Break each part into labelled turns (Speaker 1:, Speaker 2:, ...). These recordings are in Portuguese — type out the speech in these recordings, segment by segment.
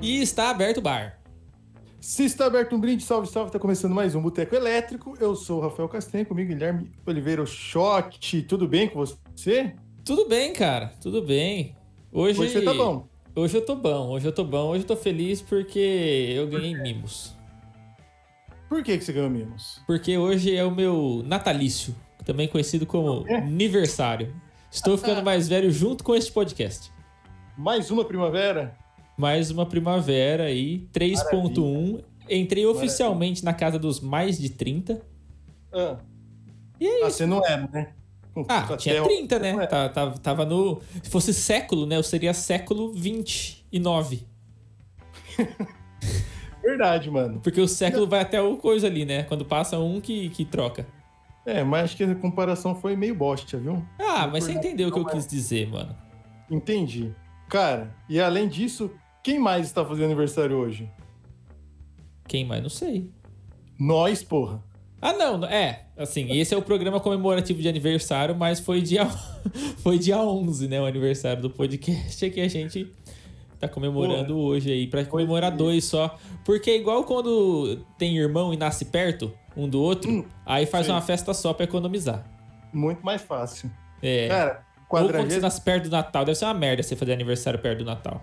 Speaker 1: E está aberto o bar.
Speaker 2: Se está aberto um brinde, salve, salve, está começando mais um Boteco Elétrico. Eu sou o Rafael Castanho, comigo Guilherme Oliveira Chote. Tudo bem com você?
Speaker 1: Tudo bem, cara. Tudo bem. Hoje,
Speaker 2: Hoje você tá bom.
Speaker 1: Hoje eu tô bom. Hoje eu tô bom. Hoje eu tô feliz porque eu ganhei mimos.
Speaker 2: Por que, que você ganhou mimos?
Speaker 1: Porque hoje é o meu natalício, também conhecido como
Speaker 2: É?
Speaker 1: aniversário. Estou ficando mais velho junto com este podcast.
Speaker 2: Mais uma primavera?
Speaker 1: Mais uma primavera aí, 3.1. Entrei oficialmente na casa dos mais de 30.
Speaker 2: Ah,
Speaker 1: E é
Speaker 2: ah, você não é, né?
Speaker 1: Ah,
Speaker 2: Até
Speaker 1: tinha
Speaker 2: o-
Speaker 1: 30, né?
Speaker 2: É.
Speaker 1: Tá- tá- tava no. Se fosse século, né? Eu seria século 29.
Speaker 2: Verdade, mano.
Speaker 1: Porque o século vai até o coisa ali, né? Quando passa um que, que troca.
Speaker 2: É, mas acho que a comparação foi meio bosta, viu?
Speaker 1: Ah, mas você entendeu o
Speaker 2: é.
Speaker 1: que eu quis dizer, mano.
Speaker 2: Entendi. Cara, e além disso, quem mais está fazendo aniversário hoje?
Speaker 1: Quem mais? Não sei.
Speaker 2: Nós, porra.
Speaker 1: Ah, não. não- É, assim, esse é o programa comemorativo de aniversário, mas foi dia, foi dia 11, né? O aniversário do podcast é que a gente tá comemorando hoje aí. Pra comemorar dois só. Porque é igual quando tem irmão e nasce perto um do outro, aí faz
Speaker 2: Hum, sei.
Speaker 1: uma festa só pra economizar.
Speaker 2: Muito mais fácil.
Speaker 1: É.
Speaker 2: Cara,
Speaker 1: Ou quando você
Speaker 2: quadragésimo.
Speaker 1: nasce perto do Natal, deve ser uma merda você fazer aniversário perto do Natal.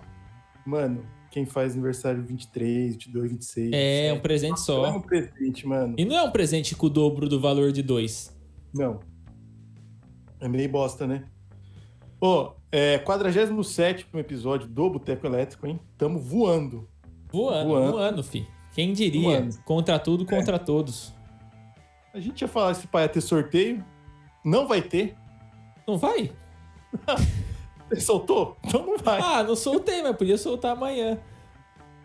Speaker 2: Mano, quem faz aniversário 23, 22, 26.
Speaker 1: É, um
Speaker 2: 27,
Speaker 1: presente
Speaker 2: É
Speaker 1: só.
Speaker 2: um presente, mano.
Speaker 1: E não é um presente com o dobro do valor de dois.
Speaker 2: Não. É meio bosta, né? Ô, é 47 episódio do Boteco Elétrico, hein? Tamo voando.
Speaker 1: Voando,
Speaker 2: Voando.
Speaker 1: voando, fi. Quem diria?
Speaker 2: Voando. É.
Speaker 1: Contra tudo, contra todos.
Speaker 2: A gente ia falar se pai ia ter sorteio. Não vai ter.
Speaker 1: Não vai?
Speaker 2: Você soltou? Então não vai.
Speaker 1: Ah, não soltei, mas podia soltar amanhã.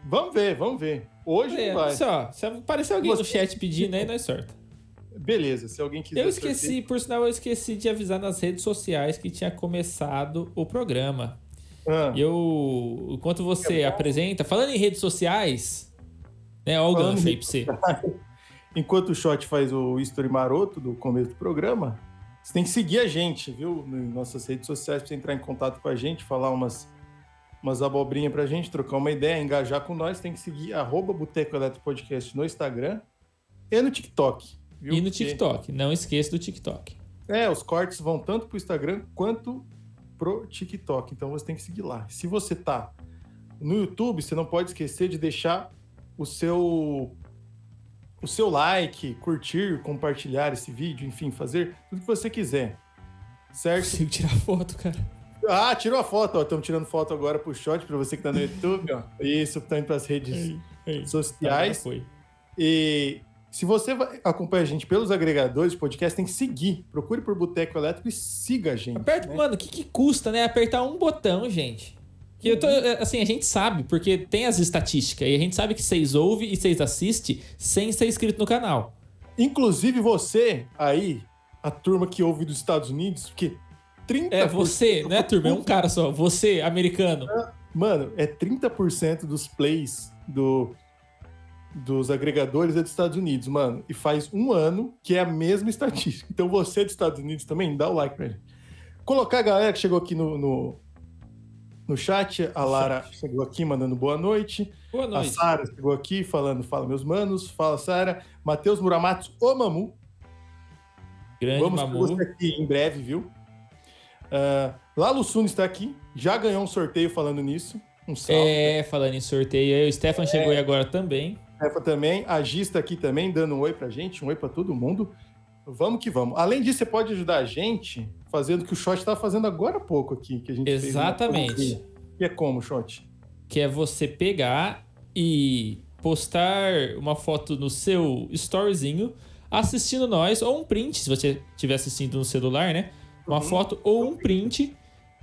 Speaker 2: Vamos ver, vamos ver. Hoje
Speaker 1: É,
Speaker 2: não vai.
Speaker 1: Se, ó, se aparecer alguém no
Speaker 2: Você-
Speaker 1: chat pedindo aí, nós sorta.
Speaker 2: Beleza, se alguém quiser.
Speaker 1: Eu esqueci, por sinal, eu esqueci de avisar nas redes sociais que tinha começado o programa.
Speaker 2: sorteio- Ah,
Speaker 1: E eu, enquanto você apresenta, falando em redes sociais, né? Ó, o
Speaker 2: Falando
Speaker 1: gancho
Speaker 2: em
Speaker 1: aí pra você.
Speaker 2: Enquanto o Shot faz o history maroto do começo do programa, você tem que seguir a gente, viu? Nas nossas redes sociais, pra você entrar em contato com a gente, falar umas, umas abobrinhas pra gente, trocar uma ideia, engajar com nós, tem que seguir arroba Boteco Eletro Podcast no Instagram e no TikTok. Viu?
Speaker 1: E no
Speaker 2: Porque-
Speaker 1: TikTok, não esqueça do TikTok.
Speaker 2: É, os cortes vão tanto pro Instagram quanto pro TikTok. Então você tem que seguir lá. Se você tá no YouTube, você não pode esquecer de deixar o seu o seu like, curtir, compartilhar esse vídeo, enfim, fazer tudo que você quiser.
Speaker 1: Eu
Speaker 2: Certo?
Speaker 1: consigo tirar foto, cara.
Speaker 2: Ah, tirou a foto, ó. Estamos tirando foto agora pro shot para você que tá no YouTube, ó. Isso, tá indo pras redes
Speaker 1: Ei, ei. Agora
Speaker 2: sociais.
Speaker 1: foi.
Speaker 2: E se você vai- acompanha a gente pelos agregadores de podcast, tem que seguir. Procure por Boteco Elétrico e siga a gente.
Speaker 1: Aperta,
Speaker 2: né?
Speaker 1: mano, o que, que custa, né? Apertar um botão, gente. Que eu tô,
Speaker 2: Uhum.
Speaker 1: assim, a gente sabe, porque tem as estatísticas, e a gente sabe que vocês ouvem e vocês assistem sem ser inscrito no canal.
Speaker 2: Inclusive você aí, a turma que ouve dos Estados Unidos, porque 30%.
Speaker 1: É, você, né, turma? É um cara só. Você, americano.
Speaker 2: Mano, é 30% dos plays do, dos agregadores é dos Estados Unidos, mano. E faz um ano que é a mesma estatística. Então você dos Estados Unidos também, dá o like pra gente. Colocar a galera que chegou aqui no, no, no chat. A Lara chegou aqui mandando boa noite.
Speaker 1: Boa
Speaker 2: A
Speaker 1: noite.
Speaker 2: Sara chegou aqui falando, fala meus manos, fala Sara. Matheus Muramatsu, o Mamu.
Speaker 1: Grande
Speaker 2: Vamos com
Speaker 1: Mamu.
Speaker 2: você aqui em breve, viu? Ah, Lalo Suno está aqui, já ganhou um sorteio falando nisso. Um salve.
Speaker 1: É, falando em sorteio, aí o Stefan chegou aí agora também.
Speaker 2: Rafa também. A Gi está aqui também, dando um oi pra gente, um oi pra todo mundo. Vamos que vamos. Além disso, você pode ajudar a gente fazendo o que o Shot está fazendo agora há pouco aqui. Que a gente fez um uma
Speaker 1: Exatamente.
Speaker 2: correria. E é como, Shot?
Speaker 1: Que é você pegar e postar uma foto no seu storyzinho assistindo nós, ou um print, se você estiver assistindo no celular, né? Uma
Speaker 2: Uhum.
Speaker 1: foto ou um print
Speaker 2: Isso.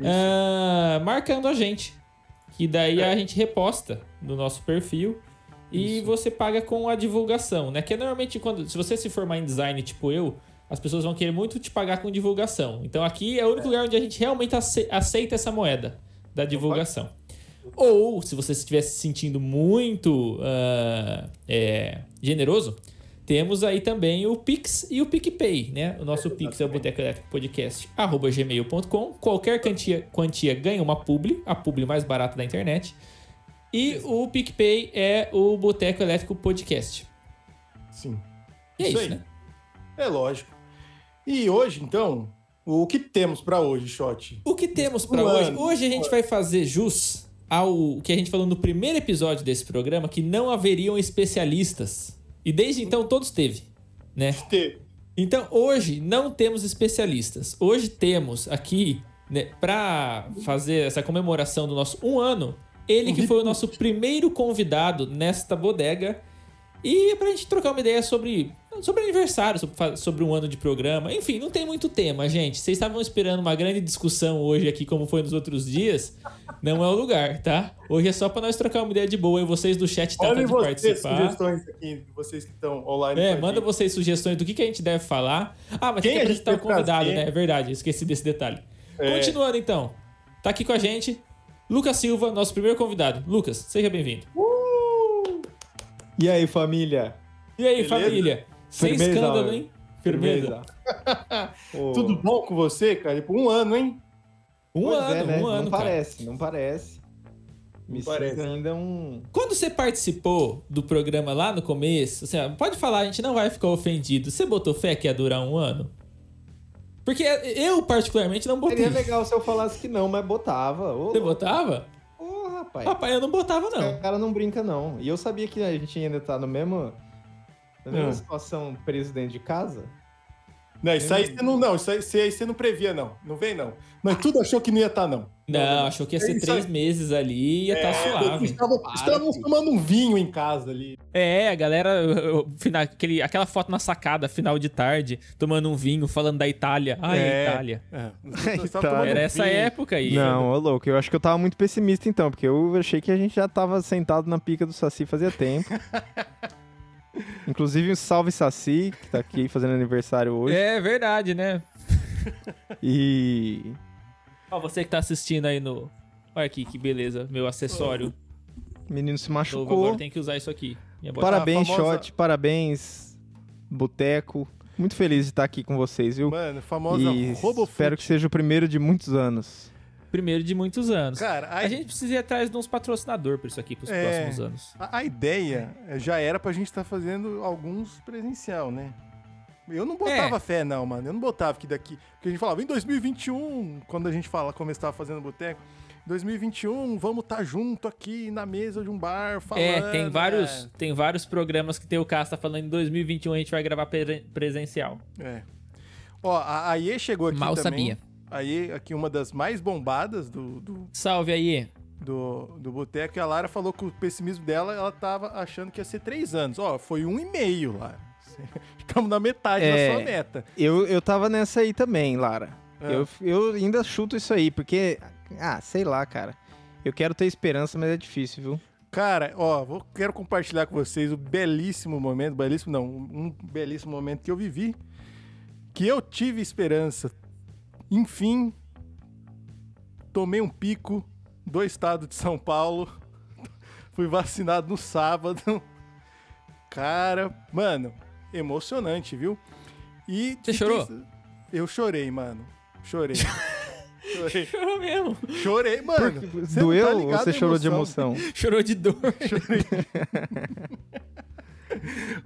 Speaker 1: ah, marcando a gente. Que daí
Speaker 2: É.
Speaker 1: a gente reposta no nosso perfil. E
Speaker 2: Isso.
Speaker 1: você paga com a divulgação, né? Que é normalmente quando. Se você se formar em design, tipo eu, as pessoas vão querer muito te pagar com divulgação. Então aqui é o único lugar onde a gente realmente ace- aceita essa moeda da divulgação. Ou, se você estiver se sentindo muito ah, é, generoso, temos aí também o Pix e o PicPay, né? O nosso Pix é o botecoelétricopodcast.gmail.com. Qualquer quantia, quantia ganha uma publi, a publi mais barata da internet. E o PicPay é o Boteco Elétrico Podcast.
Speaker 3: Sim.
Speaker 1: E é isso,
Speaker 3: aí.
Speaker 1: né?
Speaker 3: É lógico. E hoje, então, o que temos pra hoje, Shot?
Speaker 1: O que temos pra
Speaker 3: Um
Speaker 1: hoje?
Speaker 3: ano.
Speaker 1: Hoje a gente vai fazer jus ao que a gente falou no primeiro episódio desse programa, que não haveriam especialistas. E desde então todos teve, né?
Speaker 3: Teve.
Speaker 1: Então hoje não temos especialistas. Hoje temos aqui, né, para fazer essa comemoração do nosso um ano, ele que foi o nosso primeiro convidado nesta bodega. E é pra gente trocar uma ideia sobre, sobre aniversário, sobre, fa- sobre um ano de programa. Enfim, não tem muito tema, gente. Vocês estavam esperando uma grande discussão hoje aqui, como foi nos outros dias. Não é o lugar, tá? Hoje é só pra nós trocar uma ideia de boa e vocês do chat tratam
Speaker 3: Olhem
Speaker 1: de
Speaker 3: vocês,
Speaker 1: participar.
Speaker 3: sugestões aqui, vocês que estão online.
Speaker 1: É,
Speaker 3: com a
Speaker 1: manda
Speaker 3: gente.
Speaker 1: vocês sugestões do que, que a gente deve falar. Ah, mas
Speaker 3: Quem
Speaker 1: tem que
Speaker 3: a gente
Speaker 1: apresentar o
Speaker 3: deve
Speaker 1: convidado,
Speaker 3: trazer?
Speaker 1: né? É verdade, eu esqueci desse detalhe.
Speaker 3: É.
Speaker 1: Continuando então, tá aqui com a gente Lucas Silva, nosso primeiro convidado. Lucas, seja bem-vindo.
Speaker 4: E aí, família?
Speaker 1: E aí,
Speaker 3: Beleza?
Speaker 1: família? Sem
Speaker 4: Firmeza,
Speaker 1: escândalo,
Speaker 4: meu.
Speaker 1: hein? Firmeza.
Speaker 4: Ô,
Speaker 3: Tudo bom com você, cara? Por um ano, hein?
Speaker 1: Um
Speaker 4: pois
Speaker 1: ano,
Speaker 4: é, né?
Speaker 1: um
Speaker 4: não
Speaker 1: ano, cara.
Speaker 4: parece, não parece. Me
Speaker 3: parece.
Speaker 4: sinto ainda um...
Speaker 1: Quando você participou do programa lá no começo, assim, ó, pode falar, a gente não vai ficar ofendido. Você botou fé que ia durar um ano? Porque eu, particularmente, não botei.
Speaker 4: Seria legal se eu falasse que não, mas botava. Ô,
Speaker 1: Você botava?
Speaker 4: ô, rapaz.
Speaker 1: Rapaz, eu não botava, não.
Speaker 4: O cara não brinca, não. E eu sabia que a gente ainda tá no mesmo... Na mesma
Speaker 3: Ah.
Speaker 4: situação, preso dentro de casa.
Speaker 3: Não, isso aí você não, não, isso aí, isso aí você não previa, não. Não vem, não. Mas tudo achou que não ia estar, não.
Speaker 1: Não, achou que ia ser
Speaker 3: Isso
Speaker 1: três meses ali e ia estar suave.
Speaker 3: Estavam estavam
Speaker 4: filho.
Speaker 3: tomando um vinho em casa ali.
Speaker 1: É, a galera, eu- eu- fina- aquele, aquela foto na sacada, final de tarde, tomando um vinho, falando da Itália. Ai,
Speaker 3: É.
Speaker 1: Itália.
Speaker 3: Estavam tomando
Speaker 1: Era essa
Speaker 3: vinho.
Speaker 1: época aí. né?
Speaker 4: Não, ô louco, eu acho que eu tava muito pessimista então, porque eu achei que a gente já tava sentado na pica do Saci fazia tempo. Inclusive, um salve Saci, que tá aqui fazendo aniversário hoje.
Speaker 1: É verdade, né?
Speaker 4: E
Speaker 1: Ó, você que tá assistindo aí no. Olha aqui que beleza, meu acessório
Speaker 4: o menino se
Speaker 1: novo. Agora
Speaker 4: machucou.
Speaker 1: tem que usar isso aqui. Minha bola-
Speaker 4: Parabéns,
Speaker 3: A famosa-
Speaker 4: Shot, parabéns, Boteco. Muito feliz de estar aqui com vocês, viu?
Speaker 2: Mano, famosa
Speaker 4: e
Speaker 2: Robofoot.
Speaker 4: espero que seja o primeiro de muitos anos.
Speaker 1: Primeiro de muitos anos.
Speaker 2: Cara, a,
Speaker 1: A gente precisa ir atrás de uns patrocinadores pra isso aqui, pros
Speaker 2: É.
Speaker 1: próximos anos.
Speaker 2: a, a ideia eh, já era pra gente estar fazendo alguns presencial, né? Eu não
Speaker 1: É.
Speaker 2: botava fé, não, mano. Eu não botava que daqui. Porque a gente falava, em 2021, quando a gente fala, começava fazendo boteco, 2021, vamos estar junto aqui na mesa de um bar falando.
Speaker 1: É, tem vários,
Speaker 2: né?
Speaker 1: tem vários programas que tem o Casta falando em 2021 a gente vai gravar pre- presencial.
Speaker 2: É. Ó, a a Aie chegou aqui.
Speaker 1: Mal
Speaker 2: também.
Speaker 1: sabia.
Speaker 2: A Aie, aqui, uma das mais bombadas do, do,
Speaker 1: Salve aí.
Speaker 2: do, do boteco e a Lara falou que o pessimismo dela, ela tava achando que ia ser três anos. Ó, foi um e meio, Lara. Estamos na metade
Speaker 4: É.
Speaker 2: da sua meta.
Speaker 4: Eu, eu tava nessa aí também, Lara.
Speaker 2: É.
Speaker 4: Eu, eu ainda chuto isso aí, porque. Ah, sei lá, cara. Eu quero ter esperança, mas é difícil, viu?
Speaker 2: Cara, ó, vou, quero compartilhar com vocês o belíssimo momento, belíssimo não, um belíssimo momento que eu vivi, que eu tive esperança. Enfim, tomei um pico do estado de São Paulo, fui vacinado no sábado. Cara, mano, emocionante, viu? E
Speaker 1: Você chorou?
Speaker 2: Eu chorei, mano. Chorei. chorei.
Speaker 1: Chorou mesmo.
Speaker 2: Chorei, mano. Você não tá
Speaker 4: Doeu ou
Speaker 2: ligado
Speaker 4: você
Speaker 2: a
Speaker 4: chorou de emoção?
Speaker 1: Chorou de dor.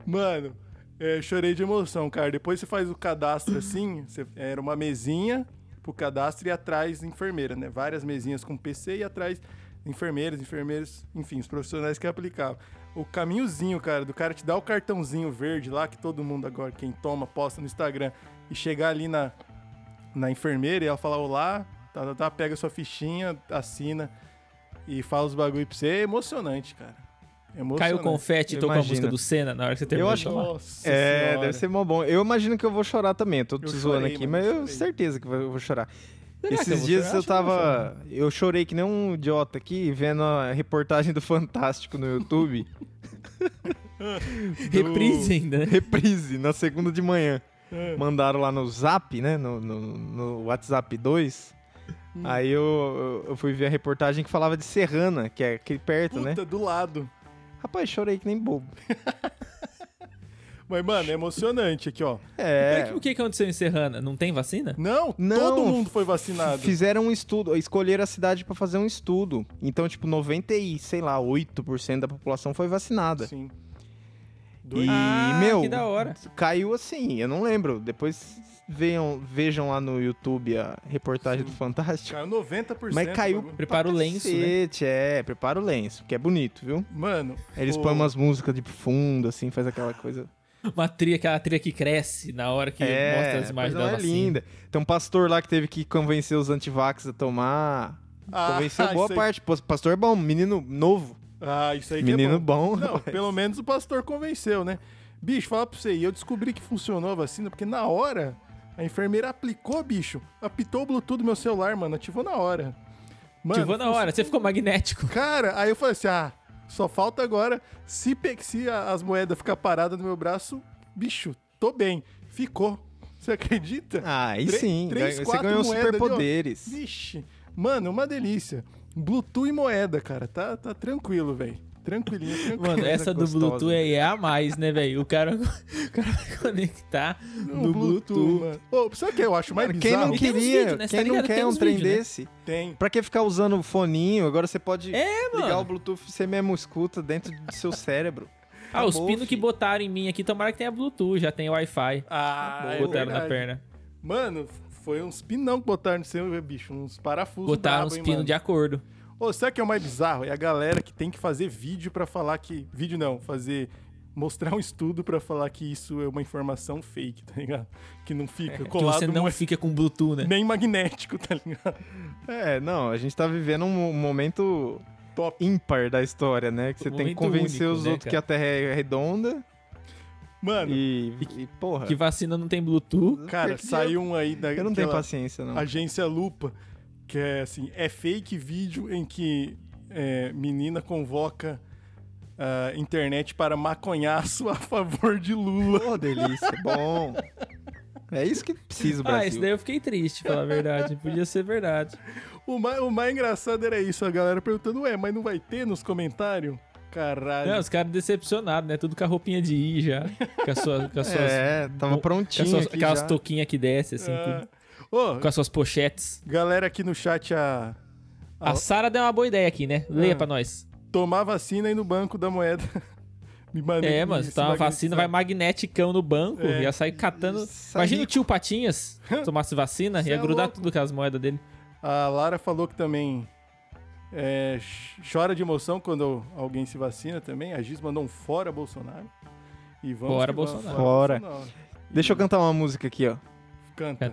Speaker 2: Mano, é, chorei de emoção, cara. Depois você faz o cadastro assim, você- era uma mesinha pro cadastro e atrás enfermeira, né? Várias mesinhas com PC e atrás enfermeiras, enfermeiros, enfim, os profissionais que aplicavam. O caminhozinho, cara, do cara te dar o cartãozinho verde lá que todo mundo agora, quem toma, posta no Instagram e chegar ali na, na enfermeira e ela falar olá, tá, tá, tá, pega sua fichinha, assina e fala os bagulho pra você. É emocionante, cara. É
Speaker 1: Caiu
Speaker 2: Emocionante.
Speaker 1: o confete e
Speaker 4: Eu
Speaker 1: tocou a
Speaker 4: imagino.
Speaker 1: música do Senna na hora que você terminou.
Speaker 4: Eu
Speaker 1: de
Speaker 4: acho-
Speaker 1: falar.
Speaker 2: Nossa
Speaker 4: É,
Speaker 2: Senhora.
Speaker 4: deve ser mó bom. Eu imagino que eu vou chorar também. Eu tô te
Speaker 2: Eu
Speaker 4: zoando
Speaker 2: chorei,
Speaker 4: aqui,
Speaker 2: mano,
Speaker 4: mas
Speaker 2: eu
Speaker 4: eu
Speaker 2: chorei.
Speaker 4: certeza que eu vou chorar.
Speaker 1: Será que
Speaker 4: Esses
Speaker 1: vou
Speaker 4: dias
Speaker 1: chorar?
Speaker 4: eu
Speaker 1: Acho que vou chorar.
Speaker 4: tava. Eu chorei que nem um idiota aqui vendo a reportagem do Fantástico no YouTube.
Speaker 1: Reprise ainda, né?
Speaker 4: Reprise, na segunda de manhã.
Speaker 2: É.
Speaker 4: Mandaram lá no Zap, né? No, no, no WhatsApp 2. Aí eu, eu fui ver a reportagem que falava de Serrana, que é aquele perto, né?
Speaker 2: Puta, do lado.
Speaker 4: Rapaz, chorei que nem bobo.
Speaker 2: Mas, mano, é emocionante aqui, ó.
Speaker 1: Como é que-
Speaker 4: É.
Speaker 1: O que aconteceu em Serrana? Não tem vacina?
Speaker 2: Não,
Speaker 4: Não,
Speaker 2: todo mundo foi vacinado.
Speaker 4: Fizeram um estudo, escolheram a cidade pra fazer um estudo. Então, tipo, 90 e, sei lá, 8% da população foi vacinada.
Speaker 2: Sim.
Speaker 4: E,
Speaker 1: Ah,
Speaker 4: meu,
Speaker 1: que da hora.
Speaker 4: caiu assim, eu não lembro. Depois vejam, vejam lá no YouTube a reportagem do Fantástico.
Speaker 2: Caiu 90%.
Speaker 4: Mas caiu-
Speaker 2: do bagulho.
Speaker 1: Prepara o lenço, né?
Speaker 4: Cacete, é, prepara o lenço, que é bonito, viu?
Speaker 2: Mano,
Speaker 4: Eles
Speaker 2: o-
Speaker 4: põem umas músicas de fundo, assim, faz aquela coisa.
Speaker 1: Uma tria, aquela tria que cresce na hora que mostra as imagens
Speaker 4: a É, coisa
Speaker 1: da
Speaker 4: mais
Speaker 1: vacina.
Speaker 4: linda. Tem um pastor lá que teve que convencer os antivax a tomar.
Speaker 2: Ah,
Speaker 4: Convenceu boa
Speaker 2: isso aí-
Speaker 4: parte. Pô, Pastor é bom, menino novo.
Speaker 2: Ah, isso aí que
Speaker 4: menino
Speaker 2: é bom.
Speaker 4: bom.
Speaker 2: Não,
Speaker 4: rapaz.
Speaker 2: pelo menos o pastor convenceu, né? Bicho, fala pra você, e eu descobri que funcionou a vacina, porque na hora a enfermeira aplicou, bicho. Apitou o Bluetooth do meu celular, mano. Ativou na hora. Mano,
Speaker 1: Ativou na hora, você ficou magnético.
Speaker 2: Cara, aí eu falei assim: ah, só falta agora, se, pe- se a- as moedas ficar paradas no meu braço, bicho, tô bem. Ficou. Você acredita?
Speaker 4: Ah, aí
Speaker 2: Trê-
Speaker 4: sim.
Speaker 2: três,
Speaker 4: ganha- você
Speaker 2: quatro
Speaker 4: ganhou
Speaker 2: moedas ali, ó.
Speaker 4: superpoderes.
Speaker 2: Vixe, mano, uma delícia. Bluetooth e moeda, cara. Tá, tá tranquilo, velho. Tranquilinho, tranquilo.
Speaker 1: Mano, essa do
Speaker 4: gostosa.
Speaker 1: Bluetooth aí é a mais, né, velho? O cara, o cara vai conectar no Bluetooth.
Speaker 2: mano. Ô, sabe o que eu acho mais
Speaker 4: Cara, quem
Speaker 2: bizarro?
Speaker 4: não
Speaker 1: E tem uns
Speaker 4: queria,
Speaker 1: vídeos, né? Você
Speaker 4: quem
Speaker 1: tá
Speaker 4: não
Speaker 1: ligado?
Speaker 4: quer
Speaker 1: Tem
Speaker 4: um
Speaker 1: uns
Speaker 4: trem
Speaker 1: vídeos, né?
Speaker 4: desse?
Speaker 2: Tem.
Speaker 4: Pra que ficar usando o foninho? Agora você pode
Speaker 1: É,
Speaker 4: ligar
Speaker 1: mano.
Speaker 4: o Bluetooth e você mesmo escuta dentro do seu cérebro.
Speaker 1: Ah, os
Speaker 4: Acabou,
Speaker 1: pinos que
Speaker 4: fi.
Speaker 1: botaram em mim aqui, tomara que tenha Bluetooth, já tem Wi-Fi.
Speaker 2: Ah, é
Speaker 1: botaram na
Speaker 2: verdade.
Speaker 1: perna.
Speaker 2: Mano, foi uns pinão que botaram no seu, bicho. Uns parafusos
Speaker 1: Botaram
Speaker 2: brabo,
Speaker 1: uns
Speaker 2: hein,
Speaker 1: pinos
Speaker 2: mano.
Speaker 1: de acordo.
Speaker 2: Ô, sabe o que é o mais bizarro? É a galera que tem que fazer vídeo pra falar que. Vídeo não, fazer. Mostrar um estudo pra falar que isso é uma informação fake, tá ligado? Que não fica
Speaker 1: É, Que
Speaker 2: colado
Speaker 1: você não
Speaker 2: no-
Speaker 1: fica com Bluetooth, né?
Speaker 2: nem magnético, tá ligado?
Speaker 4: É, não, a gente tá vivendo um mo- momento
Speaker 2: Top.
Speaker 4: ímpar da história, né? Que você tem que
Speaker 1: Momento
Speaker 4: convencer
Speaker 1: único,
Speaker 4: os
Speaker 1: né, cara?
Speaker 4: outros que a Terra é redonda
Speaker 2: Mano,
Speaker 4: e, e, porra.
Speaker 1: Que vacina não tem Bluetooth.
Speaker 2: cara,
Speaker 4: perdi-
Speaker 2: saiu um aí da
Speaker 4: Eu não tenho
Speaker 2: daquela
Speaker 4: paciência, não.
Speaker 2: agência Lupa, que é assim, é fake vídeo em que é, menina convoca a internet para maconhaço a favor de Lula.
Speaker 4: Pô, delícia, bom. É isso que precisa o
Speaker 1: Ah, esse
Speaker 4: Brasil.
Speaker 1: daí eu fiquei triste, falar a verdade. Podia ser verdade.
Speaker 2: O mais, o mais engraçado era isso, a galera perguntando, ué, mas não vai ter nos comentários? Caralho.
Speaker 1: Não, os caras decepcionados, né? Tudo com a roupinha de I já. Com, a sua, com as suas.
Speaker 4: É, tava
Speaker 1: com
Speaker 4: prontinho
Speaker 1: as suas-
Speaker 4: aqui
Speaker 1: aquelas
Speaker 4: já.
Speaker 1: touquinhas que desce, assim,
Speaker 2: Ah.
Speaker 1: tudo.
Speaker 2: Ô,
Speaker 1: com as suas pochetes.
Speaker 2: galera aqui no chat, a
Speaker 1: A
Speaker 2: Ah.
Speaker 1: Sara deu uma boa ideia aqui, né? Leia
Speaker 2: Ah.
Speaker 1: pra nós.
Speaker 2: tomar vacina aí no banco da moeda. Me manda
Speaker 1: É,
Speaker 2: me-
Speaker 1: mano,
Speaker 2: me
Speaker 1: se tá uma
Speaker 2: magnetizar.
Speaker 1: vacina, vai magneticão no banco,
Speaker 2: É.
Speaker 1: ia sair catando.
Speaker 4: Isso
Speaker 1: Imagina
Speaker 4: aí.
Speaker 1: o tio Patinhas tomasse vacina,
Speaker 2: Cê
Speaker 1: ia
Speaker 2: é
Speaker 1: grudar
Speaker 2: louco.
Speaker 1: tudo com as moedas dele.
Speaker 2: A Lara falou que também é, ch- chora de emoção quando alguém se vacina também. A Giz mandou um fora Bolsonaro. E vamos
Speaker 1: Fora
Speaker 2: que vamos,
Speaker 1: Bolsonaro.
Speaker 4: Fora.
Speaker 2: Bolsonaro.
Speaker 4: Deixa eu cantar uma música aqui, ó.
Speaker 2: Canta.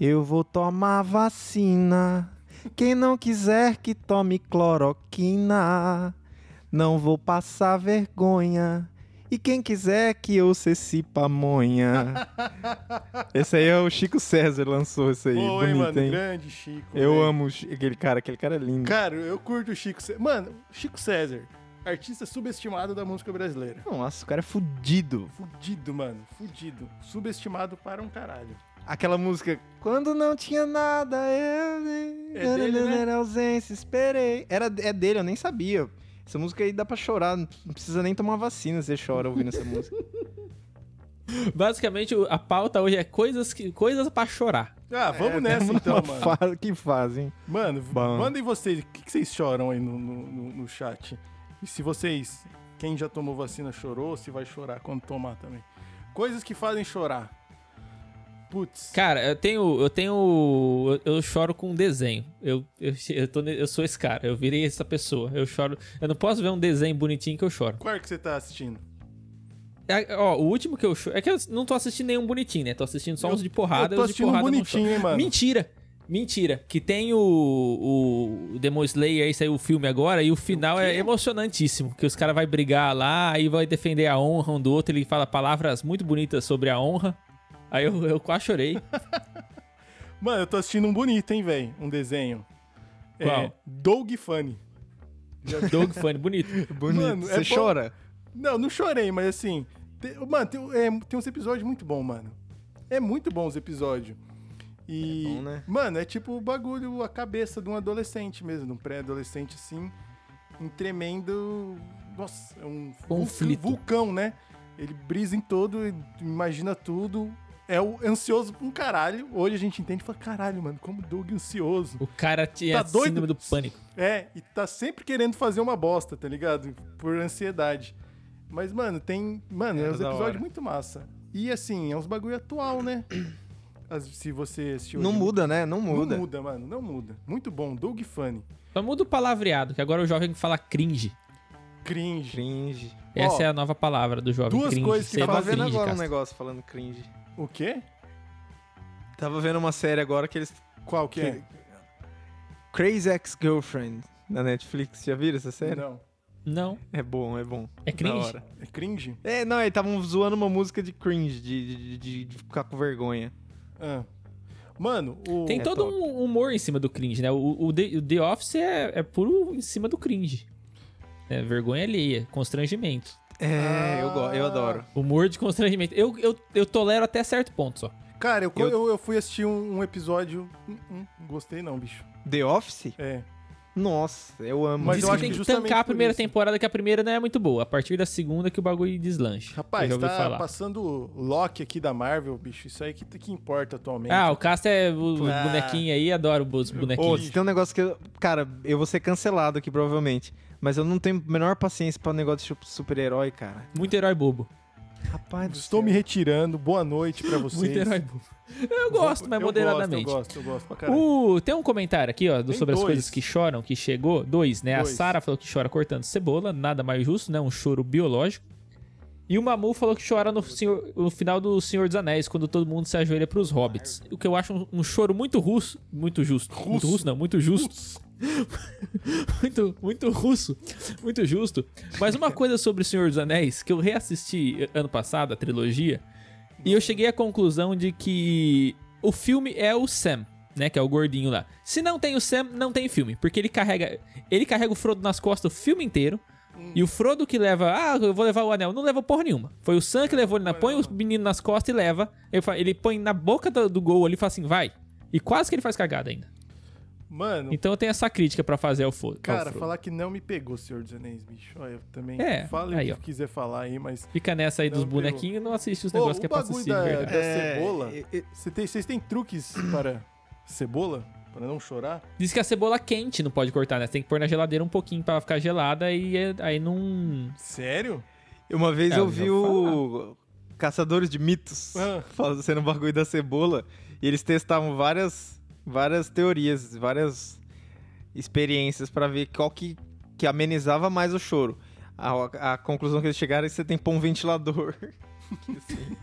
Speaker 4: Eu vou tomar vacina. Quem não quiser que tome cloroquina. Não vou passar vergonha. E quem quiser que eu ceci pamonha. Esse aí é o Chico César lançou isso aí.
Speaker 2: Oi,
Speaker 4: Bonito,
Speaker 2: mano.
Speaker 4: hein?
Speaker 2: Grande Chico.
Speaker 4: Eu
Speaker 2: velho.
Speaker 4: amo o Chi- aquele cara, aquele cara é lindo.
Speaker 2: Cara, eu curto o Chico César. Mano, Chico César, artista subestimado da música brasileira.
Speaker 4: Nossa, o cara é fudido.
Speaker 2: Fudido, mano. Fudido. Subestimado para um caralho.
Speaker 4: Aquela música. Quando não tinha nada, eu.
Speaker 2: É dele, né?
Speaker 4: Era ausência, esperei. Era, é dele, eu nem sabia. Essa música aí dá pra chorar, não precisa nem tomar vacina, você chora ouvindo essa música.
Speaker 1: Basicamente, o- a pauta hoje é coisas, que, coisas pra chorar.
Speaker 2: Ah, vamos
Speaker 4: É,
Speaker 2: nessa
Speaker 4: tamo
Speaker 2: então,
Speaker 4: numa
Speaker 2: mano.
Speaker 4: fase que fazem.
Speaker 2: Mano, v-
Speaker 4: Bom.
Speaker 2: mandem vocês. O que, que vocês choram aí no, no, no- no chat? E se vocês. Quem já tomou vacina chorou, se vai chorar quando tomar também. Coisas que fazem chorar. Putz.
Speaker 1: Cara, eu tenho. Eu tenho. Eu, eu choro com um desenho. Eu, eu, eu, tô ne- eu sou esse cara, eu virei essa pessoa. Eu choro. Eu não posso ver um desenho bonitinho que eu choro.
Speaker 2: Qual é que você tá assistindo?
Speaker 1: É, ó, o último que eu choro. É que eu não tô assistindo nenhum bonitinho, né? Tô assistindo só
Speaker 2: Eu-
Speaker 1: uns de porrada.
Speaker 2: eu tô
Speaker 1: os de
Speaker 2: assistindo um
Speaker 1: porrada eu não choro.
Speaker 2: bonitinho, hein, mano.
Speaker 1: Mentira! Mentira! Que tem o, o, o Demon Slayer, aí saiu o filme agora, e o final é emocionantíssimo. Que os caras vão brigar lá, aí vai defender a honra um do outro, ele fala palavras muito bonitas sobre a honra. Aí eu, eu quase chorei.
Speaker 2: Mano, eu tô assistindo um bonito, hein, velho? Um desenho. É,
Speaker 1: Qual?
Speaker 2: Doug Funny.
Speaker 1: Dog Funny, bonito.
Speaker 4: Bonito.
Speaker 2: Mano, é
Speaker 4: você
Speaker 2: bom-
Speaker 4: chora?
Speaker 2: Não, não chorei, mas assim. te- mano, tem, é, tem uns episódios muito bons, mano. É muito bom os episódios. E,
Speaker 4: É bom, né?
Speaker 2: Mano, é tipo o bagulho, a cabeça de um adolescente mesmo, de um pré-adolescente assim, um tremendo. Nossa, é um vul-
Speaker 1: Conflito.
Speaker 2: vulcão, né? Ele brisa em todo, imagina tudo. É o ansioso pra um caralho. Hoje a gente entende e fala, caralho, mano, como o Doug é ansioso.
Speaker 1: O cara tinha
Speaker 2: Tá
Speaker 1: a síndrome
Speaker 2: doido?
Speaker 1: do pânico.
Speaker 2: É, e tá sempre querendo fazer uma bosta, tá ligado? Por ansiedade. Mas, mano, tem. Mano, é,
Speaker 4: Era
Speaker 2: uns
Speaker 4: da hora.
Speaker 2: episódios muito massa. E assim, é uns bagulho atual, né? As- se você assistiu.
Speaker 4: Não
Speaker 2: hoje,
Speaker 4: muda, né? Não
Speaker 2: Não
Speaker 4: muda.
Speaker 2: muda, mano. Não muda. Muito bom. Doug Funny.
Speaker 1: Só muda o palavreado, que agora o jovem fala cringe.
Speaker 2: Cringe.
Speaker 4: Cringe.
Speaker 1: Essa
Speaker 2: Ó,
Speaker 1: é a nova palavra do jovem.
Speaker 2: duas
Speaker 1: cringe.
Speaker 2: coisas que
Speaker 1: Ser
Speaker 2: tá Tava
Speaker 4: Tava
Speaker 1: mais
Speaker 4: vendo
Speaker 1: cringe,
Speaker 4: agora um
Speaker 1: Castro.
Speaker 4: negócio falando cringe.
Speaker 2: O quê?
Speaker 4: Tava vendo uma série agora que eles.
Speaker 2: Qual que é?
Speaker 4: Crazy Ex-Girlfriend na Netflix. Já viram essa série?
Speaker 2: Não.
Speaker 1: Não,
Speaker 4: É bom, é bom.
Speaker 1: é
Speaker 4: Da
Speaker 1: cringe.
Speaker 4: hora.
Speaker 2: É cringe?
Speaker 4: É, não, eles estavam zoando uma música de cringe, de, de, de- de ficar com vergonha.
Speaker 2: Ah. Mano, o.
Speaker 1: Tem
Speaker 4: É
Speaker 1: todo
Speaker 4: top.
Speaker 1: um humor em cima do cringe, né? O, o The, o The Office é, é puro em cima do cringe. É vergonha alheia, constrangimento.
Speaker 4: É, eu, go- eu adoro.
Speaker 1: Humor de constrangimento. Eu, eu, eu tolero até certo ponto só.
Speaker 2: Cara, eu,
Speaker 4: Eu-
Speaker 2: eu... eu fui assistir um, um episódio. Hum, hum, gostei não, bicho.
Speaker 4: The Office?
Speaker 2: É.
Speaker 4: Nossa, eu amo.
Speaker 2: Mas
Speaker 1: Diz
Speaker 2: eu
Speaker 1: que
Speaker 2: acho
Speaker 1: tem
Speaker 2: que
Speaker 1: que
Speaker 2: justamente
Speaker 1: tancar a
Speaker 2: por
Speaker 1: primeira
Speaker 2: isso.
Speaker 1: temporada, que a primeira não é muito boa. A partir da segunda que o bagulho deslancha. Eu
Speaker 2: Rapaz,
Speaker 1: já ouvi
Speaker 2: tá
Speaker 1: falar.
Speaker 2: passando o Loki aqui da Marvel, bicho. Isso aí que, que importa atualmente.
Speaker 1: Ah, o Castro é o
Speaker 2: então. Ah.
Speaker 1: bonequinho aí, adoro os
Speaker 4: Ô,
Speaker 1: bonequinhos.
Speaker 4: se tem um negócio que eu. Cara, eu vou ser cancelado aqui provavelmente. Mas eu não tenho a menor paciência pra negócio de super-herói, cara.
Speaker 1: Muito herói bobo.
Speaker 4: Rapaz, do
Speaker 2: Estou
Speaker 4: céu.
Speaker 2: me retirando. Boa noite pra vocês.
Speaker 1: Muito herói bobo. Eu gosto, mas
Speaker 2: Eu
Speaker 1: moderadamente.
Speaker 2: Gosto, eu gosto, eu gosto pra caralho.
Speaker 1: Uh, tem um comentário aqui, ó, do-
Speaker 2: Tem
Speaker 1: sobre as
Speaker 2: dois.
Speaker 1: coisas que choram, que chegou. Dois, né? A
Speaker 2: Dois.
Speaker 1: Sara falou que chora cortando cebola, nada mais justo, né? Um choro biológico. E o Mamu falou que chora no, senhor- no final do Senhor dos Anéis, quando todo mundo se ajoelha pros hobbits. O que eu acho um, um choro muito russo. Muito justo. Muito russo, não, muito justo. muito, muito russo. Muito justo. Mas uma coisa sobre o Senhor dos Anéis, que eu reassisti ano passado, a trilogia, e eu cheguei à conclusão de que o filme é o Sam, né? Que é o gordinho lá. Se não tem o Sam, não tem filme. Porque ele carrega. Ele carrega o Frodo nas costas o filme inteiro.
Speaker 2: Hum.
Speaker 1: E o Frodo que leva, ah, eu vou levar o anel. Não leva porra nenhuma. Foi o Sam que levou ele na. Põe o menino nas costas e leva. Ele, fa- ele põe na boca do, do gol ali e fala assim, vai. E quase que ele faz cagada ainda.
Speaker 2: Mano,
Speaker 1: Então eu tenho essa crítica pra fazer ao, Fo- ao
Speaker 2: cara,
Speaker 1: Frodo.
Speaker 2: falar que não me pegou, Senhor dos Anéis, bicho. Olha, eu também.
Speaker 1: É,
Speaker 2: Fala o
Speaker 1: aí,
Speaker 2: que
Speaker 1: ó.
Speaker 2: quiser falar aí, mas.
Speaker 1: Fica nessa aí dos
Speaker 2: Não, pegou.
Speaker 1: bonequinhos e não assiste os
Speaker 2: Ô,
Speaker 1: negócios
Speaker 2: o
Speaker 1: que é pra
Speaker 2: bagulho
Speaker 1: assistir, de
Speaker 2: da-
Speaker 1: verdade.
Speaker 2: da cebola.
Speaker 4: e- e-
Speaker 2: Cê tem- Vocês têm truques para cebola? Para não chorar?
Speaker 1: Diz que a cebola quente não pode cortar, né? Você tem que pôr na geladeira um pouquinho pra ficar gelada e é- aí não.
Speaker 2: Sério?
Speaker 4: Uma vez
Speaker 1: É,
Speaker 4: eu
Speaker 1: eu já
Speaker 4: vi o Caçadores de Mitos
Speaker 2: Ah.
Speaker 4: fazendo um bagulho da cebola e eles testavam várias, várias teorias, várias experiências pra ver qual que, que amenizava mais o choro. A, a conclusão que eles chegaram é que você tem que pôr um ventilador. que assim.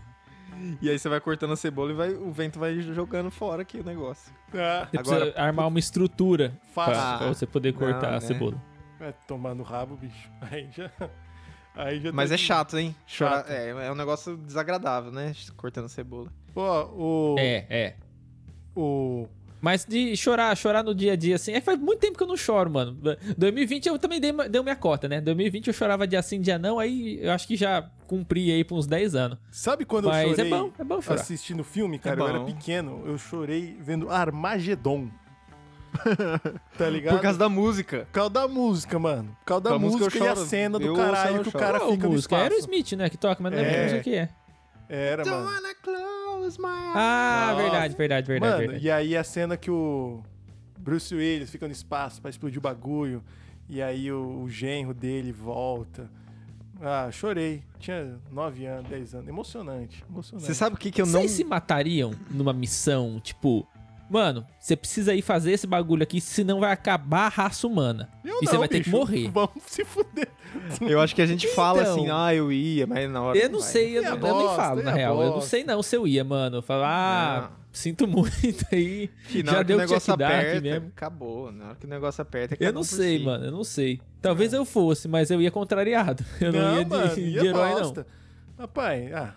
Speaker 4: E aí você vai cortando a cebola e vai, o vento vai jogando fora aqui o negócio.
Speaker 2: Ah,
Speaker 1: Você
Speaker 4: Agora-
Speaker 1: precisa armar uma estrutura pra,
Speaker 2: fácil.
Speaker 1: pra você poder
Speaker 4: não,
Speaker 1: cortar
Speaker 4: né?
Speaker 1: a cebola.
Speaker 2: Vai tomar no rabo, bicho. Aí já. Aí já
Speaker 4: Mas
Speaker 2: tá-
Speaker 4: é chato, hein? Chorar,
Speaker 2: Chato.
Speaker 4: é, é um negócio desagradável, né? Cortando a cebola.
Speaker 2: Ó, o.
Speaker 1: É, é.
Speaker 2: O.
Speaker 1: Mas de chorar, chorar no dia a dia, assim. É que faz muito tempo que eu não choro, mano. 2020 eu também dei, deu minha cota, né? 2020 eu chorava dia sim, dia não, aí eu acho que já cumpri aí por uns 10 anos.
Speaker 2: Sabe quando eu
Speaker 1: Mas é
Speaker 2: chorei?
Speaker 1: bom, é bom chorar.
Speaker 2: assistindo filme, cara, eu era
Speaker 4: É bom.
Speaker 2: pequeno, eu chorei vendo Armagedon. tá ligado?
Speaker 4: Por causa da música.
Speaker 2: Por causa da música, mano. Por causa da
Speaker 4: Com a música
Speaker 2: música,
Speaker 4: eu
Speaker 2: e a
Speaker 4: choro.
Speaker 2: cena do
Speaker 4: Eu ouço, eu
Speaker 2: caralho que o
Speaker 4: choro.
Speaker 2: cara
Speaker 1: Qual
Speaker 2: fica no
Speaker 1: música?
Speaker 2: espaço.
Speaker 1: Era o Smith, né? Que toca, mas não lembro que
Speaker 2: É.
Speaker 1: música que é.
Speaker 2: Era,
Speaker 4: Don't
Speaker 2: mano.
Speaker 4: wanna close my eyes.
Speaker 1: Ah,
Speaker 2: Nossa.
Speaker 1: verdade, verdade, é verdade.
Speaker 2: Mano,
Speaker 1: verdade.
Speaker 2: e aí a cena que o Bruce Willis fica no espaço pra explodir o bagulho, e aí o, o genro dele volta. Ah, chorei. Tinha 9 anos, 10 anos. Emocionante, emocionante.
Speaker 4: Você sabe o que, que eu não.
Speaker 1: Vocês se matariam numa missão, tipo, mano, você precisa ir fazer esse bagulho aqui, senão vai acabar a raça humana.
Speaker 2: Eu
Speaker 1: e você
Speaker 2: não,
Speaker 1: vai ter que
Speaker 2: bicho.
Speaker 1: morrer.
Speaker 2: Vamos se fuder.
Speaker 4: Eu acho que a gente fala
Speaker 1: Então.
Speaker 4: assim, ah, eu ia, mas na hora.
Speaker 1: Eu não
Speaker 4: vai. né?
Speaker 1: sei, eu,
Speaker 2: E a
Speaker 1: não- eu nem
Speaker 2: bosta,
Speaker 1: falo,
Speaker 2: e
Speaker 1: na
Speaker 2: a
Speaker 1: real. Eu não
Speaker 2: bosta?
Speaker 1: sei não se eu ia, mano. Falar, ah, sinto muito aí.
Speaker 4: Que na
Speaker 1: já
Speaker 4: hora
Speaker 1: deu
Speaker 4: que o negócio
Speaker 1: tinha que dar aqui
Speaker 4: aperta,
Speaker 1: mesmo.
Speaker 4: acabou. Na hora que o negócio aperta,
Speaker 1: Eu
Speaker 4: cada
Speaker 1: não
Speaker 4: um por
Speaker 1: sei,
Speaker 4: si.
Speaker 1: mano, eu não sei. Talvez eu fosse, mas eu ia contrariado. Eu não, ia de, de herói, não.
Speaker 2: bosta. Rapaz, ah,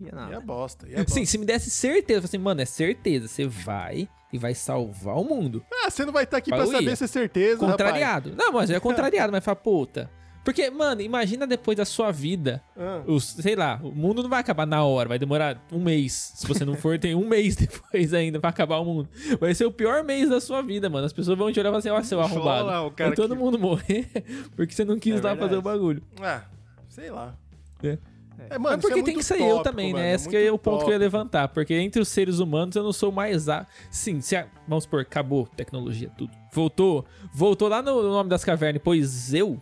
Speaker 4: Ia nada.
Speaker 2: e a bosta, e a bosta.
Speaker 1: Sim, se me desse certeza, eu falei assim, mano, é certeza, você vai e vai salvar o mundo.
Speaker 2: Ah, você não vai estar aqui
Speaker 1: Mas
Speaker 2: pra
Speaker 1: eu
Speaker 2: saber
Speaker 1: ia.
Speaker 2: se é certeza, rapaz.
Speaker 1: Contrariado. Não, mas é contrariado, mas fala, puta. Porque, mano, imagina depois da sua vida.
Speaker 2: Ah,
Speaker 1: Os, sei lá, o mundo não vai acabar na hora, vai demorar um mês. Se você não for, tem um mês depois ainda pra acabar o mundo. Vai ser o pior mês da sua vida, mano. As pessoas vão te olhar e falar assim, ó, seu
Speaker 4: Deixa eu falar
Speaker 1: arrombado.
Speaker 4: lá, o
Speaker 1: Vai
Speaker 4: cara
Speaker 1: todo
Speaker 4: que-
Speaker 1: mundo morrer porque você não quis
Speaker 2: É
Speaker 1: lá fazer
Speaker 2: verdade.
Speaker 1: o bagulho.
Speaker 2: ah, sei lá.
Speaker 1: É.
Speaker 2: É, mano,
Speaker 1: Mas porque
Speaker 2: isso é
Speaker 1: tem
Speaker 2: muito
Speaker 1: que sair eu
Speaker 2: tópico,
Speaker 1: também,
Speaker 2: mano,
Speaker 1: né?
Speaker 2: é
Speaker 1: Esse que é o
Speaker 2: muito
Speaker 1: ponto que eu ia
Speaker 2: tópico.
Speaker 1: levantar. Porque entre os seres humanos eu não sou mais a. Sim, se a- vamos supor, acabou tecnologia, tudo. Voltou. Voltou lá no no nome das cavernas, pois eu.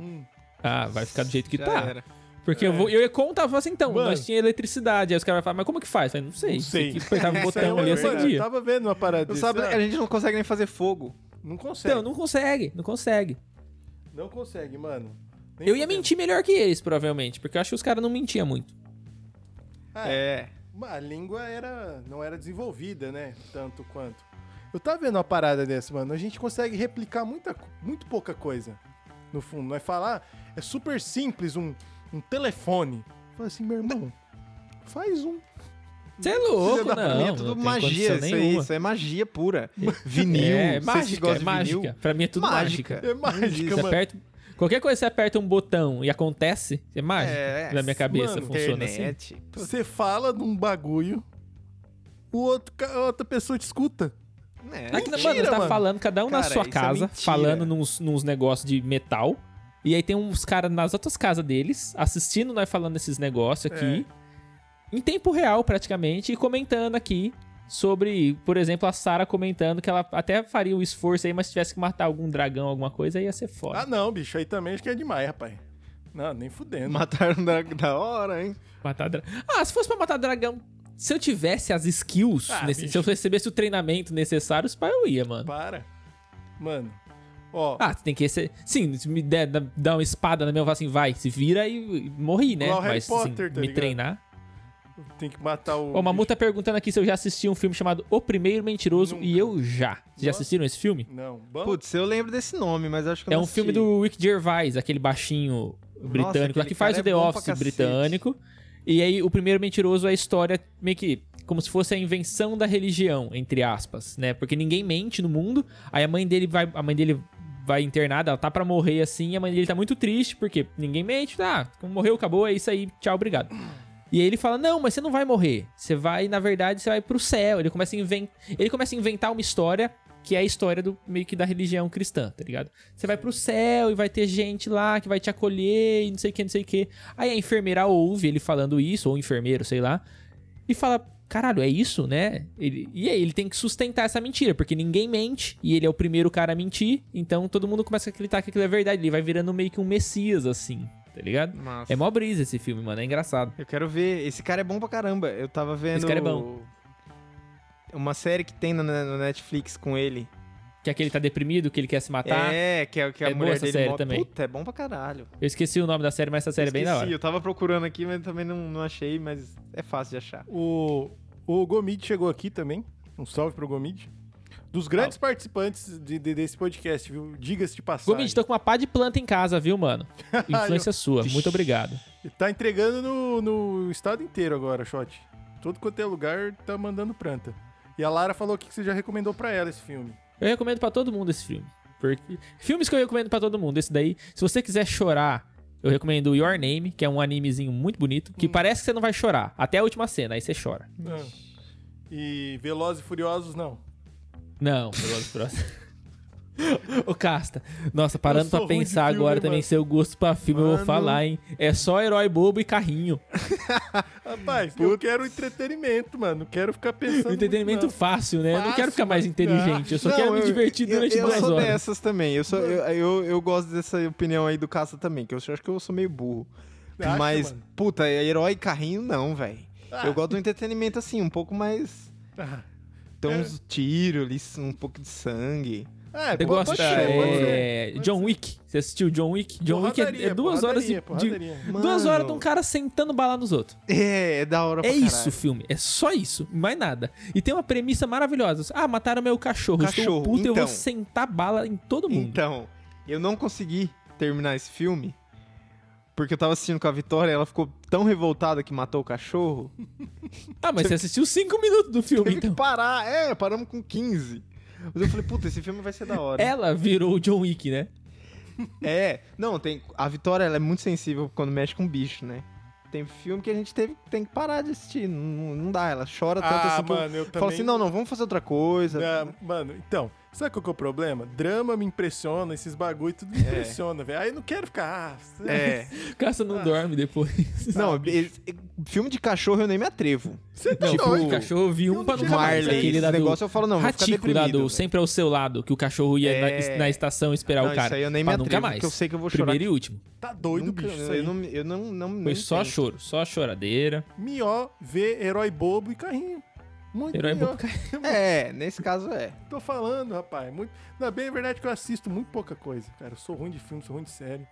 Speaker 2: Hum.
Speaker 1: Ah, vai ficar do jeito que
Speaker 5: Já
Speaker 1: tá.
Speaker 5: era.
Speaker 1: Porque eu, vou,
Speaker 4: É.
Speaker 1: eu ia contar, eu falava assim, então,
Speaker 3: Mano.
Speaker 1: nós tinha eletricidade. Aí os caras falam, mas como que faz? Eu falei, não sei.
Speaker 3: Não sei.
Speaker 1: que apertava o
Speaker 2: Isso aí é
Speaker 1: botão Então,
Speaker 2: uma
Speaker 1: ali e
Speaker 2: verdade,
Speaker 1: acendia.
Speaker 2: Eu
Speaker 4: Tá
Speaker 2: tava vendo uma parada
Speaker 4: Não
Speaker 2: disso.
Speaker 4: sabe,
Speaker 2: ah,
Speaker 4: a gente não consegue nem fazer fogo.
Speaker 2: Não consegue.
Speaker 1: Então, não consegue, não consegue.
Speaker 2: Não consegue, mano. Nem
Speaker 1: Eu ia
Speaker 2: fudendo.
Speaker 1: mentir melhor que eles, provavelmente, porque eu acho que os caras não mentiam muito.
Speaker 2: Ah,
Speaker 4: É.
Speaker 2: Mas A língua era, não era desenvolvida, né? Tanto quanto. Eu tava vendo uma parada dessa, mano. A gente consegue replicar muita, co- muito pouca coisa. No fundo, nós falar é super simples um, um telefone. Fala assim, meu irmão, faz um.
Speaker 1: Você é louco, não.
Speaker 4: Pra mim é
Speaker 1: não
Speaker 4: tudo
Speaker 1: tem
Speaker 4: magia,
Speaker 1: condição
Speaker 4: isso aí,
Speaker 1: nenhuma.
Speaker 4: isso é magia pura. Vinil,
Speaker 1: É,
Speaker 4: vocês que
Speaker 1: mágica,
Speaker 4: gostam
Speaker 1: é
Speaker 4: de
Speaker 1: mágica.
Speaker 4: vinil,
Speaker 1: Pra mim é tudo mágica.
Speaker 2: É mágica,
Speaker 1: Você
Speaker 2: mano.
Speaker 1: aperta, qualquer coisa que você aperta um botão e acontece, é mágica.
Speaker 4: É,
Speaker 1: na minha cabeça
Speaker 2: mano,
Speaker 1: funciona assim.
Speaker 4: Internet. Pô,
Speaker 2: Você fala de um bagulho, o outro, ca- a outra pessoa te escuta.
Speaker 4: né?
Speaker 1: Aqui, na-
Speaker 2: Mentira,
Speaker 1: mano, tá
Speaker 2: mano.
Speaker 1: falando cada um na
Speaker 4: Cara,
Speaker 1: sua
Speaker 4: isso é
Speaker 1: casa,
Speaker 4: mentira.
Speaker 1: falando nos, nos negócios de metal. E aí tem uns caras nas outras casas deles, assistindo nós falando esses negócios
Speaker 2: É.
Speaker 1: aqui. Em tempo real, praticamente, e comentando aqui sobre, por exemplo, a Sarah comentando que ela até faria o esforço aí, mas se tivesse que matar algum dragão, alguma coisa, ia ser foda.
Speaker 2: Ah, não, bicho, aí também acho que é demais, rapaz. Não, nem fudendo.
Speaker 4: Mataram da, da hora, hein?
Speaker 1: Matar dra- Ah, se fosse pra matar dragão. Se eu tivesse as skills,
Speaker 2: Ah,
Speaker 1: nesse-
Speaker 2: bicho.
Speaker 1: se eu recebesse o treinamento necessário, pá, eu ia, mano.
Speaker 2: Para. Mano. Ó,
Speaker 1: Ah, tem que ser. Sim, se me der, dá- dá uma espada na minha, eu falo assim, vai, se vira e e morri, né?
Speaker 2: Igual Harry
Speaker 1: Mas
Speaker 2: Potter,
Speaker 1: assim,
Speaker 2: tá
Speaker 1: me
Speaker 2: ligado?
Speaker 1: treinar.
Speaker 2: tem que matar o.
Speaker 1: Ó, o Mamu
Speaker 2: bicho.
Speaker 1: tá perguntando aqui se eu já assisti um filme chamado O Primeiro Mentiroso
Speaker 2: Nunca.
Speaker 1: e eu já. Vocês já
Speaker 2: Nossa.
Speaker 1: assistiram esse filme?
Speaker 2: Não, bom.
Speaker 4: Putz, eu lembro desse nome, mas acho que eu
Speaker 1: É
Speaker 4: não
Speaker 1: um filme
Speaker 4: assisti.
Speaker 1: do Rick Gervais, aquele baixinho britânico, lá
Speaker 4: aquele
Speaker 1: que faz
Speaker 4: cara
Speaker 1: o The
Speaker 4: é bom pra
Speaker 1: Office
Speaker 4: cacete.
Speaker 1: britânico. E aí, o primeiro mentiroso é a história meio que como se fosse a invenção da religião, entre aspas, né? Porque ninguém mente no mundo. Aí a mãe dele vai, a mãe dele vai internada, ela tá pra morrer assim, e a mãe dele tá muito triste porque ninguém mente, tá? Morreu, acabou, é isso aí, tchau, obrigado. E aí ele fala: "Não, mas você não vai morrer. Você vai, na verdade, você vai pro céu". Ele começa a inventar, ele começa a inventar uma história que é a história do meio que da religião cristã, tá ligado? Você vai pro céu e vai ter gente lá que vai te acolher e não sei o que, não sei o que. Aí a enfermeira ouve ele falando isso, ou o enfermeiro, sei lá, e fala: caralho, é isso, né? Ele- e aí ele tem que sustentar essa mentira, porque ninguém mente e ele é o primeiro cara a mentir, então todo mundo começa a acreditar que aquilo é verdade. Ele vai virando meio que um messias assim, tá ligado?
Speaker 4: Massa.
Speaker 1: É mó brisa esse filme, mano, é engraçado.
Speaker 4: Eu quero ver. Esse cara é bom pra caramba. Eu tava vendo.
Speaker 1: cara é bom.
Speaker 4: Uma série que tem na- na- no Netflix com ele.
Speaker 1: Que aquele tá deprimido, que ele quer se matar.
Speaker 4: É, que, é- que a
Speaker 1: É boa
Speaker 4: mulher
Speaker 1: essa
Speaker 4: dele
Speaker 1: série
Speaker 4: mó-
Speaker 1: também.
Speaker 4: Puta, é bom pra caralho.
Speaker 1: Eu esqueci o nome da série, mas essa série é bem da
Speaker 4: Esqueci,
Speaker 1: hora.
Speaker 4: Eu tava procurando aqui, mas também não, não achei, mas é fácil de achar.
Speaker 2: O, o Gomid chegou aqui também. Um salve pro Gomid. Dos grandes participantes de- de- desse podcast, viu? Diga-se de passagem.
Speaker 1: Gomit, tá- tô com uma pá de planta em casa, viu, mano? Influência sua, muito obrigado.
Speaker 2: Tá entregando no, no estado inteiro agora, Shot. Todo quanto é lugar tá mandando planta. E a Lara falou aqui que você já recomendou pra ela esse filme.
Speaker 1: Eu recomendo pra todo mundo esse filme. Porque... Filmes que eu recomendo pra todo mundo. Esse daí, se você quiser chorar, eu recomendo Your Name, que é um animezinho muito bonito,
Speaker 2: Hum.
Speaker 1: que parece que você não vai chorar. Até a última cena, aí você chora.
Speaker 2: E Velozes e Furiosos, não.
Speaker 1: Não, Velozes e Furiosos. Ô, Casta, nossa, parando
Speaker 2: Eu
Speaker 1: pra
Speaker 2: sou ruim de
Speaker 1: pensar
Speaker 2: filme,
Speaker 1: agora
Speaker 2: mano.
Speaker 1: também, seu gosto pra filme, eu vou
Speaker 4: Mano.
Speaker 1: falar, hein? É só herói bobo e carrinho. Um
Speaker 2: Rapaz, eu quero entretenimento, mano. Não quero ficar pensando.
Speaker 1: Um entretenimento
Speaker 2: muito,
Speaker 1: fácil, né? eu não quero
Speaker 2: Fácil,
Speaker 1: ficar mais inteligente, eu só
Speaker 4: Não,
Speaker 1: quero me
Speaker 4: eu-
Speaker 1: divertir durante
Speaker 4: eu, eu
Speaker 1: duas
Speaker 4: sou
Speaker 1: horas.
Speaker 4: dessas também. Eu, sou, eu, eu, eu gosto dessa opinião aí do Caça também, que eu acho que eu sou meio burro.
Speaker 2: Acha,
Speaker 4: mas,
Speaker 2: mano?
Speaker 4: puta, herói e carrinho não, velho.
Speaker 2: Ah.
Speaker 4: Eu gosto do entretenimento assim, um pouco mais.
Speaker 2: Ah.
Speaker 4: Tem uns tiros ali, um pouco de sangue.
Speaker 2: não. É,
Speaker 1: Você
Speaker 2: pô,
Speaker 1: gosta
Speaker 2: pode ser, pode ser.
Speaker 1: é, John Wick? Você assistiu John Wick? John Wick é- é,
Speaker 2: Porradaria,
Speaker 1: duas horas de,
Speaker 2: porradaria,
Speaker 1: de-
Speaker 2: porradaria.
Speaker 1: duas
Speaker 4: Mano.
Speaker 1: horas de um cara sentando bala nos outros.
Speaker 4: É, é da hora pra
Speaker 1: É isso
Speaker 4: caralho.
Speaker 1: o filme, é só isso, mais nada. E tem uma premissa maravilhosa. Ah, mataram meu cachorro, estou
Speaker 4: Cachorro,
Speaker 1: puto, eu vou
Speaker 4: então.
Speaker 1: sentar bala em todo mundo.
Speaker 4: Então, eu não consegui terminar esse filme porque eu tava assistindo com a Vitória e ela ficou tão revoltada que matou o cachorro.
Speaker 1: ah, mas você assistiu cinco minutos do filme,
Speaker 4: Teve
Speaker 1: então.
Speaker 4: que parar. É, paramos com 15. Mas eu falei, puta, esse filme vai ser da hora.
Speaker 1: Ela virou o John Wick, né?
Speaker 4: É, não, tem. A Vitória ela é muito sensível quando mexe com bicho, né? Tem filme que a gente teve, tem que parar de assistir. Não, não dá, ela chora tanto
Speaker 2: Ah,
Speaker 4: assim. que eu-
Speaker 2: mano, eu
Speaker 4: Fala
Speaker 2: também-
Speaker 4: assim, não, não, vamos fazer outra coisa.
Speaker 2: Ah, mano, então, Sabe qual que é o problema? Drama me impressiona, esses bagulho
Speaker 1: É.
Speaker 2: tudo me impressiona, velho. Aí eu não quero ficar. Ah,
Speaker 4: É.
Speaker 1: O caça não dorme depois.
Speaker 4: Não, e- e- filme de cachorro eu nem me atrevo.
Speaker 2: Você tá
Speaker 1: Não, tipo,
Speaker 2: doido.
Speaker 1: o cachorro vi um pra nunca mais.
Speaker 4: Marley,
Speaker 1: Aquele
Speaker 4: esse
Speaker 1: da do
Speaker 4: negócio eu falo, não, vou ficar
Speaker 1: Ratico lá
Speaker 4: deprimido,
Speaker 1: do
Speaker 4: velho.
Speaker 1: Sempre ao Seu Lado, que o cachorro ia
Speaker 4: É.
Speaker 1: na, na estação esperar
Speaker 4: Não,
Speaker 1: o cara.
Speaker 4: isso aí eu nem me
Speaker 1: Pra nunca
Speaker 4: atrevo,
Speaker 1: mais.
Speaker 4: porque eu sei que eu vou chorar.
Speaker 1: Primeiro e último.
Speaker 2: Tá doido,
Speaker 4: Nunca,
Speaker 2: bicho. Isso aí.
Speaker 4: eu não, eu não, não, não
Speaker 1: Foi só
Speaker 4: entendo.
Speaker 1: choro, só choradeira.
Speaker 2: Mió, vê Herói Bobo e Carrinho. Muito
Speaker 1: Herói
Speaker 2: mió.
Speaker 1: bom. cara.
Speaker 4: É, nesse caso é.
Speaker 2: Tô falando, rapaz. Muito... Não, bem é verdade que eu assisto muito pouca coisa, cara. Eu sou ruim de filme, sou ruim de série.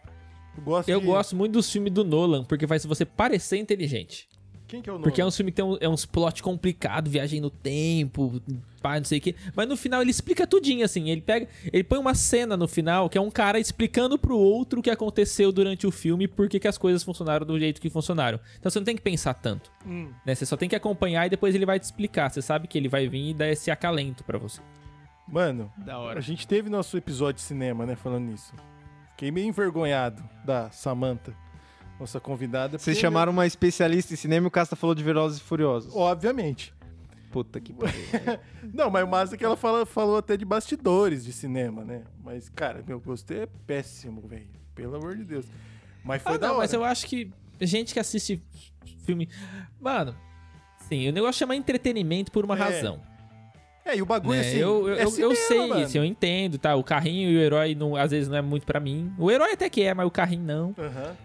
Speaker 2: Eu gosto
Speaker 1: Eu
Speaker 2: de...
Speaker 1: gosto muito dos filmes do Nolan, porque faz você parecer inteligente.
Speaker 2: Quem que é o nome?
Speaker 1: Porque é um filme que tem um- é uns plot complicado, viagem no tempo, pá, não sei o quê. Mas no final ele explica tudinho, assim. Ele pega. Ele põe uma cena no final que é um cara explicando pro outro o que aconteceu durante o filme e por que que as coisas funcionaram do jeito que funcionaram. Então você não tem que pensar tanto.
Speaker 2: Hum.
Speaker 1: né? Você só tem que acompanhar e depois ele vai te explicar. Você sabe que ele vai vir e dar esse acalento pra você.
Speaker 2: Mano,
Speaker 4: Da
Speaker 2: a gente teve nosso episódio de cinema, né? Falando nisso. Fiquei meio envergonhado da Samantha, nossa convidada.
Speaker 4: Vocês
Speaker 2: porque- né,
Speaker 4: chamaram uma especialista em cinema e o Casta falou de Velozes e Furiosos.
Speaker 2: Obviamente.
Speaker 4: Puta que pariu.
Speaker 2: Não, mas o massa é que ela fala- falou até de bastidores de cinema, né? Mas, cara, meu gosto é péssimo, velho. Pelo amor de Deus. Mas foi
Speaker 1: Ah,
Speaker 2: da
Speaker 1: não,
Speaker 2: hora.
Speaker 1: mas eu acho que gente que assiste filme. Mano, sim, o negócio chama entretenimento por uma
Speaker 2: É,
Speaker 1: razão.
Speaker 2: É, e o bagulho,
Speaker 1: né?
Speaker 2: assim,
Speaker 1: eu, eu,
Speaker 2: é
Speaker 1: eu-
Speaker 2: cinema,
Speaker 1: eu sei
Speaker 2: mano.
Speaker 1: isso, eu entendo, tá? O carrinho e o herói não- às vezes não é muito pra mim. O herói até que é, mas o carrinho não.
Speaker 2: Aham.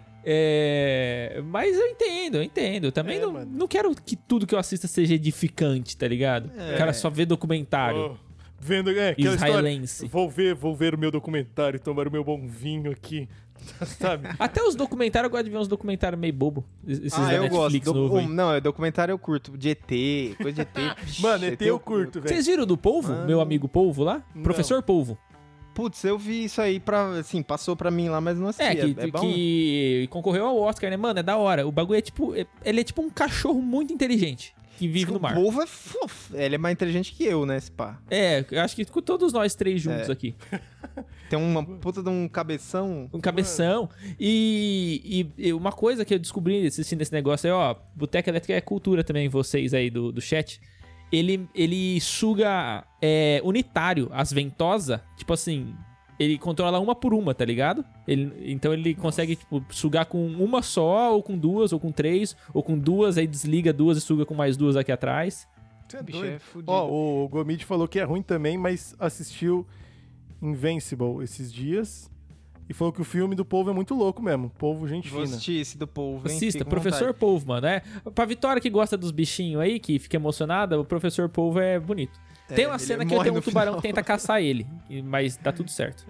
Speaker 1: É, Mas eu entendo, eu entendo. Eu também
Speaker 2: É,
Speaker 1: não,
Speaker 2: mano.
Speaker 1: não quero que tudo que eu assista seja edificante, tá ligado? O cara só vê documentário
Speaker 2: É. Oh, vendo, é, aquela história.
Speaker 1: israelense.
Speaker 2: Vou ver, vou ver o meu documentário, tomar o meu bom vinho aqui. Sabe?
Speaker 1: Até os documentários, eu gosto de ver uns documentários meio bobo. Esses
Speaker 4: ah,
Speaker 1: da
Speaker 4: eu gosto.
Speaker 1: Netflix
Speaker 4: Do-
Speaker 1: novo aí.
Speaker 4: um, não, é documentário eu curto. De ET, coisa de ET. Vixe,
Speaker 2: Mano, ET eu curto, velho.
Speaker 1: Vocês viram do Polvo?
Speaker 4: Mano.
Speaker 1: Meu amigo Polvo lá?
Speaker 2: Não.
Speaker 1: Professor Polvo.
Speaker 4: Putz, eu vi isso aí pra. Assim, passou pra mim lá, mas não assisti.
Speaker 1: É, que,
Speaker 4: é bom.
Speaker 1: que concorreu ao Oscar, né? Mano, é da hora. O bagulho é tipo... é- Ele é tipo um cachorro muito inteligente que vive
Speaker 4: Acho que
Speaker 1: no mar.
Speaker 4: O povo é fofo. Ele é mais inteligente que eu, né, esse pá?
Speaker 1: É, eu acho que com todos nós três
Speaker 4: É.
Speaker 1: juntos aqui.
Speaker 4: Tem uma puta de um cabeção.
Speaker 1: Um cabeção. E, e- e uma coisa que eu descobri assistindo esse negócio é, ó, Boteca Elétrica é cultura também, vocês aí do, do chat. Ele, ele suga é, unitário as ventosas, tipo assim, ele controla uma por uma, tá ligado? Ele, então ele consegue, tipo, sugar com uma só, ou com duas, ou com três, ou com duas, aí desliga duas e suga com mais duas aqui atrás.
Speaker 2: Você é
Speaker 4: Bicho,
Speaker 2: doido.
Speaker 4: é fudido.
Speaker 2: Ó, o Gomid falou que é ruim também, mas assistiu Invincible esses dias. E falou que o filme do povo é muito louco mesmo. Povo, gente
Speaker 4: Vou
Speaker 2: fina.
Speaker 4: assistir esse do povo, hein?
Speaker 1: Assista,
Speaker 4: Fica com
Speaker 1: Professor
Speaker 4: vontade.
Speaker 1: Polvo, mano. É, pra Vitória que gosta dos bichinhos aí, que fica emocionada, o Professor Polvo é bonito. Tem
Speaker 4: É,
Speaker 1: uma
Speaker 4: ele
Speaker 1: cena que
Speaker 4: morre
Speaker 1: tem um
Speaker 4: no
Speaker 1: tubarão
Speaker 4: final.
Speaker 1: que tenta caçar ele, e- mas dá tudo certo.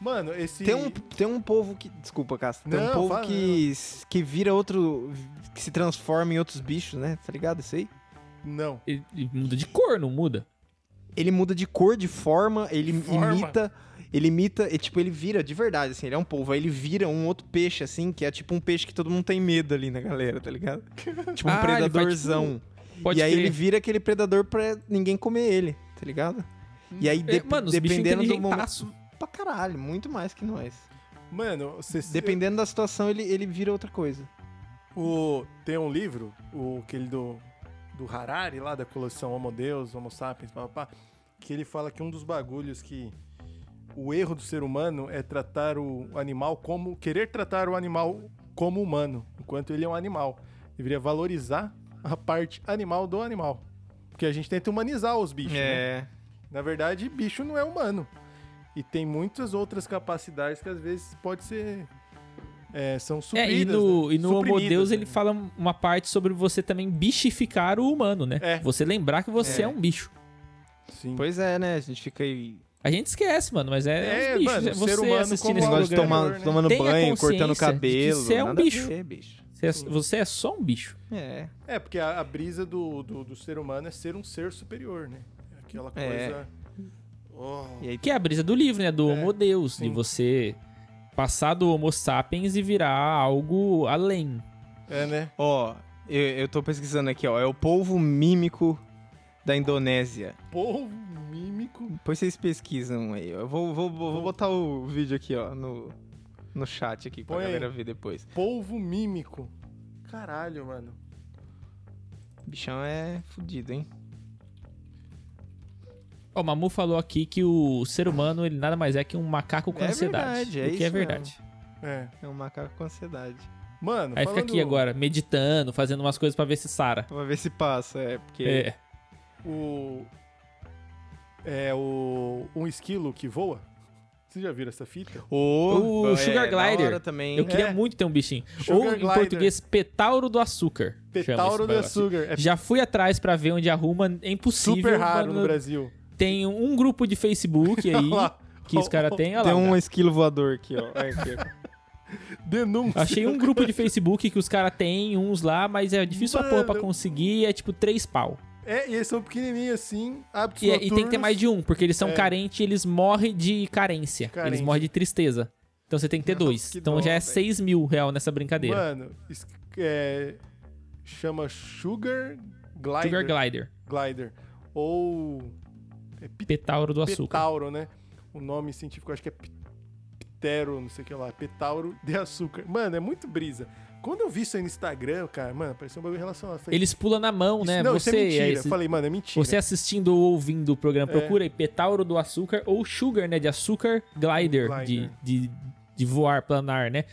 Speaker 2: Mano, esse.
Speaker 4: É. Tem um, tem um povo que. Desculpa, Castro. Tem um
Speaker 2: Não,
Speaker 4: povo
Speaker 2: fala,
Speaker 4: que, que vira outro. que se transforma em outros bichos, né? Tá ligado? Isso aí?
Speaker 2: Não.
Speaker 1: Ele, ele muda de cor, não muda?
Speaker 4: Ele muda de cor, de forma, ele
Speaker 2: Forma.
Speaker 4: imita. Ele imita, e, tipo, ele vira de verdade, assim, ele é um polvo. Aí ele vira um outro peixe, assim, que é tipo um peixe que todo mundo tem medo ali na galera, tá ligado?
Speaker 1: Ah,
Speaker 4: Tipo um
Speaker 1: ele faz, tipo,
Speaker 4: predadorzão.
Speaker 1: Pode
Speaker 4: e aí
Speaker 1: crer.
Speaker 4: ele vira aquele predador pra ninguém comer ele, tá ligado? E aí, de-
Speaker 1: É, mano, os bichos
Speaker 4: dependendo do momento.
Speaker 1: inteligentaço.
Speaker 4: Pra caralho, muito mais que nós.
Speaker 2: Mano, você.
Speaker 4: Dependendo da situação, ele, ele vira outra coisa.
Speaker 2: O, tem um livro, o, aquele do, do Harari, lá da coleção Homo Deus, Homo Sapiens, papapá, que ele fala que um dos bagulhos que o erro do ser humano é tratar o animal como. querer tratar o animal como humano, enquanto ele é um animal. Deveria valorizar a parte animal do animal. Porque a gente tenta humanizar os bichos, né?
Speaker 1: É.
Speaker 4: É.
Speaker 2: Na verdade, bicho não é humano. E tem muitas outras capacidades que às vezes pode ser. é, são supridas.
Speaker 1: É, e no,
Speaker 2: né?
Speaker 1: e no Homo
Speaker 2: Suprimidas,
Speaker 1: Deus
Speaker 2: né?
Speaker 1: ele fala uma parte sobre você também bichificar o humano, né?
Speaker 2: É.
Speaker 1: Você lembrar que você é, um bicho.
Speaker 2: Sim.
Speaker 4: Pois é, né? A gente fica aí.
Speaker 1: A gente esquece, mano, mas é,
Speaker 2: É,
Speaker 1: é uns bichos.
Speaker 2: mano,
Speaker 1: é
Speaker 2: o
Speaker 1: você
Speaker 2: ser humano
Speaker 1: assistindo
Speaker 2: como
Speaker 1: esse
Speaker 2: algo
Speaker 4: Negócio de
Speaker 1: programa.
Speaker 4: tomar,
Speaker 2: Programador, né?
Speaker 4: tomando
Speaker 1: Tenha
Speaker 4: banho,
Speaker 1: consciência
Speaker 4: cortando
Speaker 1: de que
Speaker 4: cabelo.
Speaker 1: você é um
Speaker 4: nada a
Speaker 1: bicho.
Speaker 4: ver, bicho.
Speaker 1: Você é, você é só um bicho.
Speaker 4: É.
Speaker 2: É, porque a, a brisa do, do, do ser humano é ser um ser superior, né? Aquela
Speaker 4: É.
Speaker 2: coisa. Oh,
Speaker 4: E aí,
Speaker 1: Que é a brisa do livro, né? Do
Speaker 2: É,
Speaker 1: Homo Deus.
Speaker 2: sim.
Speaker 1: De você passar do Homo Sapiens e virar algo além.
Speaker 2: é, né?
Speaker 4: ó, eu, eu tô pesquisando aqui, ó. É o polvo mímico da Indonésia.
Speaker 2: Povo mímico.
Speaker 4: Depois vocês pesquisam aí. Eu vou, vou, vou, vou botar o vídeo aqui, ó, no, no chat aqui pra
Speaker 2: Põe aí.
Speaker 4: galera ver depois.
Speaker 2: Povo mímico. Caralho, mano.
Speaker 4: O bichão é fudido, hein?
Speaker 1: Ó, o Mamu falou aqui que o ser humano, ele nada mais é que um macaco com
Speaker 4: É
Speaker 1: ansiedade.
Speaker 4: verdade, é
Speaker 1: o que é
Speaker 4: isso
Speaker 1: verdade.
Speaker 2: É.
Speaker 4: É um macaco com ansiedade.
Speaker 2: Mano,
Speaker 1: Aí fica
Speaker 2: falando-
Speaker 1: aqui agora, meditando, fazendo umas coisas pra ver se sara.
Speaker 4: Vamos ver se passa, é, porque...
Speaker 1: É.
Speaker 2: O. É o. Um esquilo que voa. Vocês já viram essa fita?
Speaker 4: Ô,
Speaker 1: O Sugar
Speaker 4: é, da
Speaker 1: Glider.
Speaker 4: hora também.
Speaker 1: Eu queria
Speaker 2: É.
Speaker 1: muito ter um bichinho.
Speaker 2: Sugar
Speaker 1: Ou, em
Speaker 2: glider.
Speaker 1: português, petauro do açúcar. chama esse assim.
Speaker 2: Petauro do
Speaker 1: negócio.
Speaker 2: açúcar. É
Speaker 1: Já fui atrás pra ver onde arruma. É impossível.
Speaker 2: super raro no
Speaker 1: mano.
Speaker 2: Brasil.
Speaker 1: Tem um grupo de Facebook aí
Speaker 2: Olha lá.
Speaker 1: que os caras têm. Olha
Speaker 4: Tem
Speaker 1: lá,
Speaker 4: um
Speaker 1: cara.
Speaker 4: esquilo voador aqui, ó. É, aqui, ó.
Speaker 2: Denúncia.
Speaker 1: Achei um grupo de Facebook que os caras têm uns lá, mas é difícil pra porra pra
Speaker 2: Mano.
Speaker 1: conseguir. É tipo três pau.
Speaker 2: É, e eles são pequenininhos assim, hábitos
Speaker 1: E, é- e tem que ter mais de um, porque eles são
Speaker 2: É.
Speaker 1: carentes e eles morrem de carência. Eles
Speaker 2: Carência.
Speaker 1: morrem de tristeza. Então você tem que ter
Speaker 2: Nossa,
Speaker 1: dois.
Speaker 2: que
Speaker 1: Então
Speaker 2: dó,
Speaker 1: já é
Speaker 2: velho.
Speaker 1: 6 mil real nessa brincadeira.
Speaker 2: Mano, es- é, chama Sugar Glider.
Speaker 1: Sugar Glider.
Speaker 2: Glider. Ou é pit-
Speaker 1: Petauro do açúcar.
Speaker 2: Petauro, né? O nome científico acho que é pit- Ptero, não sei o que lá. Petauro de açúcar. Mano, é muito brisa. Quando eu vi isso aí no Instagram, cara, mano, parecia um bagulho relacionado. Eu falei,
Speaker 1: Eles pulam na mão,
Speaker 2: isso-
Speaker 1: né?
Speaker 2: Não,
Speaker 1: você,
Speaker 2: isso é mentira.
Speaker 1: é
Speaker 2: Eu
Speaker 1: esse-
Speaker 2: falei, mano, é mentira.
Speaker 1: você assistindo ou ouvindo o programa,
Speaker 4: É.
Speaker 1: procura aí Petauro do açúcar ou Sugar, né? De açúcar glider,
Speaker 2: Glider.
Speaker 1: De, de, de voar, planar, né?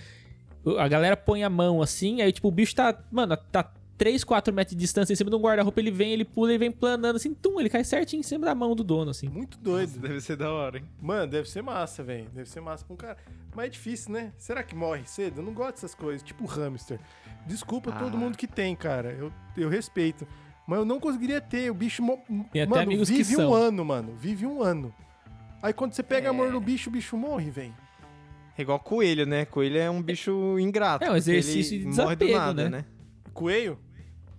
Speaker 1: O- A galera põe a mão assim, aí tipo, o bicho tá, mano, tá 3, 4 metros de distância em cima de um guarda-roupa, ele vem, ele pula e vem planando assim, tum, ele cai certinho em cima da mão do dono, assim.
Speaker 2: Muito doido.
Speaker 4: Nossa, deve ser da hora, hein?
Speaker 2: Mano, deve ser massa, velho. Deve ser massa pra um cara. Mas é difícil, né? Será que morre cedo? Eu não gosto dessas coisas. Tipo hamster. Desculpa
Speaker 4: Ah.
Speaker 2: todo mundo que tem, cara. Eu, eu respeito. Mas eu não conseguiria ter. O bicho. mo-
Speaker 1: Tem até
Speaker 2: mano,
Speaker 1: amigos que
Speaker 2: vive um
Speaker 1: são. É.
Speaker 2: ano, mano. Vive um ano. Aí quando você pega amor no bicho, o bicho morre, velho.
Speaker 4: É igual coelho, né? Coelho é um bicho ingrato.
Speaker 1: É um
Speaker 4: porque ele
Speaker 1: exercício de
Speaker 4: morre do
Speaker 1: desapego,
Speaker 4: nada,
Speaker 1: né?
Speaker 2: Coelho?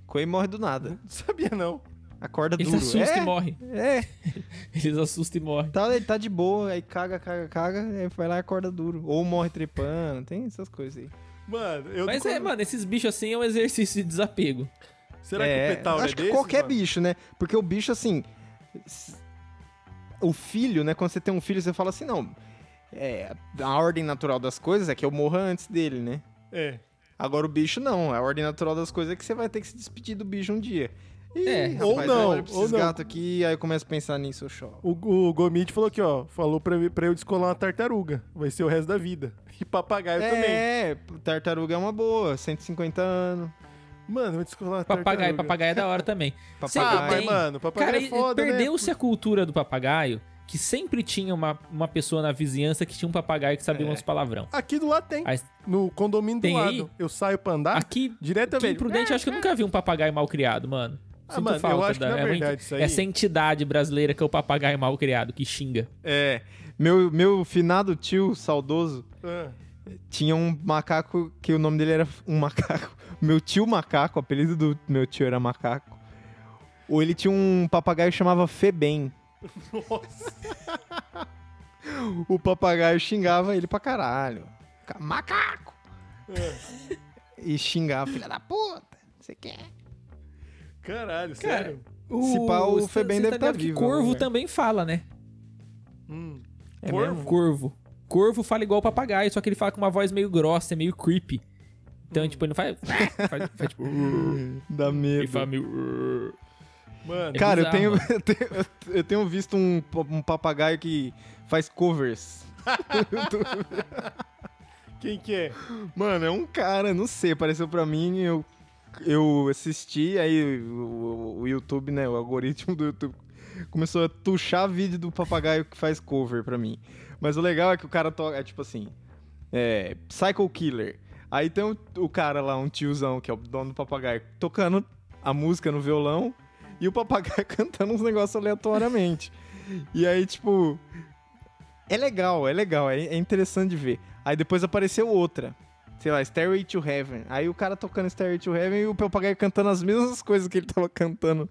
Speaker 4: Coelho morre do nada.
Speaker 2: Não sabia, não.
Speaker 4: Acorda
Speaker 1: Eles
Speaker 4: duro.
Speaker 1: assustam
Speaker 4: é,
Speaker 1: e morrem.
Speaker 4: é.
Speaker 1: Eles assustam e morrem.
Speaker 4: Tá, ele tá de boa, aí caga, caga, caga, aí vai lá e acorda duro. Ou morre trepando, tem essas coisas aí.
Speaker 2: Mano, eu
Speaker 1: Mas
Speaker 2: não-
Speaker 1: é, mano, esses bichos assim é um exercício de desapego.
Speaker 2: Será
Speaker 4: é,
Speaker 2: que o petauro
Speaker 4: acho
Speaker 2: é
Speaker 4: que
Speaker 2: desses,
Speaker 4: qualquer
Speaker 2: mano?
Speaker 4: bicho, né? Porque o bicho, assim. s- O filho, né? Quando você tem um filho, você fala assim, não. É, a ordem natural das coisas é que eu morra antes dele, né?
Speaker 2: É.
Speaker 4: Agora o bicho não. A ordem natural das coisas é que você vai ter que se despedir do bicho um dia. Ih,
Speaker 1: É.
Speaker 4: rapaz,
Speaker 2: Ou não,
Speaker 4: eu olho pra
Speaker 2: ou
Speaker 4: esses
Speaker 2: não.
Speaker 4: gatos aqui, aí eu começo a pensar nisso, eu choro.
Speaker 2: O, o Gomit falou aqui, ó. Falou pra, pra eu descolar uma tartaruga. Vai ser o resto da vida. E papagaio também.
Speaker 4: é, tartaruga é uma boa, 150 anos.
Speaker 2: Mano, vai descolar uma
Speaker 1: Papagaio,
Speaker 2: tartaruga.
Speaker 1: papagaio é da hora também. Sempre
Speaker 2: Ah, mas,
Speaker 1: tem.
Speaker 2: mano, papagaio
Speaker 1: Cara,
Speaker 2: é foda, né?
Speaker 1: perdeu-se a cultura do papagaio, que sempre tinha uma, uma pessoa na vizinhança que tinha um papagaio que
Speaker 2: É.
Speaker 1: sabia uns palavrão.
Speaker 2: Aqui do lado tem.
Speaker 1: Aí-
Speaker 2: No condomínio
Speaker 1: Tem
Speaker 2: do lado.
Speaker 1: aí?
Speaker 2: Eu saio pra andar.
Speaker 1: Aqui,
Speaker 2: Direto Ah, é eu
Speaker 1: aqui em
Speaker 2: vejo.
Speaker 1: Prudente, acho que eu nunca vi um papagaio mal criado, mano.
Speaker 2: Ah,
Speaker 1: Sinto
Speaker 2: mano, eu
Speaker 1: falta
Speaker 2: acho que,
Speaker 1: da-
Speaker 2: na
Speaker 1: é uma-
Speaker 2: verdade, isso aí-
Speaker 1: Essa entidade brasileira que é o papagaio mal criado, que xinga.
Speaker 4: É, meu, meu finado tio, saudoso,
Speaker 2: Ah,
Speaker 4: tinha um macaco que o nome dele era um macaco. Meu tio macaco, o apelido do meu tio era macaco. Ou ele tinha um papagaio que chamava Febem.
Speaker 2: Nossa.
Speaker 4: O papagaio xingava ele pra caralho. Ca- Macaco!
Speaker 1: É.
Speaker 4: E xingava, filha da puta, não sei o que.
Speaker 2: Caralho,
Speaker 1: Cara,
Speaker 2: sério?
Speaker 4: Se pá, o
Speaker 1: cê-
Speaker 4: Febem
Speaker 1: cê
Speaker 4: deve tá
Speaker 1: ligado que
Speaker 4: vivo em algum
Speaker 1: Corvo
Speaker 4: lugar.
Speaker 1: também fala, né?
Speaker 2: Hum.
Speaker 1: É
Speaker 2: Corvo?
Speaker 1: mesmo? Corvo. Corvo fala igual o papagaio, só que ele fala com uma voz meio grossa, é meio creepy. Então,
Speaker 2: Hum.
Speaker 1: tipo, ele não faz. faz, faz tipo.
Speaker 4: Dá
Speaker 1: Ele
Speaker 4: medo.
Speaker 1: fala meio.
Speaker 2: Mano,
Speaker 1: É
Speaker 4: Cara, eu tenho,
Speaker 1: bizarro,
Speaker 4: eu, tenho, eu tenho visto um, pa- um papagaio que faz covers.
Speaker 2: quem que é?
Speaker 4: Mano, é um cara, não sei, apareceu pra mim eu, eu assisti, aí o, o- o YouTube, né, o algoritmo do YouTube começou a tuchar vídeo do papagaio que faz cover pra mim. Mas o legal é que o cara toca, é tipo assim, é, Psycho Killer. Aí tem o, o cara lá, um tiozão, que é o dono do papagaio, tocando a música no violão e o papagaio cantando uns negócios aleatoriamente. E aí, tipo, é legal, é legal, é, é interessante de ver. Aí depois apareceu outra. Sei lá, Stairway to Heaven. Aí o cara tocando Stairway to Heaven e o papagaio cantando as mesmas coisas que ele tava cantando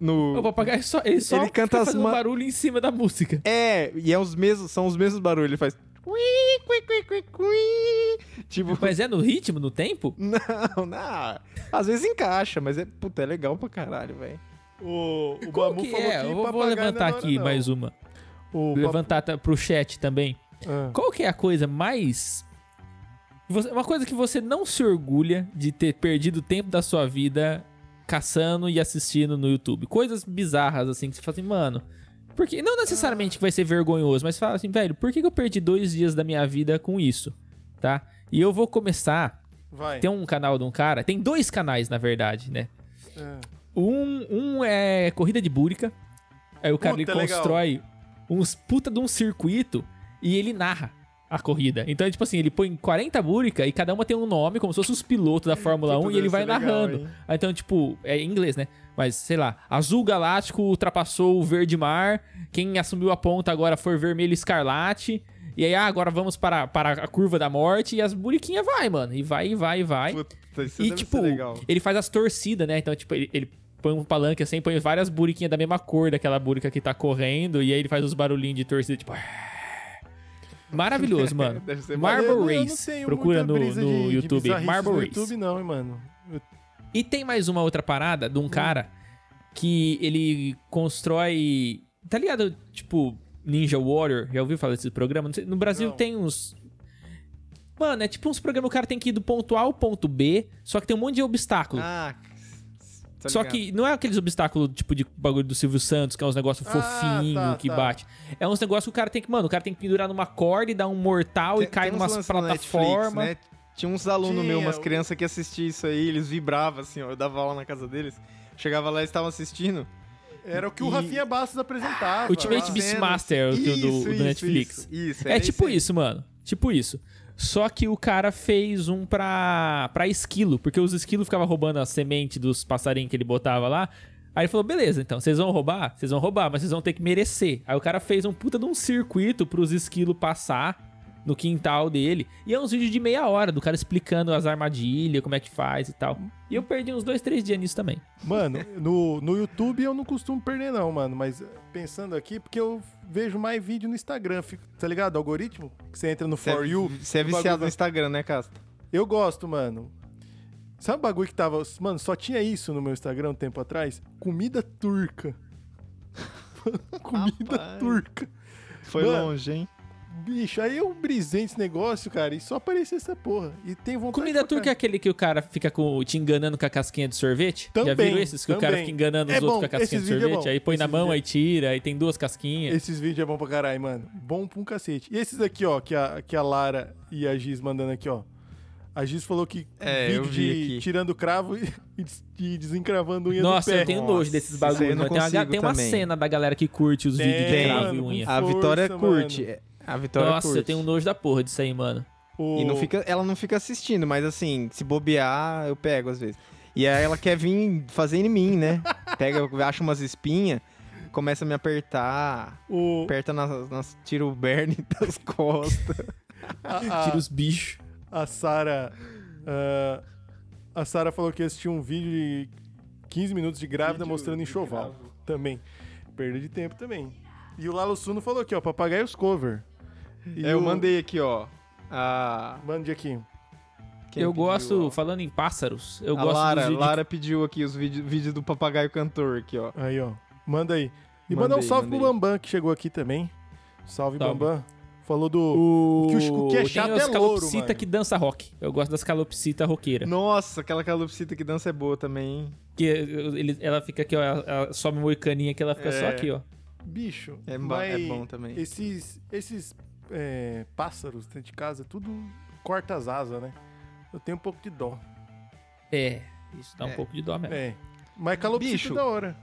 Speaker 1: O
Speaker 4: no.
Speaker 1: papagaio só, ele só
Speaker 4: Ele
Speaker 1: fica
Speaker 4: canta as
Speaker 1: fazendo
Speaker 4: ma-
Speaker 1: barulho em cima da música.
Speaker 4: É, e é os mesmos, são os mesmos barulhos. Ele faz. "Cui, cui, cui, cui, cui". Tipo,
Speaker 1: Mas é no ritmo, no tempo?
Speaker 4: não, não. Às vezes encaixa, mas é. Puta, é legal pra caralho, velho.
Speaker 2: O, o
Speaker 1: Como
Speaker 2: Bamu
Speaker 1: que
Speaker 2: falou
Speaker 1: é?
Speaker 2: que
Speaker 1: Eu vou- vou
Speaker 2: papagaio não é
Speaker 1: levantar
Speaker 2: da hora,
Speaker 1: aqui
Speaker 2: não.
Speaker 1: mais uma. Vou
Speaker 2: O
Speaker 1: levantar ta- pro chat também.
Speaker 2: pap- Ah.
Speaker 1: Qual que é a coisa mais. você- Uma coisa que você não se orgulha de ter perdido o tempo da sua vida caçando e assistindo no YouTube. Coisas bizarras, assim, que você fala assim, mano, Porque não necessariamente que vai ser vergonhoso, mas fala assim, velho, por que que eu perdi dois dias da minha vida com isso? Tá? E eu vou começar.
Speaker 2: Vai.
Speaker 1: Tem um canal de um cara, tem dois canais, na verdade, né?
Speaker 2: Ah.
Speaker 1: Um, um é corrida de búrica. Aí o cara
Speaker 2: Puta,
Speaker 1: ele
Speaker 2: legal.
Speaker 1: constrói uns puta de um circuito e ele narra a corrida. Então é tipo assim, ele põe 40 búrica e cada uma tem um nome, como se fosse os pilotos da Fórmula
Speaker 2: Puta,
Speaker 1: 1 e
Speaker 2: deve
Speaker 1: ele vai
Speaker 2: ser é legal,
Speaker 1: narrando.
Speaker 2: hein?
Speaker 1: Ah, Então, tipo, é em inglês, né? Mas, sei lá, azul galáctico ultrapassou o verde mar, quem assumiu a ponta agora foi vermelho escarlate, e aí, ah, agora vamos para, para a curva da morte, e as buriquinhas vai, mano, e vai, e vai, e vai.
Speaker 2: Puta, isso
Speaker 1: E,
Speaker 2: deve
Speaker 1: tipo,
Speaker 2: ser legal.
Speaker 1: ele faz as torcidas, né? Então, tipo, ele, ele põe um palanque assim, põe várias buriquinhas da mesma cor daquela burica que tá correndo, e aí ele faz os barulhinhos de torcida, tipo... Maravilhoso, mano.
Speaker 2: Deve ser
Speaker 1: Marble
Speaker 2: maneiro. Eu não
Speaker 1: Race.
Speaker 2: tenho
Speaker 1: Procura
Speaker 2: muita
Speaker 1: no-
Speaker 2: brisa
Speaker 1: no
Speaker 2: de- de
Speaker 1: YouTube,
Speaker 2: bizarrices
Speaker 1: Marble
Speaker 2: no
Speaker 1: Race.
Speaker 2: YouTube não, hein, mano. Eu-
Speaker 1: E tem mais uma outra parada de um cara que ele constrói. Tá ligado? Tipo, Ninja Warrior. Já ouviu falar desse programa? Não sei, no Brasil
Speaker 2: Não.
Speaker 1: tem uns. Mano, é tipo uns programas que o cara tem que ir do ponto A ao ponto B, só que tem um monte de obstáculo.
Speaker 4: Ah,
Speaker 2: tá
Speaker 1: só
Speaker 2: ligado?
Speaker 1: que não é aqueles obstáculos tipo de bagulho do Silvio Santos, que é uns negócios
Speaker 2: Ah,
Speaker 1: fofinho
Speaker 2: tá,
Speaker 1: que
Speaker 2: tá.
Speaker 1: bate. É uns negócios que o cara tem que. Mano, o cara tem que pendurar numa corda e dar um mortal e cai
Speaker 4: uns
Speaker 1: numa
Speaker 4: lances na Netflix,
Speaker 1: plataforma.
Speaker 4: né? Tinha uns alunos
Speaker 2: Tinha,
Speaker 4: meus, umas
Speaker 2: o-
Speaker 4: crianças que assistiam isso aí, eles vibravam assim, ó. Eu dava aula na casa deles, chegava lá e estavam assistindo.
Speaker 2: Era o que o
Speaker 4: E-
Speaker 2: Rafinha Bastos apresentava.
Speaker 1: Ultimate
Speaker 2: lá.
Speaker 1: Beast- Beastmaster, o do- do- do Netflix.
Speaker 4: Isso, isso,
Speaker 1: É
Speaker 4: era
Speaker 1: tipo
Speaker 4: aí.
Speaker 1: isso, mano. Tipo isso. Só que o cara fez um pra, pra esquilo, porque os esquilos ficavam roubando a semente dos passarinhos que ele botava lá. Aí ele falou, beleza, então, vocês vão roubar? Vocês vão roubar, mas vocês vão ter que merecer. Aí o cara fez um puta de um circuito pros esquilos passar no quintal dele. E é uns vídeos de meia hora do cara explicando as armadilhas, como é que faz e tal. E eu perdi uns dois, três dias nisso também.
Speaker 2: Mano, no, no YouTube eu não costumo perder, não, mano. Mas eh, pensando aqui, porque eu vejo mais vídeo no Instagram, fico- tá ligado? Algoritmo? Que você entra no
Speaker 4: Você é-
Speaker 2: For You.
Speaker 4: Você é
Speaker 2: o bagulho
Speaker 4: viciado no
Speaker 2: vai-
Speaker 4: Instagram, né, Casta?
Speaker 2: Eu gosto, mano. Sabe o bagulho que tava. Mano, só tinha isso no meu Instagram um tempo atrás? Comida turca. Comida
Speaker 4: Rapaz.
Speaker 2: turca.
Speaker 4: Foi
Speaker 2: Mano,
Speaker 4: longe, hein?
Speaker 2: Bicho, aí eu brisei nesse negócio, cara, e só apareceu essa porra. E tem vontade
Speaker 1: Comida
Speaker 2: de tocar.
Speaker 1: turca é aquele que o cara fica com, te enganando com a casquinha de sorvete? Já
Speaker 2: Também,
Speaker 1: viram esses que o cara
Speaker 2: também.
Speaker 1: fica enganando os
Speaker 2: É
Speaker 1: outros
Speaker 2: bom,
Speaker 1: com a casquinha de
Speaker 2: esses vídeo é
Speaker 1: sorvete?
Speaker 2: bom.
Speaker 1: aí põe na
Speaker 2: Esses
Speaker 1: mão,
Speaker 2: vídeo-
Speaker 1: aí tira, aí tem duas casquinhas.
Speaker 2: Esses vídeos é bom pra caralho, mano. Bom pra um cacete. E esses aqui, ó, que a, que a Lara e a Giz mandando aqui, ó. A Giz falou que
Speaker 4: É,
Speaker 2: vídeo
Speaker 4: eu vi
Speaker 2: de
Speaker 4: aqui.
Speaker 2: tirando cravo e, e des- e desencravando unha
Speaker 1: Nossa,
Speaker 2: do pé.
Speaker 1: eu tenho
Speaker 4: Nossa,
Speaker 1: nojo desses
Speaker 4: isso aí eu
Speaker 1: bagulhos.
Speaker 4: não
Speaker 1: mano. Tem uma, ga-
Speaker 4: consigo
Speaker 1: tem uma
Speaker 4: também.
Speaker 1: cena da galera que curte os vídeos de
Speaker 4: Tem,
Speaker 1: cravo e
Speaker 2: mano,
Speaker 1: unha.
Speaker 2: com
Speaker 4: A Vitória
Speaker 2: força,
Speaker 4: curte. é, A Vitória
Speaker 1: Nossa,
Speaker 4: curte.
Speaker 1: eu tenho um nojo da porra disso aí, mano.
Speaker 2: O-
Speaker 4: E não fica, ela não fica assistindo, mas assim, se bobear, eu pego às vezes. E aí ela quer vir fazer em mim, né? Pega, acha umas espinhas, começa a me apertar,
Speaker 2: o-
Speaker 4: aperta nas, nas tira o Bernie das costas.
Speaker 2: a, a,
Speaker 1: Tira os bichos.
Speaker 2: a Sara. ah, a Sara falou que assistiu um vídeo de 15 minutos de grávida mostrando enxoval. Também. Perda de tempo também. E o Lalo Suno falou aqui, ó, papagaios cover. E
Speaker 4: É, eu
Speaker 2: o-
Speaker 4: mandei aqui, ó. A,
Speaker 2: Mande aqui.
Speaker 4: quem
Speaker 1: eu
Speaker 4: pediu,
Speaker 1: gosto,
Speaker 4: ó?
Speaker 1: falando em pássaros, eu
Speaker 4: a
Speaker 1: gosto
Speaker 4: Lara,
Speaker 1: dos vídeos-
Speaker 4: Lara pediu aqui os vídeos vídeo do papagaio cantor aqui, ó.
Speaker 2: Aí, ó. Manda aí. E
Speaker 4: Manda
Speaker 2: mandar um
Speaker 4: aí,
Speaker 2: salve
Speaker 4: manda
Speaker 2: pro
Speaker 4: aí.
Speaker 2: Bambam, que chegou aqui também.
Speaker 1: Salve.
Speaker 2: Salve, Bambam. Falou do.
Speaker 1: O...
Speaker 2: que o Chico que é chato
Speaker 1: tipo, tem
Speaker 2: é
Speaker 1: os
Speaker 2: louro,
Speaker 1: calopsita
Speaker 2: mano.
Speaker 1: que dança rock. Eu gosto das calopsita roqueira.
Speaker 4: Nossa, aquela calopsita que dança é boa também, hein?
Speaker 1: Que eh, ele- ela fica aqui, ó, ela, ela sobe uma moicaninha que ela fica só
Speaker 2: É.
Speaker 1: aqui, ó.
Speaker 2: Bicho.
Speaker 4: É, ba-
Speaker 2: mas
Speaker 4: é bom também.
Speaker 2: Esses, esses é, pássaros dentro de casa, tudo corta as asas, né? Eu tenho um pouco de dó.
Speaker 1: É, isso dá um
Speaker 4: É.
Speaker 1: pouco de dó mesmo.
Speaker 2: É. Mas calopsita
Speaker 4: Bicho.
Speaker 2: é da hora.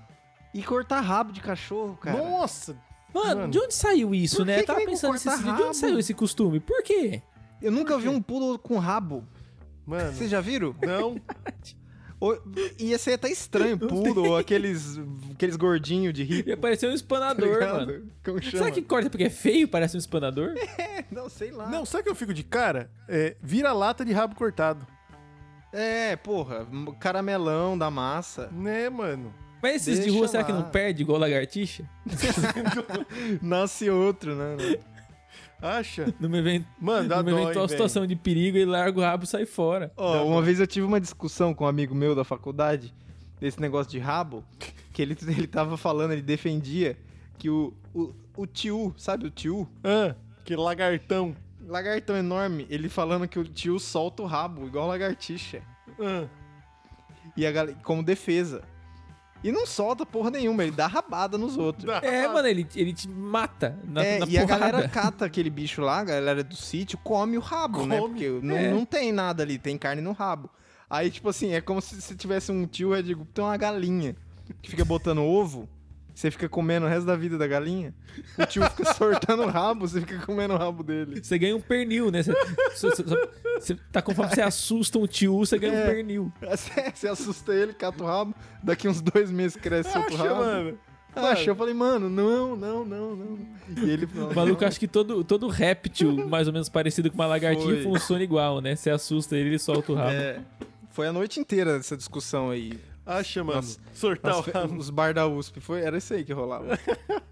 Speaker 4: E cortar rabo de cachorro, cara.
Speaker 2: Nossa!
Speaker 1: Mano,
Speaker 2: Mano,
Speaker 1: de onde saiu isso,
Speaker 4: por
Speaker 1: né?
Speaker 4: que
Speaker 1: Eu tava
Speaker 4: que nego
Speaker 1: pensando
Speaker 4: corta
Speaker 1: nesse de
Speaker 4: rabo?
Speaker 1: onde saiu esse costume? Por quê?
Speaker 4: Eu nunca vi um pulo com rabo.
Speaker 2: Mano.
Speaker 4: Vocês já viram?
Speaker 2: Não,
Speaker 4: Ou- Ia ser é até estranho, puro, ou aqueles, aqueles gordinhos de
Speaker 1: E
Speaker 4: rico.
Speaker 1: apareceu um
Speaker 4: Tá
Speaker 1: espanador,
Speaker 4: ligado?
Speaker 1: mano.
Speaker 4: Como chama?
Speaker 1: Será que corta porque é feio? Parece um espanador?
Speaker 4: Não, sei lá.
Speaker 2: não, sabe o que eu fico de cara? É, vira lata de rabo cortado.
Speaker 4: É, porra, m- caramelão da massa.
Speaker 2: Né, mano?
Speaker 1: Mas esses de
Speaker 4: Deixa
Speaker 1: rua, será que
Speaker 4: lá.
Speaker 1: não perde igual lagartixa?
Speaker 4: Nasce outro, né?
Speaker 2: Acha?
Speaker 1: Numa, event...
Speaker 2: Mano, dá
Speaker 1: Numa
Speaker 2: dó, hein,
Speaker 1: eventual
Speaker 2: velho.
Speaker 1: situação de perigo, ele larga o rabo e sai fora.
Speaker 4: Ó, uma vez eu tive uma discussão com um amigo meu da faculdade, desse negócio de rabo, que ele, ele tava falando, ele defendia que o, o, o tio, sabe o tio?
Speaker 2: Ah, que lagartão.
Speaker 4: Lagartão enorme, ele falando que o tio solta o rabo, igual lagartixa.
Speaker 2: Ah.
Speaker 4: E a galera, como defesa. E não solta porra nenhuma, ele dá rabada nos outros.
Speaker 1: É, mano, ele, ele te mata na,
Speaker 4: é,
Speaker 1: na
Speaker 4: e a
Speaker 1: porrada.
Speaker 4: galera cata aquele bicho lá, a galera do sítio, come o rabo, né?
Speaker 3: Come,
Speaker 4: Porque não, não tem nada ali, tem carne no rabo. Aí, tipo assim, é como se você tivesse um tio Red Group, tem uma galinha que fica botando ovo, você fica comendo o resto da vida da galinha, o tio fica sortando o rabo, você fica comendo o rabo dele.
Speaker 1: Você ganha um pernil, né? Você, você- você- você- tá conforme você assusta um tio, você ganha um
Speaker 4: É.
Speaker 1: pernil.
Speaker 4: Você, você assusta ele, cata o rabo, daqui uns dois meses cresce outro
Speaker 2: Acha,
Speaker 4: rabo.
Speaker 2: mano.
Speaker 4: Acha, eu falei, mano, não, não, não, não. E ele falou,
Speaker 1: O maluco acha que todo, todo réptil, mais ou menos parecido com uma lagartinha,
Speaker 4: Foi.
Speaker 1: funciona igual, né? Você assusta ele, ele solta o rabo.
Speaker 4: É, foi a noite inteira essa discussão aí.
Speaker 2: Acha, mano.
Speaker 4: Nossa.
Speaker 2: Sortar
Speaker 4: As
Speaker 2: o
Speaker 4: fe-
Speaker 2: rabo.
Speaker 4: os bar da USP, foi, era isso aí que rolava.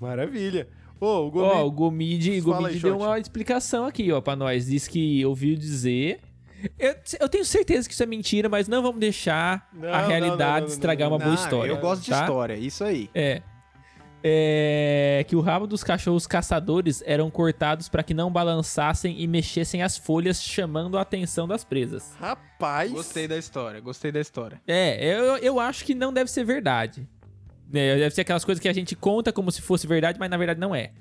Speaker 2: Maravilha. Ô, o Gomes.
Speaker 1: Ó, o Gomid,
Speaker 2: Fala
Speaker 1: Gomid
Speaker 2: aí,
Speaker 1: deu
Speaker 2: Shot.
Speaker 1: uma explicação aqui, ó, pra nós. Diz que ouviu dizer. Eu, eu tenho certeza que isso é mentira, mas não vamos deixar
Speaker 2: Não, não,
Speaker 1: a
Speaker 2: não,
Speaker 1: realidade
Speaker 2: não, não,
Speaker 1: estragar
Speaker 2: não,
Speaker 1: uma boa
Speaker 4: Não,
Speaker 1: história.
Speaker 4: Eu gosto de
Speaker 1: tá?
Speaker 4: história, isso aí.
Speaker 1: É. É, Que o rabo dos cachorros caçadores eram cortados para que não balançassem e mexessem as folhas, chamando a atenção das presas.
Speaker 2: Rapaz.
Speaker 4: Gostei da história, gostei da história.
Speaker 1: É, eu, eu acho que não deve ser verdade. Né, deve ser aquelas coisas que a gente conta como se fosse verdade, mas na verdade não é.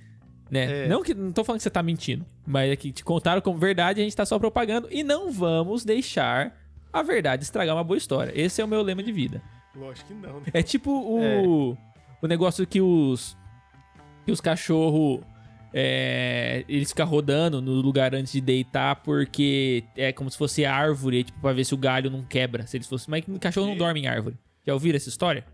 Speaker 1: Né?
Speaker 4: É.
Speaker 1: Não que não tô falando que você tá mentindo, mas é que te contaram como verdade e a gente tá só propagando. E não vamos deixar a verdade estragar uma boa história. Esse é o meu lema de vida.
Speaker 2: Lógico que não, né?
Speaker 1: É tipo
Speaker 4: É.
Speaker 1: o, o negócio que os que os cachorros eles ficam rodando no lugar antes de deitar porque é como se fosse árvore, tipo, pra ver se o galho não quebra. Se eles fossem, mas o cachorro não dorme em árvore. Já ouviram essa história?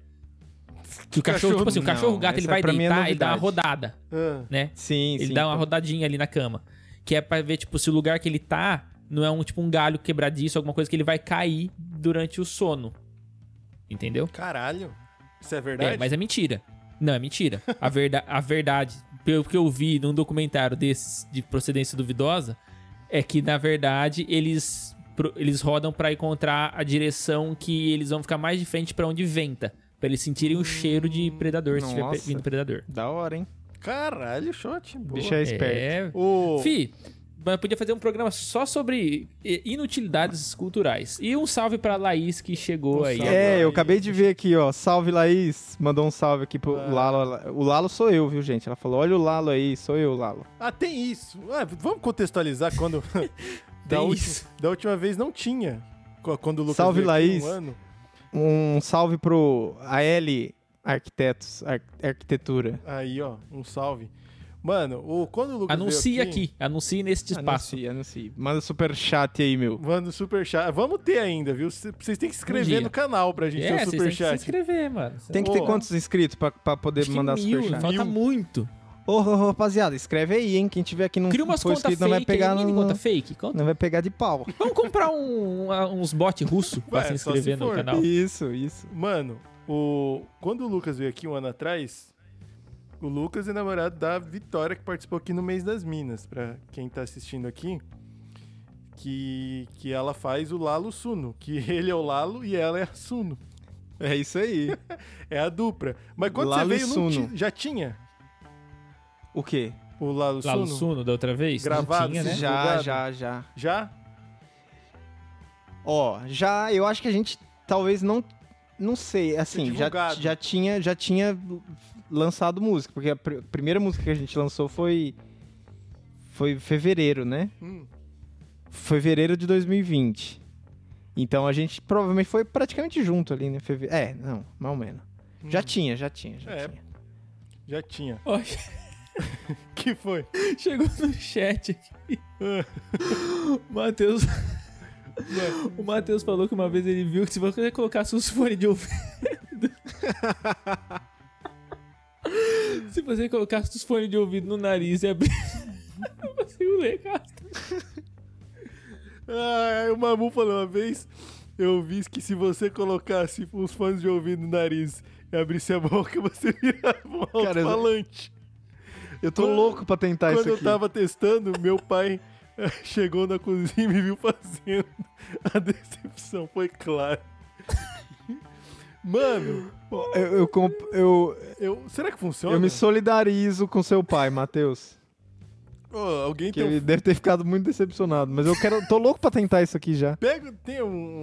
Speaker 1: Que o cachorro,
Speaker 2: Cachorro-
Speaker 1: tipo assim, o
Speaker 4: não,
Speaker 1: cachorro gato ele
Speaker 4: essa
Speaker 1: vai
Speaker 4: pra mim é
Speaker 1: deitar e dá uma
Speaker 4: novidade.
Speaker 1: rodada,
Speaker 2: Ah,
Speaker 1: né?
Speaker 4: Sim,
Speaker 1: Ele
Speaker 4: sim.
Speaker 1: dá uma rodadinha ali na cama. Que é pra ver, tipo, se o lugar que ele tá não é um tipo um galho quebradiço, alguma coisa que ele vai cair durante o sono. Entendeu?
Speaker 2: caralho. Isso é verdade?
Speaker 1: É, mas é mentira. Não, é mentira. A, verda a verdade, pelo que eu vi num documentário desses de procedência duvidosa, é que na verdade eles pro- eles rodam pra encontrar a direção que eles vão ficar mais de frente pra onde venta, Pra eles sentirem o cheiro de predador, se estiver pe-
Speaker 4: nossa.
Speaker 1: vindo predador.
Speaker 4: Da hora, hein?
Speaker 2: Caralho, shot.
Speaker 4: O
Speaker 2: Boa.
Speaker 4: bicho é esperto.
Speaker 1: É.
Speaker 2: Ô,
Speaker 1: Fi, mas podia fazer um programa só sobre eh, inutilidades culturais. E um salve pra Laís que chegou
Speaker 2: Um
Speaker 1: aí.
Speaker 2: salve.
Speaker 1: agora.
Speaker 4: É, eu acabei de ver aqui, ó. Salve Laís, mandou um salve aqui pro
Speaker 2: Ah.
Speaker 4: Lalo. O Lalo sou eu, viu, gente? Ela falou: olha o Lalo aí, sou eu, Lalo.
Speaker 2: Ah, tem isso. Ah, vamos contextualizar quando. da,
Speaker 1: Tem
Speaker 2: última,
Speaker 1: isso.
Speaker 2: da última vez não tinha. Qu- Quando o Lucas
Speaker 4: Salve,
Speaker 2: veio aqui
Speaker 4: Laís.
Speaker 2: Um ano.
Speaker 4: Um salve pro AL Arquitetos, Ar- Arquitetura.
Speaker 2: Aí, ó, um salve. Mano, o, quando o Lucas
Speaker 1: Anuncie
Speaker 2: veio
Speaker 1: aqui, anuncie neste
Speaker 4: Ah,
Speaker 1: espaço.
Speaker 4: Anuncie, anuncie. Manda super chat aí, meu.
Speaker 2: Manda o superchat. Vamos ter ainda, viu? C- Vocês têm que se inscrever
Speaker 1: Um dia.
Speaker 2: no canal pra gente ter
Speaker 1: É,
Speaker 2: o
Speaker 1: vocês têm que se
Speaker 2: superchat.
Speaker 1: inscrever, mano. é
Speaker 4: Tem que ter
Speaker 2: Ô.
Speaker 4: quantos inscritos pra, pra poder
Speaker 1: Acho que
Speaker 4: mandar
Speaker 1: mil,
Speaker 4: superchat?
Speaker 1: Falta
Speaker 2: Mil.
Speaker 1: muito.
Speaker 4: Ô, ô, ô, rapaziada, escreve aí, hein? Quem tiver aqui não
Speaker 1: Cria umas
Speaker 4: foi
Speaker 1: contas
Speaker 4: inscrito
Speaker 1: fake,
Speaker 4: não vai pegar
Speaker 1: aí,
Speaker 4: no,
Speaker 1: conta fake. Conta-
Speaker 4: não vai pegar de pau.
Speaker 1: Vamos comprar um- uma- uns bot russo pra
Speaker 2: Ué,
Speaker 1: se
Speaker 2: só
Speaker 1: inscrever
Speaker 2: se
Speaker 1: no
Speaker 2: for.
Speaker 1: canal.
Speaker 4: Isso, isso.
Speaker 2: Mano, o, quando o Lucas veio aqui um ano atrás, o Lucas é namorado da Vitória, que participou aqui no Mês das Minas, pra quem tá assistindo aqui. Que, que ela faz o Lalo Suno, que ele é o Lalo e ela é a Suno.
Speaker 4: É isso aí.
Speaker 2: É a dupla. Mas quando
Speaker 4: Lalo
Speaker 2: você veio, não
Speaker 4: Suno.
Speaker 2: ti- já tinha
Speaker 4: O quê?
Speaker 2: o Lalo,
Speaker 1: Lá no
Speaker 2: Suno?
Speaker 1: Suno, da outra vez? não
Speaker 2: Gravado,
Speaker 1: tinha, né?
Speaker 2: sim.
Speaker 4: Já,
Speaker 2: Divulgado?
Speaker 4: já, já.
Speaker 2: Já?
Speaker 4: Ó, já, eu acho que a gente talvez não. Não sei, assim, já,
Speaker 2: Tá divulgado.
Speaker 4: já, tinha, já tinha lançado música, porque a pr- primeira música que a gente lançou foi. Foi em fevereiro, né?
Speaker 2: Hum.
Speaker 4: Fevereiro de 2020. Então a gente provavelmente foi praticamente junto ali, né? Feve... É, não, mais ou menos. Já tinha, já tinha, já
Speaker 2: Hum. É.
Speaker 4: tinha.
Speaker 2: Já tinha.
Speaker 1: Ó,
Speaker 2: Que foi?
Speaker 1: chegou no chat aqui. O Matheus... O Matheus falou que uma vez ele viu que se você colocasse os fones de ouvido... se você colocasse os fones de ouvido no nariz e abrisse... Não consigo ler, cara.
Speaker 2: Ah, o Mamu falou uma vez, eu vi que se você colocasse os fones de ouvido no nariz e abrisse a boca, você virava um
Speaker 4: Cara, eu-
Speaker 2: alto-falante.
Speaker 4: Eu tô
Speaker 2: Quando-
Speaker 4: louco pra tentar
Speaker 2: Quando
Speaker 4: isso
Speaker 2: eu
Speaker 4: aqui.
Speaker 2: tava testando, meu pai eh, chegou na cozinha e me viu fazendo. A decepção foi clara. Mano,
Speaker 4: Eu, eu, comp- eu,
Speaker 2: eu, será que funciona?
Speaker 4: eu me solidarizo com seu pai, Matheus.
Speaker 2: Ô, alguém
Speaker 4: Que
Speaker 2: tem um
Speaker 4: ele deve ter ficado muito decepcionado. Mas eu quero. tô louco pra tentar isso aqui já.
Speaker 2: Pega, tem um,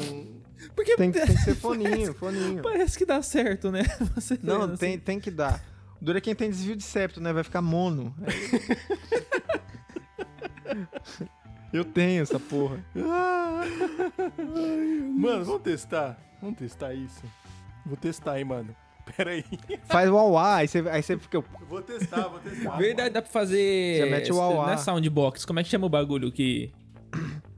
Speaker 1: Porque
Speaker 4: Tem, tem que ser foninho,
Speaker 2: assim,
Speaker 4: foninho.
Speaker 1: parece que dá certo, né? Você lendo
Speaker 4: Não,
Speaker 1: assim.
Speaker 4: tem, tem que dar. Dura quem tem desvio de septo, né? Vai ficar mono. Eu tenho essa porra.
Speaker 2: Mano, vamos testar. Vamos testar isso. Vou testar, hein, mano. Pera aí.
Speaker 4: Faz uauá, aí você, aí você fica.
Speaker 2: Vou testar, vou testar.
Speaker 1: Verdade, dá pra
Speaker 4: Ah, Você
Speaker 1: fazer.
Speaker 4: mete o uauá.
Speaker 1: Não é soundbox. Como é que chama o bagulho que.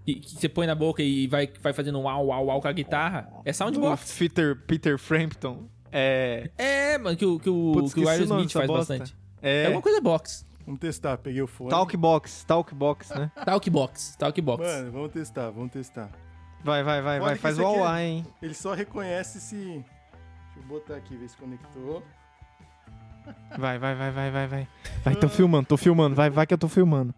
Speaker 1: Que, que você põe na boca e vai, vai fazendo um uau, uau, uau com a guitarra? É soundbox.
Speaker 4: Peter, Peter Frampton. É.
Speaker 1: É, mano, que o, que o,
Speaker 4: Putz,
Speaker 1: que o
Speaker 4: esqueci o
Speaker 1: Iron
Speaker 4: nome
Speaker 1: Smith
Speaker 4: dessa
Speaker 1: faz
Speaker 4: bosta.
Speaker 1: bastante. É.
Speaker 4: É.
Speaker 1: alguma coisa box.
Speaker 2: Vamos testar, peguei o fone.
Speaker 4: Talk box, talk box, né?
Speaker 1: Talk box. Talk box.
Speaker 2: Mano, vamos testar, vamos testar.
Speaker 4: Vai, vai, vai,
Speaker 2: Olha
Speaker 4: vai.
Speaker 2: que
Speaker 4: Faz
Speaker 2: isso aqui é-
Speaker 4: uauá, hein?
Speaker 2: Ele só reconhece se. Deixa eu botar aqui, ver se conectou.
Speaker 4: Vai, vai, vai, vai, vai, vai. Vai, tô filmando, tô filmando. Vai, vai que eu tô filmando.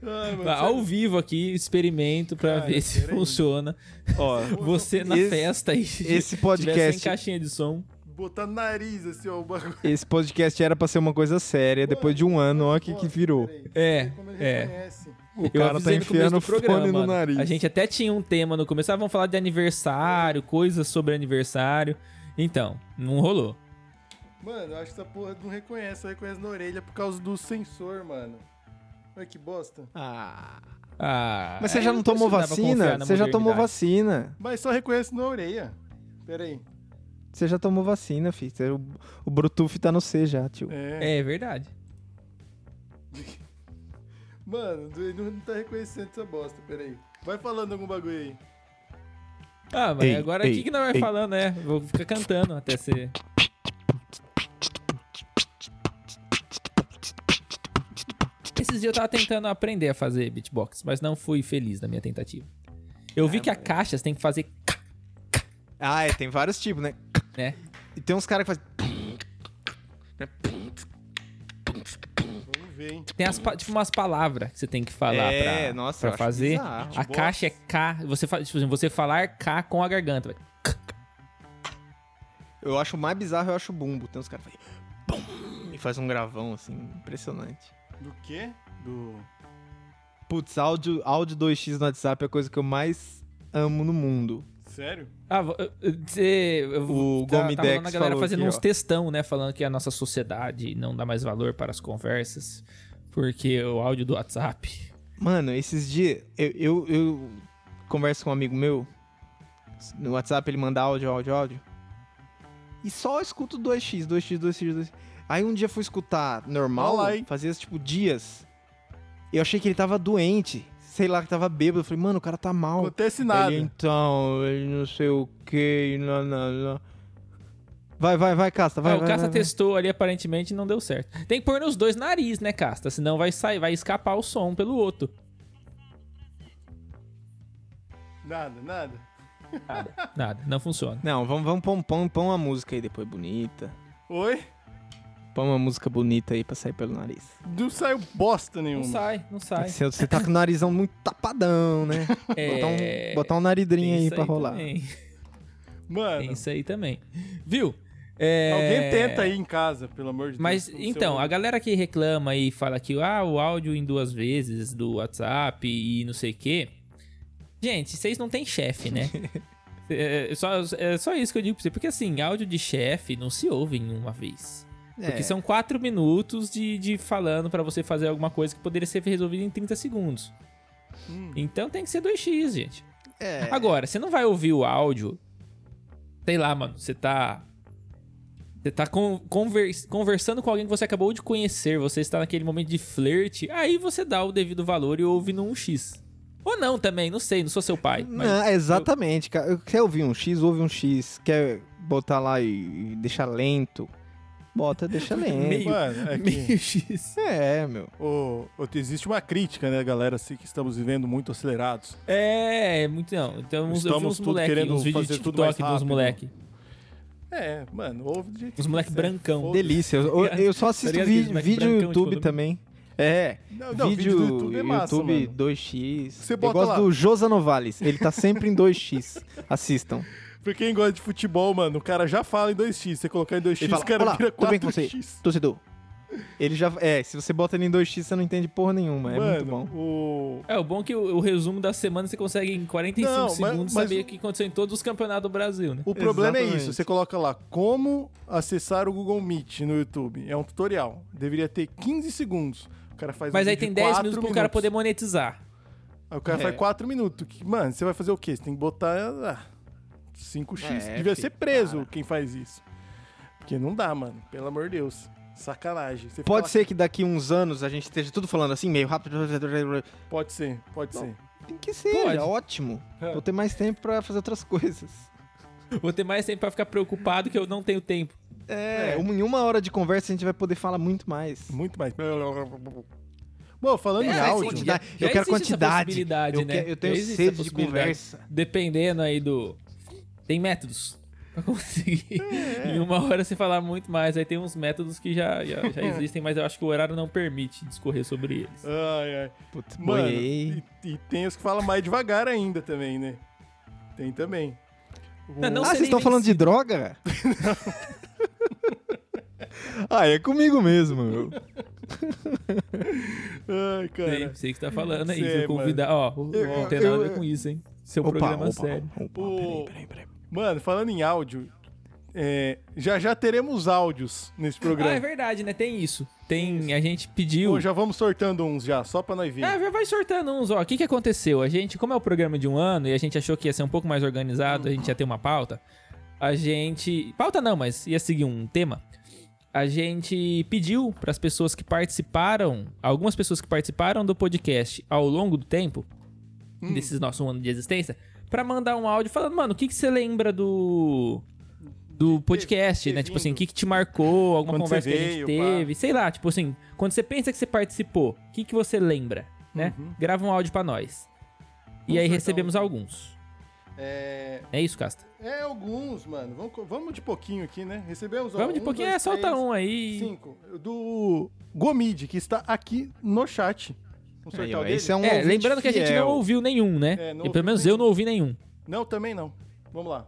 Speaker 2: Ai, mano, é
Speaker 1: Tá,
Speaker 2: sério.
Speaker 1: ao vivo aqui, experimento pra
Speaker 2: Cara,
Speaker 1: ver se
Speaker 2: peraí.
Speaker 1: funciona.
Speaker 4: Ó,
Speaker 1: Você na
Speaker 4: Esse-
Speaker 1: festa aí.
Speaker 4: esse
Speaker 1: tiver sem
Speaker 4: podcast,
Speaker 1: caixinha de som.
Speaker 2: Botar no nariz, assim, ó, o bagulho.
Speaker 4: esse podcast era pra ser uma coisa séria. Depois de um ano, ó, o que que virou.
Speaker 2: Peraí,
Speaker 1: É,
Speaker 2: como ele
Speaker 1: é.
Speaker 2: reconhece.
Speaker 4: O
Speaker 1: Eu
Speaker 4: cara tá
Speaker 1: avisei no começo
Speaker 4: enfiando
Speaker 1: do
Speaker 4: o
Speaker 1: programa.
Speaker 4: fone no
Speaker 1: mano.
Speaker 4: nariz.
Speaker 1: A gente até tinha um tema no começo. Ah, vamos falar de aniversário, coisas sobre aniversário. Então, não rolou.
Speaker 2: Mano, eu acho que essa porra não reconhece, só reconhece na orelha por causa do sensor, mano. Olha que bosta.
Speaker 4: Ah.
Speaker 1: Ah,
Speaker 4: Mas você
Speaker 1: eu
Speaker 4: já não
Speaker 1: sei se
Speaker 4: tomou
Speaker 1: dá pra confiar
Speaker 4: vacina?
Speaker 1: na
Speaker 4: Você já tomou
Speaker 1: modernidade.
Speaker 4: vacina.
Speaker 2: Mas só reconhece na orelha. Pera aí.
Speaker 4: Você já tomou vacina, filho. Você- O, o Bluetooth tá no C já, tio.
Speaker 2: É.
Speaker 1: É verdade.
Speaker 2: Mano, ele não- não tá reconhecendo essa bosta, pera aí. Vai falando algum bagulho aí.
Speaker 1: Ah, mas
Speaker 4: Ei,
Speaker 1: agora o
Speaker 4: ei,
Speaker 1: que, que nós vai
Speaker 4: ei.
Speaker 1: falando, né? Vou ficar cantando até ser. Esses dias eu tava tentando aprender a fazer beatbox, mas não fui feliz na minha tentativa. Eu vi que a caixa você tem que fazer.
Speaker 4: Ah, é, tem vários tipos, né?
Speaker 1: né?
Speaker 4: E tem uns caras que fazem.
Speaker 2: Vamos ver, hein.
Speaker 1: Tem as, pa- tipo umas palavras que você tem que falar
Speaker 4: É,
Speaker 1: pra,
Speaker 4: nossa,
Speaker 1: pra
Speaker 4: eu acho
Speaker 1: fazer.
Speaker 4: bizarro.
Speaker 1: A caixa é K. Você, fa- tipo, assim, você falar K com a garganta. vai.
Speaker 4: Eu acho o mais bizarro, eu acho o bumbo. Tem uns caras que fazem. Bum, e faz um gravão, assim, impressionante.
Speaker 2: Do quê? Do.
Speaker 4: Putz, áudio, áudio 2x no WhatsApp é a coisa que eu mais amo no mundo.
Speaker 2: Sério?
Speaker 1: Ah, vo- eu- eu- você- eu-
Speaker 4: O
Speaker 1: tá-
Speaker 4: Gomi
Speaker 1: tava falando
Speaker 4: Dex
Speaker 1: a galera
Speaker 4: falou
Speaker 1: fazendo
Speaker 4: aqui,
Speaker 1: uns
Speaker 4: ó.
Speaker 1: textão, né? Falando que a nossa sociedade não dá mais valor para as conversas, porque o áudio do WhatsApp.
Speaker 4: Mano, esses dias eu, eu, eu converso com um amigo meu. No WhatsApp ele manda áudio, áudio, áudio. E só escuto 2x, 2x, 2x, 2x. Aí um dia eu fui escutar normal,
Speaker 2: Olha lá, hein?
Speaker 4: fazia tipo dias. Eu achei que ele tava doente. Sei lá, que tava bêbado. Eu falei, mano, o cara tá mal.
Speaker 2: Acontece nada.
Speaker 4: Ele, então, ele não sei o que. Não, não, não. Vai, vai, vai, Casta, vai.
Speaker 1: Ah, o
Speaker 4: vai,
Speaker 1: Casta
Speaker 4: vai, vai.
Speaker 1: testou ali, aparentemente não deu certo. Tem que pôr nos dois nariz, né, Casta? Senão vai sair, vai escapar o som um pelo outro.
Speaker 2: Nada, nada.
Speaker 1: Nada, não funciona.
Speaker 4: Não, vamos, vamos pôr, um- pôr, um- pôr uma música aí depois bonita.
Speaker 2: Oi?
Speaker 4: Põe uma música bonita aí pra sair pelo nariz.
Speaker 2: Não saiu bosta nenhuma.
Speaker 1: Não sai, não sai.
Speaker 4: Você, você tá com o narizão muito tapadão, né? Botar
Speaker 1: É,
Speaker 4: um, botar um
Speaker 1: tem
Speaker 4: naridrinho aí
Speaker 1: isso
Speaker 4: pra rolar.
Speaker 1: também. Tem
Speaker 2: Mano,
Speaker 1: isso aí também. Viu? É...
Speaker 2: alguém tenta aí em casa, pelo amor de
Speaker 1: Mas
Speaker 2: Deus. com o
Speaker 1: então,
Speaker 2: seu-
Speaker 1: a galera que reclama e fala que ah, o áudio em duas vezes do WhatsApp e não sei o quê. Gente, vocês não têm chefe, né? É, é só, é só isso que eu digo pra você. Porque assim, áudio de chefe não se ouve em uma vez. Porque
Speaker 4: É.
Speaker 1: são quatro minutos de, de falando pra você fazer alguma coisa que poderia ser resolvida em 30 segundos.
Speaker 2: Hum.
Speaker 1: Então tem que ser 2x, gente.
Speaker 4: É.
Speaker 1: Agora, você não vai ouvir o áudio. Sei lá, mano, você tá. Você tá con- conver- conversando com alguém que você acabou de conhecer, você está naquele momento de flerte, aí você dá o devido valor e ouve no 1x. Ou não também, não sei, não sou seu pai. mas-
Speaker 2: é
Speaker 4: Não, exatamente, cara. Quer ouvir um X? Ouve um X. Quer botar lá e, e deixar lento? Bota, deixa
Speaker 1: Hum.
Speaker 4: lento.
Speaker 2: Mano, é que.
Speaker 1: Meio X.
Speaker 4: é, meu.
Speaker 2: Ô, ô, existe uma crítica, né, galera, assim, que estamos vivendo muito acelerados.
Speaker 1: É, muito não. Então, uns- eu vi
Speaker 2: Estamos
Speaker 1: uns
Speaker 2: tudo
Speaker 1: moleque,
Speaker 2: querendo
Speaker 1: uns vídeos de
Speaker 2: fazer tudo mais
Speaker 1: TikTok dos
Speaker 2: rápido.
Speaker 1: moleque.
Speaker 2: É, mano, ouve de jeito
Speaker 1: Os moleque
Speaker 2: quiser.
Speaker 1: brancão.
Speaker 2: Foda-se.
Speaker 4: Delícia. Eu, eu- eu só assisto
Speaker 1: Tá ligado
Speaker 4: vi-
Speaker 1: aqueles Mac
Speaker 4: vídeo no
Speaker 1: brancão,
Speaker 4: YouTube
Speaker 1: tipo, do-
Speaker 4: também. É.
Speaker 2: Não, não,
Speaker 4: vídeo,
Speaker 2: vídeo do YouTube é massa,
Speaker 4: YouTube
Speaker 2: mano.
Speaker 4: 2x.
Speaker 2: Você
Speaker 4: eu
Speaker 2: bota
Speaker 4: gosto
Speaker 2: lá.
Speaker 4: do Josa Novales. Ele tá sempre em 2x. Assistam.
Speaker 2: Pra quem gosta de futebol, mano, o cara já fala em 2x. Você colocar em 2x,
Speaker 4: Ele fala,
Speaker 2: o cara
Speaker 1: tá
Speaker 4: "Olá,
Speaker 2: vira
Speaker 4: tudo bem com
Speaker 2: 4x.
Speaker 4: Torcedor, Ele já. É, se você bota ele em 2x, você não entende porra nenhuma. É muito bom.
Speaker 2: O...
Speaker 1: É, o bom é que o, o resumo da semana você consegue em 45
Speaker 2: Não, mas-
Speaker 1: segundos
Speaker 2: mas
Speaker 1: saber
Speaker 2: o-
Speaker 1: o que aconteceu em todos os campeonatos do Brasil, né?
Speaker 2: O problema é isso,
Speaker 4: Exatamente.
Speaker 2: você coloca lá como acessar o Google Meet no YouTube. É um tutorial. Deveria ter 15 segundos. O cara faz um
Speaker 1: Mas aí
Speaker 2: vídeo
Speaker 1: tem
Speaker 2: de
Speaker 1: 10 minutos,
Speaker 2: quatro
Speaker 1: pro cara
Speaker 2: minutos.
Speaker 1: poder monetizar.
Speaker 2: Aí o cara
Speaker 4: É.
Speaker 2: faz 4 minutos. Que, mano, você vai fazer o quê? Você tem que botar ah, 5x.
Speaker 4: É,
Speaker 2: Devia
Speaker 4: fi,
Speaker 2: ser preso quem faz isso. Porque não dá, mano. Pelo amor de Deus. Sacanagem. Você fica
Speaker 4: Pode
Speaker 2: lá-
Speaker 4: ser que daqui uns anos a gente esteja tudo falando assim, meio rápido.
Speaker 2: Pode ser, pode
Speaker 4: Não.
Speaker 2: ser.
Speaker 4: Tem que ser,
Speaker 1: Pode.
Speaker 4: é ótimo.
Speaker 2: É.
Speaker 4: Vou ter mais tempo pra fazer outras coisas.
Speaker 1: Vou ter mais tempo pra ficar preocupado que eu não tenho tempo.
Speaker 4: É, um- em uma hora de conversa a gente vai poder falar muito mais.
Speaker 2: Muito mais. Bom, falando em
Speaker 1: É,
Speaker 4: Quantidade,
Speaker 2: áudio.
Speaker 1: sim,
Speaker 4: quantidade.
Speaker 1: já- já
Speaker 4: eu quero
Speaker 1: existe essa
Speaker 4: quantidade.
Speaker 1: possibilidade,
Speaker 4: eu,
Speaker 1: né?
Speaker 4: quero- eu tenho
Speaker 1: Já existe essa
Speaker 4: sede de
Speaker 1: possibilidade.
Speaker 4: conversa.
Speaker 1: Dependendo aí do. Tem métodos pra conseguir.
Speaker 2: É,
Speaker 1: Em uma hora você falar muito mais. Aí tem uns métodos que já, já, já existem, mas eu acho que o horário não permite discorrer sobre eles.
Speaker 2: Ai, ai.
Speaker 4: Putz,
Speaker 2: Mano,
Speaker 4: boiei.
Speaker 1: então
Speaker 2: e, e tem os que falam mais devagar ainda também, né? Tem também. O-
Speaker 1: Não, não
Speaker 4: Ah,
Speaker 1: serei
Speaker 4: vocês estão falando de droga? ah, é comigo mesmo. eu.
Speaker 2: Ai,
Speaker 1: Sei,
Speaker 2: cara.
Speaker 1: sei o que você tá falando aí.
Speaker 2: Sei,
Speaker 1: Se eu convidar, ó,
Speaker 2: né? Eu-
Speaker 1: não tem nada a
Speaker 2: eu-
Speaker 1: ver com isso, hein? Seu um programa sério.
Speaker 4: opa,
Speaker 2: O-
Speaker 4: peraí, peraí, peraí.
Speaker 2: Mano, falando em áudio, é, já já teremos áudios
Speaker 1: Ah,
Speaker 2: nesse
Speaker 1: é
Speaker 2: programa.
Speaker 1: verdade, né? Tem isso. Tem. A gente pediu.
Speaker 2: Pô, já vamos sortando uns já, só pra nós ver.
Speaker 1: É, já vai sortando uns, ó. O que, que aconteceu? A gente, como é o programa de um ano e a gente achou que ia ser um pouco mais organizado, a gente ia ter uma pauta. A gente. Pauta não, mas ia seguir um tema. A gente pediu para as pessoas que participaram, algumas pessoas que participaram do podcast ao longo do tempo,
Speaker 2: Hum.
Speaker 1: desses nosso ano de existência, para mandar um áudio falando, mano, o que, que você lembra do. Do podcast,
Speaker 2: ter
Speaker 1: né? Tipo assim, o
Speaker 2: vindo.
Speaker 1: que, que te marcou, alguma
Speaker 2: Quando
Speaker 1: conversa
Speaker 2: você
Speaker 1: que a gente
Speaker 2: veio,
Speaker 1: teve. Sei lá, tipo assim, quando você pensa que você participou, o que, que você lembra, né?
Speaker 2: Uhum.
Speaker 1: Grava um áudio pra nós. e
Speaker 2: Vamos
Speaker 1: aí
Speaker 2: sortear
Speaker 1: recebemos
Speaker 2: um.
Speaker 1: alguns.
Speaker 2: É,
Speaker 1: É isso, Casta.
Speaker 2: é alguns, mano. Vamos, co- vamos de pouquinho aqui, né? Recebemos
Speaker 4: Então,
Speaker 2: ó,
Speaker 1: Vamos de
Speaker 2: um,
Speaker 1: pouquinho,
Speaker 2: dois,
Speaker 1: é, solta
Speaker 2: três,
Speaker 1: um aí.
Speaker 2: Cinco. Do Gomid, que está aqui no chat. Vamos
Speaker 4: Aí,
Speaker 2: sortear
Speaker 4: ó,
Speaker 2: o dele?
Speaker 4: esse é um
Speaker 1: É,
Speaker 4: ouvinte
Speaker 1: lembrando que a gente
Speaker 4: fiel.
Speaker 1: não ouviu nenhum, né?
Speaker 2: É, não
Speaker 1: E
Speaker 2: ouviu
Speaker 1: pelo menos
Speaker 2: nenhum.
Speaker 1: eu não ouvi nenhum.
Speaker 2: Não, também não. Vamos lá.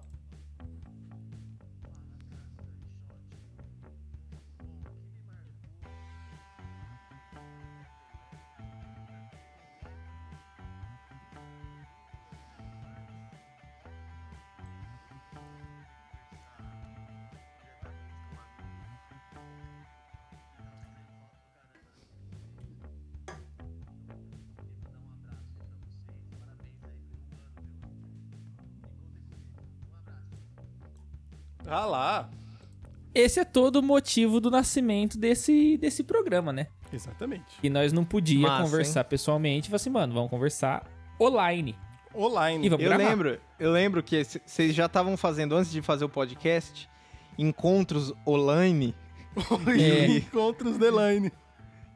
Speaker 2: Ah lá.
Speaker 1: Esse é todo o motivo do nascimento desse, desse programa, né?
Speaker 2: Exatamente.
Speaker 1: E nós não podíamos
Speaker 4: Massa,
Speaker 1: conversar pessoalmente. Falei assim, mano, vamos conversar online.
Speaker 2: Online.
Speaker 1: E vamos
Speaker 4: Eu
Speaker 1: gravar.
Speaker 4: lembro, eu lembro que c- vocês já estavam fazendo, antes de fazer o podcast, encontros online.
Speaker 1: É.
Speaker 2: Encontros Deline.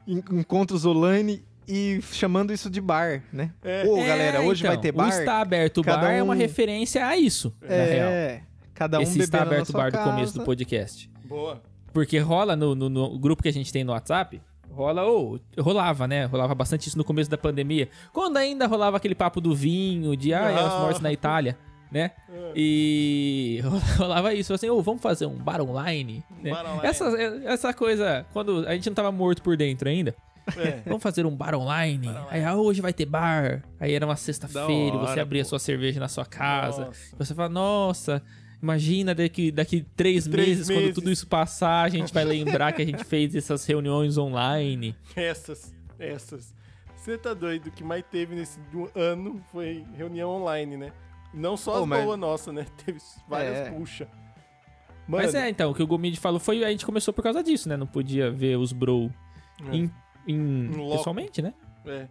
Speaker 4: en- Encontros online e chamando isso de bar, né?
Speaker 2: É.
Speaker 4: Ô,
Speaker 1: É,
Speaker 4: galera, hoje
Speaker 1: então,
Speaker 4: vai ter
Speaker 1: O
Speaker 4: bar.
Speaker 1: está aberto o
Speaker 4: Cada
Speaker 1: bar é
Speaker 4: um-
Speaker 1: uma referência a isso, na real.
Speaker 4: é, cada um
Speaker 1: Esse está
Speaker 4: bebendo na
Speaker 1: aberto o
Speaker 4: sua
Speaker 1: bar do
Speaker 4: casa.
Speaker 1: começo do podcast.
Speaker 2: Boa.
Speaker 1: Porque rola no, no- no grupo que a gente tem no WhatsApp, rola, ou rolava, né? Rolava bastante isso no começo da pandemia. Quando ainda rolava aquele papo do vinho, de ah, Elas
Speaker 2: Ah. É.
Speaker 1: mortes na Itália, né? E rolava isso, assim, ou vamos fazer um bar online. né?
Speaker 2: bar online.
Speaker 1: Essa, essa coisa, quando a gente não tava morto por dentro ainda,
Speaker 2: É.
Speaker 1: vamos fazer um bar online. Aí ah, hoje vai ter bar. Aí era uma sexta-feira,
Speaker 2: Da hora,
Speaker 1: você abria
Speaker 2: pô.
Speaker 1: sua cerveja na sua casa.
Speaker 2: Nossa.
Speaker 1: Tipo, Você fala, nossa, imagina daqui, daqui três,
Speaker 2: Três
Speaker 1: meses,
Speaker 2: meses.
Speaker 1: quando tudo isso passar, a gente vai lembrar que a gente fez essas reuniões online.
Speaker 2: Essas, essas. Você tá doido? O que mais teve nesse do- ano foi reunião online, né? Não só
Speaker 4: Ô,
Speaker 2: as
Speaker 4: mas-
Speaker 2: boas nossas, né? Teve várias
Speaker 4: É.
Speaker 2: puxa.
Speaker 1: Mas é, então, o que o Gomid falou foi, a gente começou por causa disso, né? Não podia ver os bro
Speaker 2: É.
Speaker 1: em, em-
Speaker 2: loco.
Speaker 1: pessoalmente, né?
Speaker 2: É.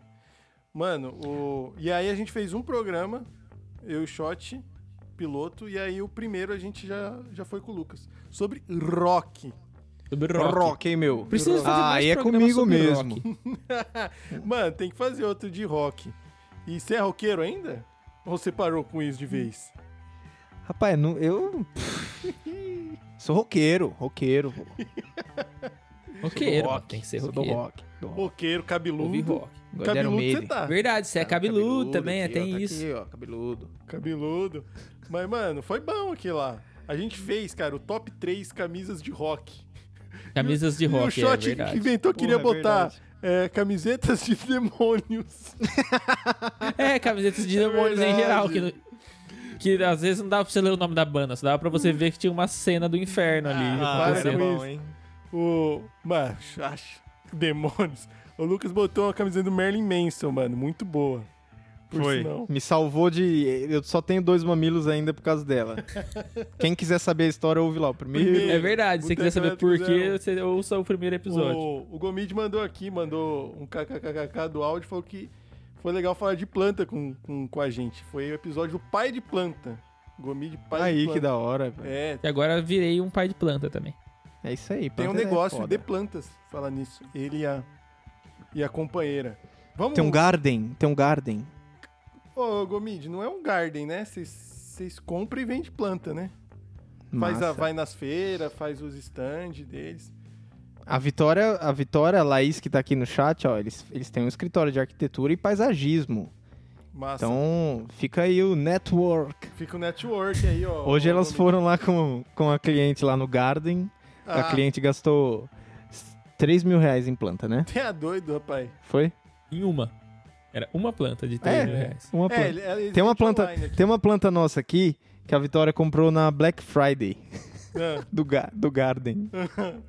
Speaker 2: Mano, o... e aí a gente fez um programa, eu e o Shot, piloto, e aí o primeiro a gente já, já foi com o Lucas. Sobre rock.
Speaker 1: Sobre
Speaker 4: Rock,
Speaker 1: rock.
Speaker 4: hein, meu?
Speaker 1: Precisa fazer
Speaker 4: ah,
Speaker 1: mais
Speaker 4: e é
Speaker 1: programa
Speaker 4: comigo
Speaker 1: sobre
Speaker 4: mesmo.
Speaker 1: rock.
Speaker 2: Mano, tem que fazer outro de rock. E você é roqueiro ainda? Ou você parou com isso de vez?
Speaker 4: Rapaz, não- eu... Sou roqueiro, roqueiro.
Speaker 1: Roqueiro,
Speaker 4: Sou do
Speaker 1: mano, tem que ser
Speaker 4: Sou do
Speaker 1: é roqueiro.
Speaker 4: rock. do rock.
Speaker 2: Roqueiro, cabeludo.
Speaker 1: Ouvir rock.
Speaker 4: God Iron
Speaker 2: Cabeludo você
Speaker 4: Maiden.
Speaker 2: tá.
Speaker 1: Verdade, você é cabeludo, também, é,
Speaker 4: aqui,
Speaker 1: tem
Speaker 4: ó, tá
Speaker 1: isso.
Speaker 4: Aqui, ó, cabeludo.
Speaker 2: Cabeludo. Mas, mano, foi bom aqui lá. A gente fez, cara, o top 3 camisas de rock.
Speaker 1: Camisas de
Speaker 2: E o
Speaker 1: rock, é
Speaker 2: shot que
Speaker 1: verdade.
Speaker 2: inventou queria
Speaker 4: Porra, é
Speaker 2: botar
Speaker 4: verdade.
Speaker 2: é, camisetas de demônios.
Speaker 1: É, camisetas de demônios em
Speaker 2: verdade.
Speaker 1: geral, que, não- que às vezes não dava pra você ler o nome da banda, só dava pra você ver que tinha uma cena do inferno ali.
Speaker 4: Ah,
Speaker 2: para
Speaker 1: acontecendo.
Speaker 2: com
Speaker 4: bom,
Speaker 2: isso.
Speaker 4: hein?
Speaker 2: O. Mano, acho. Demônios. O Lucas botou uma camiseta do Merlin Manson, mano. Muito boa. Por
Speaker 4: Foi.
Speaker 2: sinal.
Speaker 4: Me salvou de. Eu só tenho dois mamilos ainda por causa dela. Quem quiser saber a história, ouve lá o primeiro.
Speaker 1: é verdade, se você
Speaker 2: Boteco
Speaker 1: quiser saber
Speaker 2: Elétrico
Speaker 1: por quê,
Speaker 2: Zero.
Speaker 1: você ouça o primeiro episódio.
Speaker 2: O, o Gomid mandou aqui, mandou um kkkk do áudio, falou que foi legal falar de planta com, com, com a gente. Foi o episódio do pai de planta. Gomid, pai de
Speaker 4: Aí,
Speaker 2: planta.
Speaker 4: que da hora. velho.
Speaker 2: É,
Speaker 1: E agora virei um pai de planta também.
Speaker 4: É isso aí.
Speaker 2: tem um
Speaker 4: Pantera é
Speaker 2: negócio
Speaker 4: foda.
Speaker 2: de plantas, falar nisso. Ele e a, e a companheira. Vamos.
Speaker 4: Tem um garden. Tem um garden.
Speaker 2: Ô, Gomid, não é um garden, né? Vocês- Vocês compram e vendem planta, né? Faz
Speaker 4: Massa.
Speaker 2: a, vai nas feiras, faz os stands deles.
Speaker 4: A Vitória, a Vitória, a Laís que tá aqui no chat, ó, eles, eles têm um escritório de arquitetura e paisagismo.
Speaker 2: Massa.
Speaker 4: Então, fica aí o network.
Speaker 2: Fica o network aí, ó.
Speaker 4: Hoje
Speaker 2: Ô,
Speaker 4: elas
Speaker 2: Gomide.
Speaker 4: foram lá com, com a cliente lá no Garden.
Speaker 2: Ah,
Speaker 4: A cliente gastou 3 mil reais em planta, né?
Speaker 2: Tem a doido, rapaz.
Speaker 4: Foi?
Speaker 1: Em uma. Era uma planta
Speaker 4: É?
Speaker 1: de 3 mil reais.
Speaker 4: Uma planta.
Speaker 2: É, ele- ele-
Speaker 4: tem, uma
Speaker 2: existe
Speaker 4: planta
Speaker 2: online aqui.
Speaker 4: tem uma planta nossa aqui que a Vitória comprou na Black Friday
Speaker 2: Ah,
Speaker 4: do, ga- do Garden.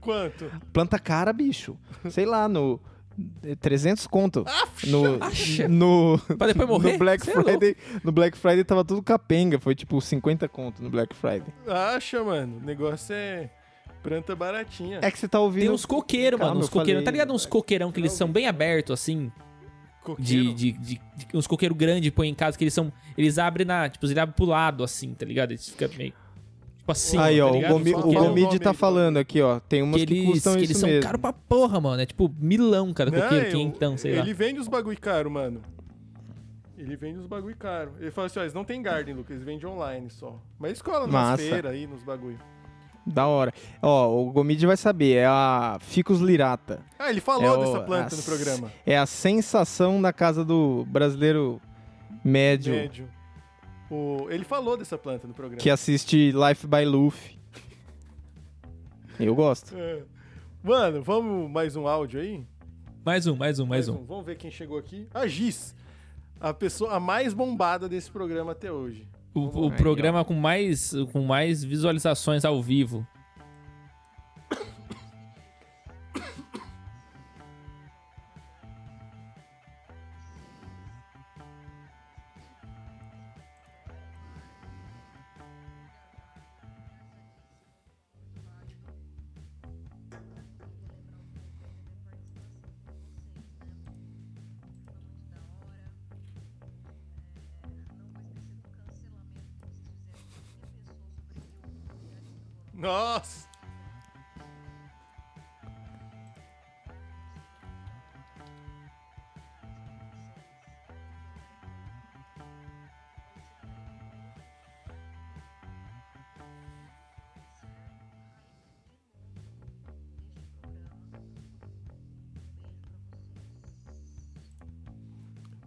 Speaker 2: quanto?
Speaker 4: Planta cara, bicho. Sei lá, no. 300 conto. No, no,
Speaker 1: Pra depois morrer?
Speaker 4: No Black,
Speaker 1: Cê é louco.
Speaker 4: Friday, no Black Friday tava tudo capenga. Foi tipo 50 conto no Black Friday.
Speaker 2: Acha, mano. O negócio é planta baratinha.
Speaker 4: É que você tá ouvindo.
Speaker 1: Tem uns coqueiros, mano.
Speaker 4: Calma,
Speaker 1: Uns
Speaker 4: eu
Speaker 1: coqueiros.
Speaker 4: falei,
Speaker 1: Tá ligado? Uns
Speaker 4: velho.
Speaker 1: coqueirão que eles são bem abertos, assim. De,
Speaker 2: Coqueiro.
Speaker 1: de, de- de- uns coqueiros grandes põe em casa, que eles são. Eles abrem na. Tipo, eles abrem pro lado, assim, tá ligado? Eles ficam meio. Tipo assim.
Speaker 4: Aí, ó,
Speaker 1: tá
Speaker 4: o,
Speaker 1: ligado?
Speaker 4: Gomi,
Speaker 1: Uns
Speaker 4: o
Speaker 1: coqueirão
Speaker 2: Gomi-
Speaker 4: Gomide tá falando aqui, ó. Tem
Speaker 1: Que
Speaker 4: umas que,
Speaker 1: eles,
Speaker 4: custam
Speaker 1: que eles
Speaker 4: isso
Speaker 1: são
Speaker 4: mesmo.
Speaker 1: caros pra porra, mano. É tipo milão cada
Speaker 2: Não,
Speaker 1: coqueiro,
Speaker 2: eu-
Speaker 1: quentão, então, sei
Speaker 2: ele
Speaker 1: lá.
Speaker 2: vende os bagulho caro, mano. Ele vende os bagulho caro. Ele fala assim, ó, eles não tem garden, Lucas, eles vendem online só. Mas escola nas
Speaker 4: Massa.
Speaker 2: feiras aí, nos bagulho.
Speaker 4: Da hora. Ó, o Gomide vai saber. É a Ficus lirata.
Speaker 2: Ah, ele
Speaker 4: É
Speaker 2: falou
Speaker 4: o-
Speaker 2: dessa planta
Speaker 4: a
Speaker 2: no programa.
Speaker 4: É a sensação da casa do brasileiro médio,
Speaker 2: Médio. O, ele falou dessa planta no programa.
Speaker 4: que assiste Life by Luffy. Eu gosto.
Speaker 2: É. Mano, vamos mais um áudio aí?
Speaker 1: Mais um, mais um, mais um.
Speaker 2: Vamos ver quem chegou aqui. A Giz. A pessoa a mais bombada desse programa até hoje.
Speaker 1: O- O, programa com mais, com mais visualizações ao vivo.
Speaker 2: Nossa!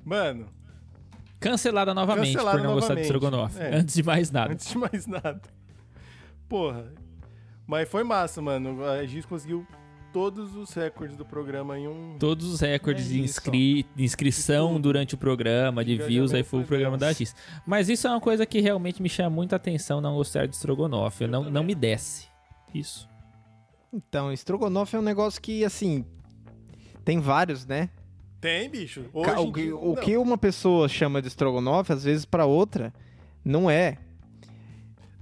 Speaker 2: Mano,
Speaker 1: Cancelada novamente
Speaker 2: Cancelada
Speaker 1: por não gostar de
Speaker 2: novamente,
Speaker 1: Strogonoff.
Speaker 2: é.
Speaker 1: Antes de mais nada.
Speaker 2: Antes de mais nada. Porra. Mas foi massa, mano. A Giz conseguiu todos os recordes do programa em um.
Speaker 1: Todos os recordes
Speaker 4: É
Speaker 1: de
Speaker 4: isso,
Speaker 1: inscri- de inscrição
Speaker 2: Tudo.
Speaker 1: durante o programa, de
Speaker 2: Engajamento
Speaker 1: views, aí foi o
Speaker 2: foi
Speaker 1: programa da
Speaker 2: massa.
Speaker 1: Giz. Mas isso é uma coisa que realmente me chama muita atenção não gostar de Strogonoff. Eu não, não me desce. Isso.
Speaker 4: Então, estrogonofe é um negócio que, assim. Tem vários, né?
Speaker 2: Tem, bicho. Hoje
Speaker 4: Ca-
Speaker 2: em
Speaker 4: o, que-
Speaker 2: dia- não.
Speaker 4: o que uma pessoa chama de estrogonofe, às vezes pra outra, não é.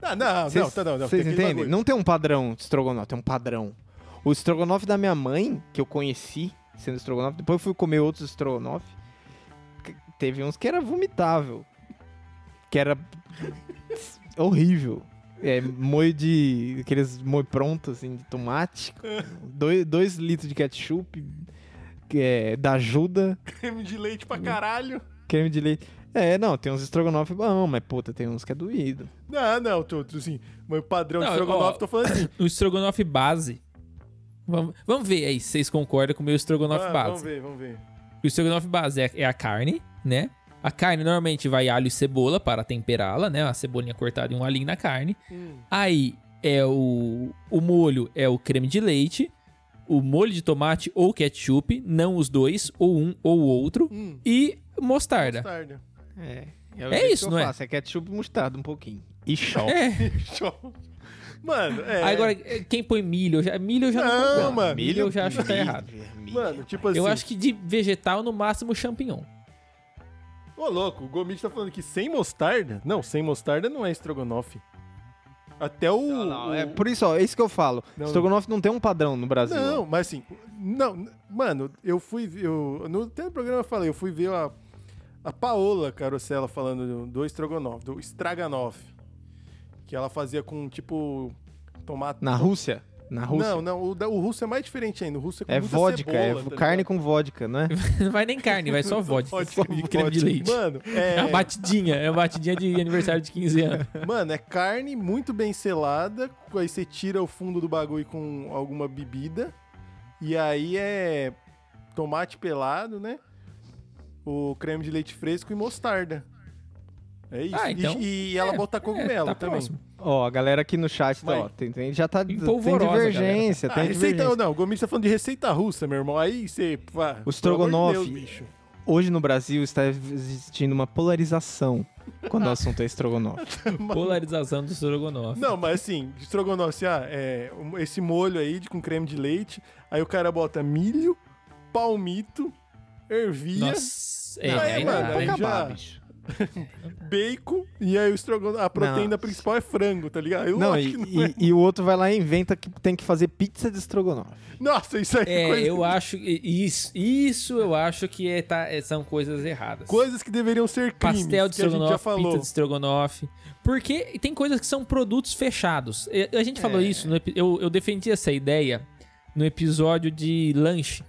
Speaker 2: Não, não, não, tá, não, não.
Speaker 4: Vocês
Speaker 2: tem aquele
Speaker 4: entendem?
Speaker 2: bagulho.
Speaker 4: Não tem um padrão de estrogonofe, tem um padrão. O estrogonofe da minha mãe, que eu conheci sendo estrogonofe, depois eu fui comer outros estrogonofe, que- teve uns que era vomitável. Que era horrível. É, molho de. aqueles molho pronto, assim, de tomate. dois, dois litros de ketchup. que é, da ajuda.
Speaker 2: Creme de leite
Speaker 4: Hum.
Speaker 2: pra caralho.
Speaker 4: Creme de leite. É, não, tem uns estrogonofe bom, mas puta, tem uns que é doído.
Speaker 2: Não, não, tô, tô assim. Mas o padrão de
Speaker 1: Não,
Speaker 2: estrogonofe,
Speaker 1: ó.
Speaker 2: tô falando assim.
Speaker 1: O Strogonoff base. Vamos, vamos ver aí se vocês concordam com o meu Strogonoff
Speaker 2: Ah,
Speaker 1: base.
Speaker 2: vamos ver, vamos ver.
Speaker 1: O estrogonofe base é, é a carne, né? A carne normalmente vai alho e cebola para temperá-la, né? A cebolinha cortada
Speaker 2: Hum.
Speaker 1: e um alhinho na carne. Aí é o, o molho é o creme de leite. o molho de tomate ou ketchup, não os dois, ou um ou outro,
Speaker 2: Hum,
Speaker 1: e mostarda.
Speaker 2: tarde.
Speaker 4: É,
Speaker 1: É
Speaker 4: o jeito que
Speaker 1: isso,
Speaker 4: eu
Speaker 1: não é?
Speaker 4: faço, é? ketchup e mostarda um pouquinho. E show.
Speaker 1: É.
Speaker 2: Mano, é.
Speaker 1: Aí Agora, é, quem põe milho, eu já, milho eu já
Speaker 2: Não,
Speaker 1: não, concordo.
Speaker 2: mano.
Speaker 1: Milho eu já acho que tá errado.
Speaker 2: Mano, tipo assim.
Speaker 1: Eu acho que de vegetal, no máximo, champignon.
Speaker 2: Ô, louco, o Gomit tá falando que sem mostarda. Não, sem mostarda não é estrogonofe. Até o.
Speaker 4: Não, não, é
Speaker 2: o-
Speaker 4: por isso, ó, é isso que eu falo.
Speaker 2: tipo, Não,
Speaker 4: Estrogonofe não tem um padrão no Brasil.
Speaker 2: Não, mas assim, não, n- mano, eu fui ver- eu no até no programa eu falei, eu fui ver a a Paola Carosella falando do, do estrogonofe, do straganoff, que ela fazia com tipo tomate
Speaker 4: Na Rússia? Na Rússia.
Speaker 2: Não, não, o, da- o russo é mais diferente ainda, o russo é com
Speaker 4: é
Speaker 2: muita
Speaker 4: vodka, é
Speaker 2: cebola, tá
Speaker 4: carne
Speaker 2: ligado?
Speaker 4: com vodka, não é?
Speaker 1: Não vai nem carne, vai só vodka.
Speaker 2: Vodka
Speaker 1: Só e creme de leite.
Speaker 2: Mano,
Speaker 1: É uma
Speaker 2: é,
Speaker 1: batidinha, é uma batidinha de aniversário de 15 anos.
Speaker 2: Mano, é carne muito bem selada, aí você tira o fundo do bagulho com alguma bebida, e aí é tomate pelado, né? O creme de leite fresco e mostarda. É isso.
Speaker 1: Ah,
Speaker 2: E-
Speaker 1: então,
Speaker 2: e, ela
Speaker 1: é,
Speaker 2: bota cogumelo
Speaker 1: É, tá
Speaker 2: também.
Speaker 1: próximo.
Speaker 4: Ó, a galera aqui no chat tá,
Speaker 2: Vai.
Speaker 4: ó, tem, tem- já tá tem
Speaker 1: Empolvorosa,
Speaker 4: divergência,
Speaker 2: Ah,
Speaker 4: tem divergência.
Speaker 2: receita, não, o Gomes tá falando de receita russa, meu irmão. Aí você. pá,
Speaker 4: O
Speaker 2: pelo amor de
Speaker 4: estrogonofe.
Speaker 2: Deus, bicho.
Speaker 4: Hoje no Brasil está existindo uma polarização
Speaker 2: Ah.
Speaker 4: quando o assunto é estrogonofe.
Speaker 1: Polarização do sorogonofe.
Speaker 2: Não, mas assim, estrogonofe, assim, ah, é, um- esse molho aí de, com creme de leite, aí o cara bota milho, palmito, ervilha,
Speaker 1: Nossa, é,
Speaker 2: Não,
Speaker 1: aí
Speaker 2: é,
Speaker 1: não
Speaker 2: mano,
Speaker 1: dá,
Speaker 4: pra
Speaker 1: né?
Speaker 2: aí já-
Speaker 4: bicho.
Speaker 2: bacon e aí o estrogonofe. A proteína
Speaker 4: Não.
Speaker 2: principal é frango, tá ligado? Eu
Speaker 4: Não,
Speaker 2: acho
Speaker 4: e,
Speaker 2: que não é.
Speaker 4: e- e o outro vai lá e inventa que tem que fazer pizza de estrogonofe.
Speaker 2: Nossa, isso aí é
Speaker 1: É,
Speaker 2: coisa-
Speaker 1: eu acho que- isso, isso eu acho que é, tá, é- são coisas erradas.
Speaker 2: coisas que deveriam ser crimes.
Speaker 1: Pastel de
Speaker 2: que a gente já
Speaker 1: estrogonofe, pizza
Speaker 2: falou.
Speaker 1: de estrogonofe. Porque tem coisas que são produtos fechados. E- A gente
Speaker 2: É.
Speaker 1: falou isso, no epi- eu, eu defendi essa ideia no episódio de lanche.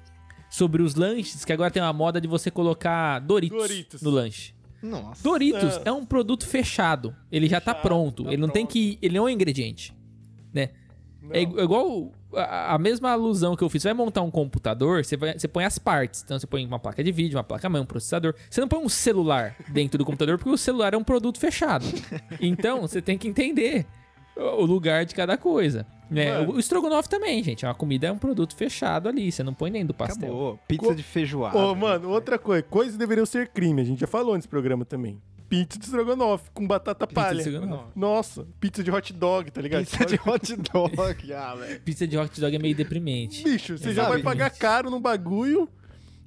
Speaker 1: Sobre os lanches, que agora tem uma moda de você colocar Doritos,
Speaker 2: Doritos.
Speaker 1: no lanche.
Speaker 4: Nossa.
Speaker 1: Doritos é um produto fechado. Ele já tá
Speaker 2: Fechado,
Speaker 1: pronto.
Speaker 2: tá
Speaker 1: ele não tem
Speaker 2: pronto.
Speaker 1: que. Ele não é um ingrediente.
Speaker 2: Não.
Speaker 1: É igu- igual a, a mesma alusão que eu fiz. Você vai montar um computador, você, vai- você põe as partes. Então você põe uma placa de vídeo, uma placa mãe, um processador. Você não põe um celular dentro do computador, porque o celular é um produto fechado. Então você tem que entender o o lugar de cada coisa. né?
Speaker 2: Mano.
Speaker 1: O, o estrogonofe também, gente. A comida é um produto fechado ali. Você não põe nem do pastel.
Speaker 4: Acabou. Pizza
Speaker 2: Co-
Speaker 4: de feijoada.
Speaker 2: Ô, mano, outra coisa. Coisas que deveriam ser crime. A gente já falou nesse programa também. Pizza de estrogonofe com batata
Speaker 1: Pizza de
Speaker 2: palha.
Speaker 1: estrogonofe.
Speaker 2: Nossa, pizza de hot dog, tá ligado?
Speaker 4: Pizza de hot dog, ah, velho.
Speaker 1: Pizza de hot dog é meio deprimente.
Speaker 2: Tipo, Bicho, você já vai
Speaker 4: Exatamente.
Speaker 2: pagar caro num bagulho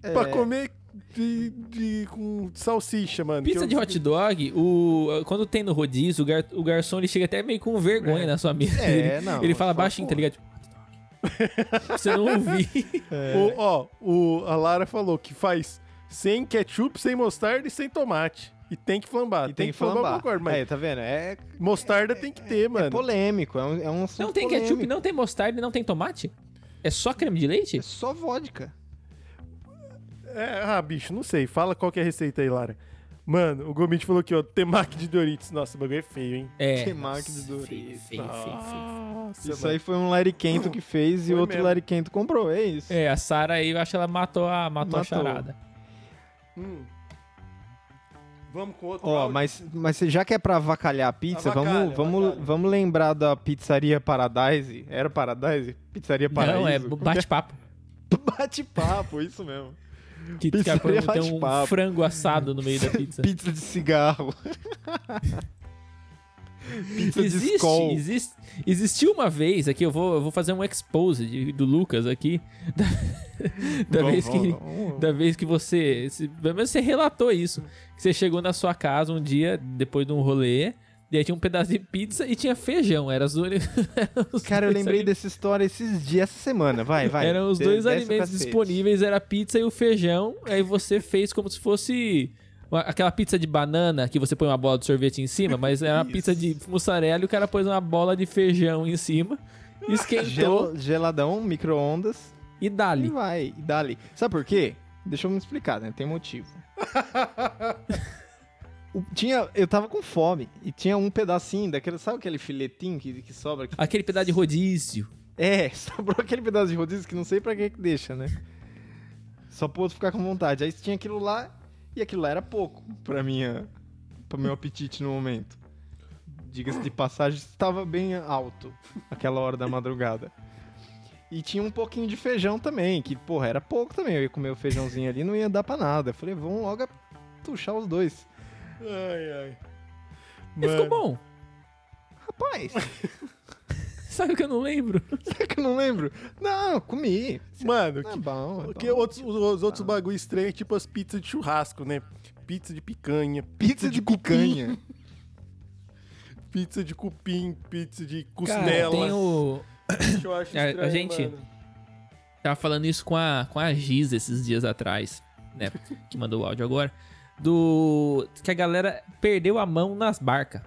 Speaker 2: pra
Speaker 4: É.
Speaker 2: comer de, de- com salsicha, mano. que
Speaker 1: Pizza
Speaker 2: eu-
Speaker 1: de hot dog, o, quando tem no rodízio, o, gar- o garçom ele chega até meio com vergonha na sua mesa.
Speaker 4: É,
Speaker 1: ele,
Speaker 4: não,
Speaker 1: ele fala
Speaker 4: por
Speaker 1: baixinho, tá
Speaker 4: favor.
Speaker 1: ligado? Tipo, "Hot dog." Você não ouvir.
Speaker 4: é.
Speaker 2: O- ó, o, a Lara falou que faz sem ketchup, sem mostarda e sem tomate. E tem que flambar.
Speaker 4: E tem que
Speaker 2: eu
Speaker 4: flambar.
Speaker 2: concordo, mas
Speaker 4: É, tá vendo? É,
Speaker 2: mostarda tem que ter,
Speaker 4: é
Speaker 2: mano.
Speaker 4: polêmico, é um, é um assunto
Speaker 1: Não tem
Speaker 4: polêmico.
Speaker 1: ketchup, não tem mostarda, não tem tomate? É só creme de leite?
Speaker 4: É só vodka.
Speaker 2: É, ah, bicho, não sei. Fala qual que é a receita aí, Lara. Mano, o Gomit falou aqui, ó, temaki de Doritos. Nossa, o bagulho é feio, hein?
Speaker 1: É.
Speaker 4: Que marca de Ah.
Speaker 1: Nossa,
Speaker 4: Doritos.
Speaker 1: feio, feio, feio, feio.
Speaker 2: Nossa,
Speaker 4: Isso
Speaker 2: mano.
Speaker 4: aí foi um Larry Quento que fez e
Speaker 2: Foi
Speaker 4: outro
Speaker 2: mesmo.
Speaker 4: Larry Quento comprou, é isso.
Speaker 1: É, a Sara aí, eu acho que ela matou a, matou a
Speaker 4: Matou.
Speaker 1: charada.
Speaker 2: Hum. Vamos com outro.
Speaker 4: Ó,
Speaker 2: áudio?
Speaker 4: mas, mas já que é pra avacalhar a pizza,
Speaker 2: Avacalha,
Speaker 4: vamos, vamos,
Speaker 2: avacalha.
Speaker 4: vamos lembrar da pizzaria Paradise. Era Paradise? Pizzaria Paradise.
Speaker 1: Não, é bate-papo.
Speaker 4: bate-papo, isso mesmo.
Speaker 1: Que os caras põem
Speaker 4: Pizzaria
Speaker 1: então, um
Speaker 4: é bate-papo.
Speaker 1: frango assado no meio da pizza.
Speaker 4: Pizza de cigarro. pizza é de
Speaker 1: Existe,
Speaker 4: Skol.
Speaker 1: existe, existiu uma vez aqui, eu vou, eu vou fazer um expose de- do Lucas aqui. Da, da
Speaker 4: Vamos,
Speaker 1: vez que,
Speaker 4: vamos, vamos.
Speaker 1: da vez que você. se- Pelo menos você relatou isso. Que você chegou na sua casa um dia, depois de um rolê, e aí tinha um pedaço de pizza e tinha feijão. Era os únicos.
Speaker 4: Cara, eu lembrei dessa história esses dias, essa semana. Vai, vai.
Speaker 1: Eram os
Speaker 4: De-
Speaker 1: dois
Speaker 4: desce o
Speaker 1: alimentos
Speaker 4: cacete.
Speaker 1: disponíveis, era a pizza e o feijão. Aí você fez como se fosse uma- aquela pizza de banana que você põe uma bola de sorvete em cima, mas era uma pizza de mussarela e o cara pôs uma bola de feijão em cima, esquentou
Speaker 4: Gel, geladão, micro-ondas.
Speaker 1: e
Speaker 4: E
Speaker 1: dali.
Speaker 4: vai, e dali. Sabe por quê? Deixa eu me explicar, né? Tem motivo. O- tinha, eu tava com fome e tinha um pedacinho daquele, sabe aquele filetinho que, que sobra? Que,
Speaker 1: Aquele pedaço de rodízio.
Speaker 4: é, sobrou aquele pedaço de rodízio que não sei pra que que deixa, né? Só pro outro ficar com vontade. Aí tinha aquilo lá e aquilo lá era pouco pra minha, pro meu apetite no momento. Diga-se de passagem, estava bem alto aquela hora da madrugada. E tinha um pouquinho de feijão também, que, porra, era pouco também. Eu ia comer o feijãozinho ali, não ia dar pra nada. Eu falei, vamos logo tuchar os dois.
Speaker 2: Ai, ai.
Speaker 1: E ficou
Speaker 2: Mano,
Speaker 1: bom.
Speaker 4: Rapaz,
Speaker 1: Sabe o que eu não lembro?
Speaker 4: será que eu não lembro? Não, comi.
Speaker 2: mano
Speaker 4: Tá
Speaker 2: que,
Speaker 4: bom. é
Speaker 2: que
Speaker 4: bom.
Speaker 2: outros, os, os outros bagulho estranho é tipo as pizzas de churrasco, né? Pizza de picanha,
Speaker 4: Pizza de picanha.
Speaker 2: pizza de cupim, pizza de
Speaker 1: Cara,
Speaker 2: costela.
Speaker 1: tem o...
Speaker 2: Isso eu acho
Speaker 1: A- a
Speaker 2: estranho,
Speaker 1: gente-
Speaker 2: mano.
Speaker 1: Tava falando isso com a, com a Giz esses dias atrás, né? Que mandou o áudio agora. Do. Que a galera perdeu a mão nas barcas.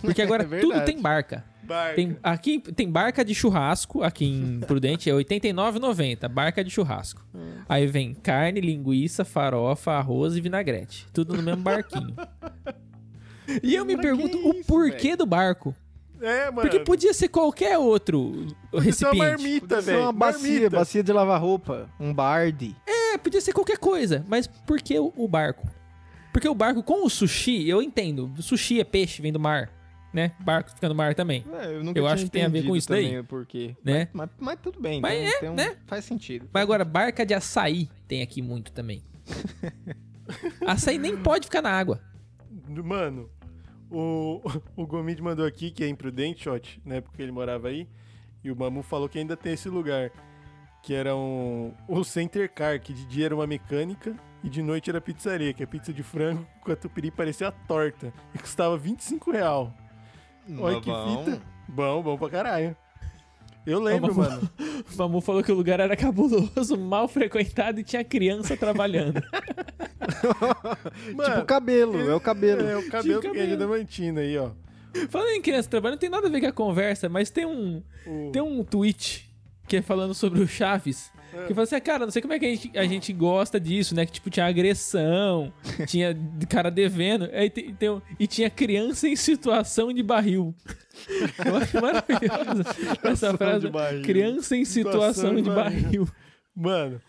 Speaker 1: Porque agora
Speaker 4: É
Speaker 1: tudo
Speaker 4: verdade.
Speaker 1: tem barca.
Speaker 2: Barca.
Speaker 1: Tem, aqui tem barca de churrasco, aqui em Prudente é R$ 89,90. Barca de churrasco.
Speaker 4: Hum.
Speaker 1: Aí vem carne, linguiça, farofa, arroz e vinagrete. Tudo no mesmo barquinho. E eu me
Speaker 4: Pra que
Speaker 1: pergunto o
Speaker 4: isso,
Speaker 1: porquê do barco.
Speaker 2: É, mano.
Speaker 1: Porque podia ser qualquer outro
Speaker 2: Isso é uma
Speaker 1: recipiente.
Speaker 2: marmita,
Speaker 4: Podia ser
Speaker 2: velho.
Speaker 4: uma bacia,
Speaker 2: Marmita.
Speaker 4: bacia de lavar roupa. Um barde.
Speaker 1: É, podia ser qualquer coisa, mas por que o o barco? Porque o barco com o sushi, eu entendo. Sushi é peixe, vem do mar, né? Barco fica no mar também,
Speaker 4: É, eu nunca
Speaker 1: Eu
Speaker 4: tinha
Speaker 1: acho que tem a ver
Speaker 4: entendido
Speaker 1: com isso
Speaker 4: também
Speaker 1: daí.
Speaker 4: o porquê.
Speaker 1: né?
Speaker 4: Mas, mas tudo bem,
Speaker 1: Mas
Speaker 4: tem-
Speaker 1: é,
Speaker 4: tem um-
Speaker 1: né?
Speaker 4: faz sentido.
Speaker 1: Mas agora, barca de açaí tem aqui muito também. açaí nem pode ficar na água.
Speaker 2: Mano, o, o Gomid mandou aqui, que é imprudente, shot, né? Porque ele morava aí. E o Mamu falou que ainda tem esse lugar. Que era um. O Center Car, que de dia era uma mecânica e de noite era pizzaria, que a pizza de frango com a tupiri parecia torta. E custava 25 real. Olha que
Speaker 4: Bom.
Speaker 2: fita. Bom, bom pra caralho. Eu lembro,
Speaker 1: Ô, Mamu.
Speaker 2: mano.
Speaker 1: O Mamu falou que o lugar era cabuloso, mal frequentado e tinha criança trabalhando.
Speaker 2: Mano,
Speaker 4: Tipo o cabelo, é o cabelo.
Speaker 2: É, o cabelo que é de
Speaker 1: cabelo.
Speaker 2: Damantina aí, ó.
Speaker 1: Falando em criança trabalhando, não tem nada a ver com a conversa, mas tem um,
Speaker 2: O-
Speaker 1: tem um tweet que é falando sobre o Chaves. Que fala assim, ah, cara, não sei como é que a gente, a gente gosta disso, né? Que tipo, tinha agressão, tinha cara devendo, aí tem, tem um- e tinha criança em situação de barril. Eu acho maravilhosa essa frase.
Speaker 2: barril.
Speaker 1: Criança em situação, de barril.
Speaker 2: Mano.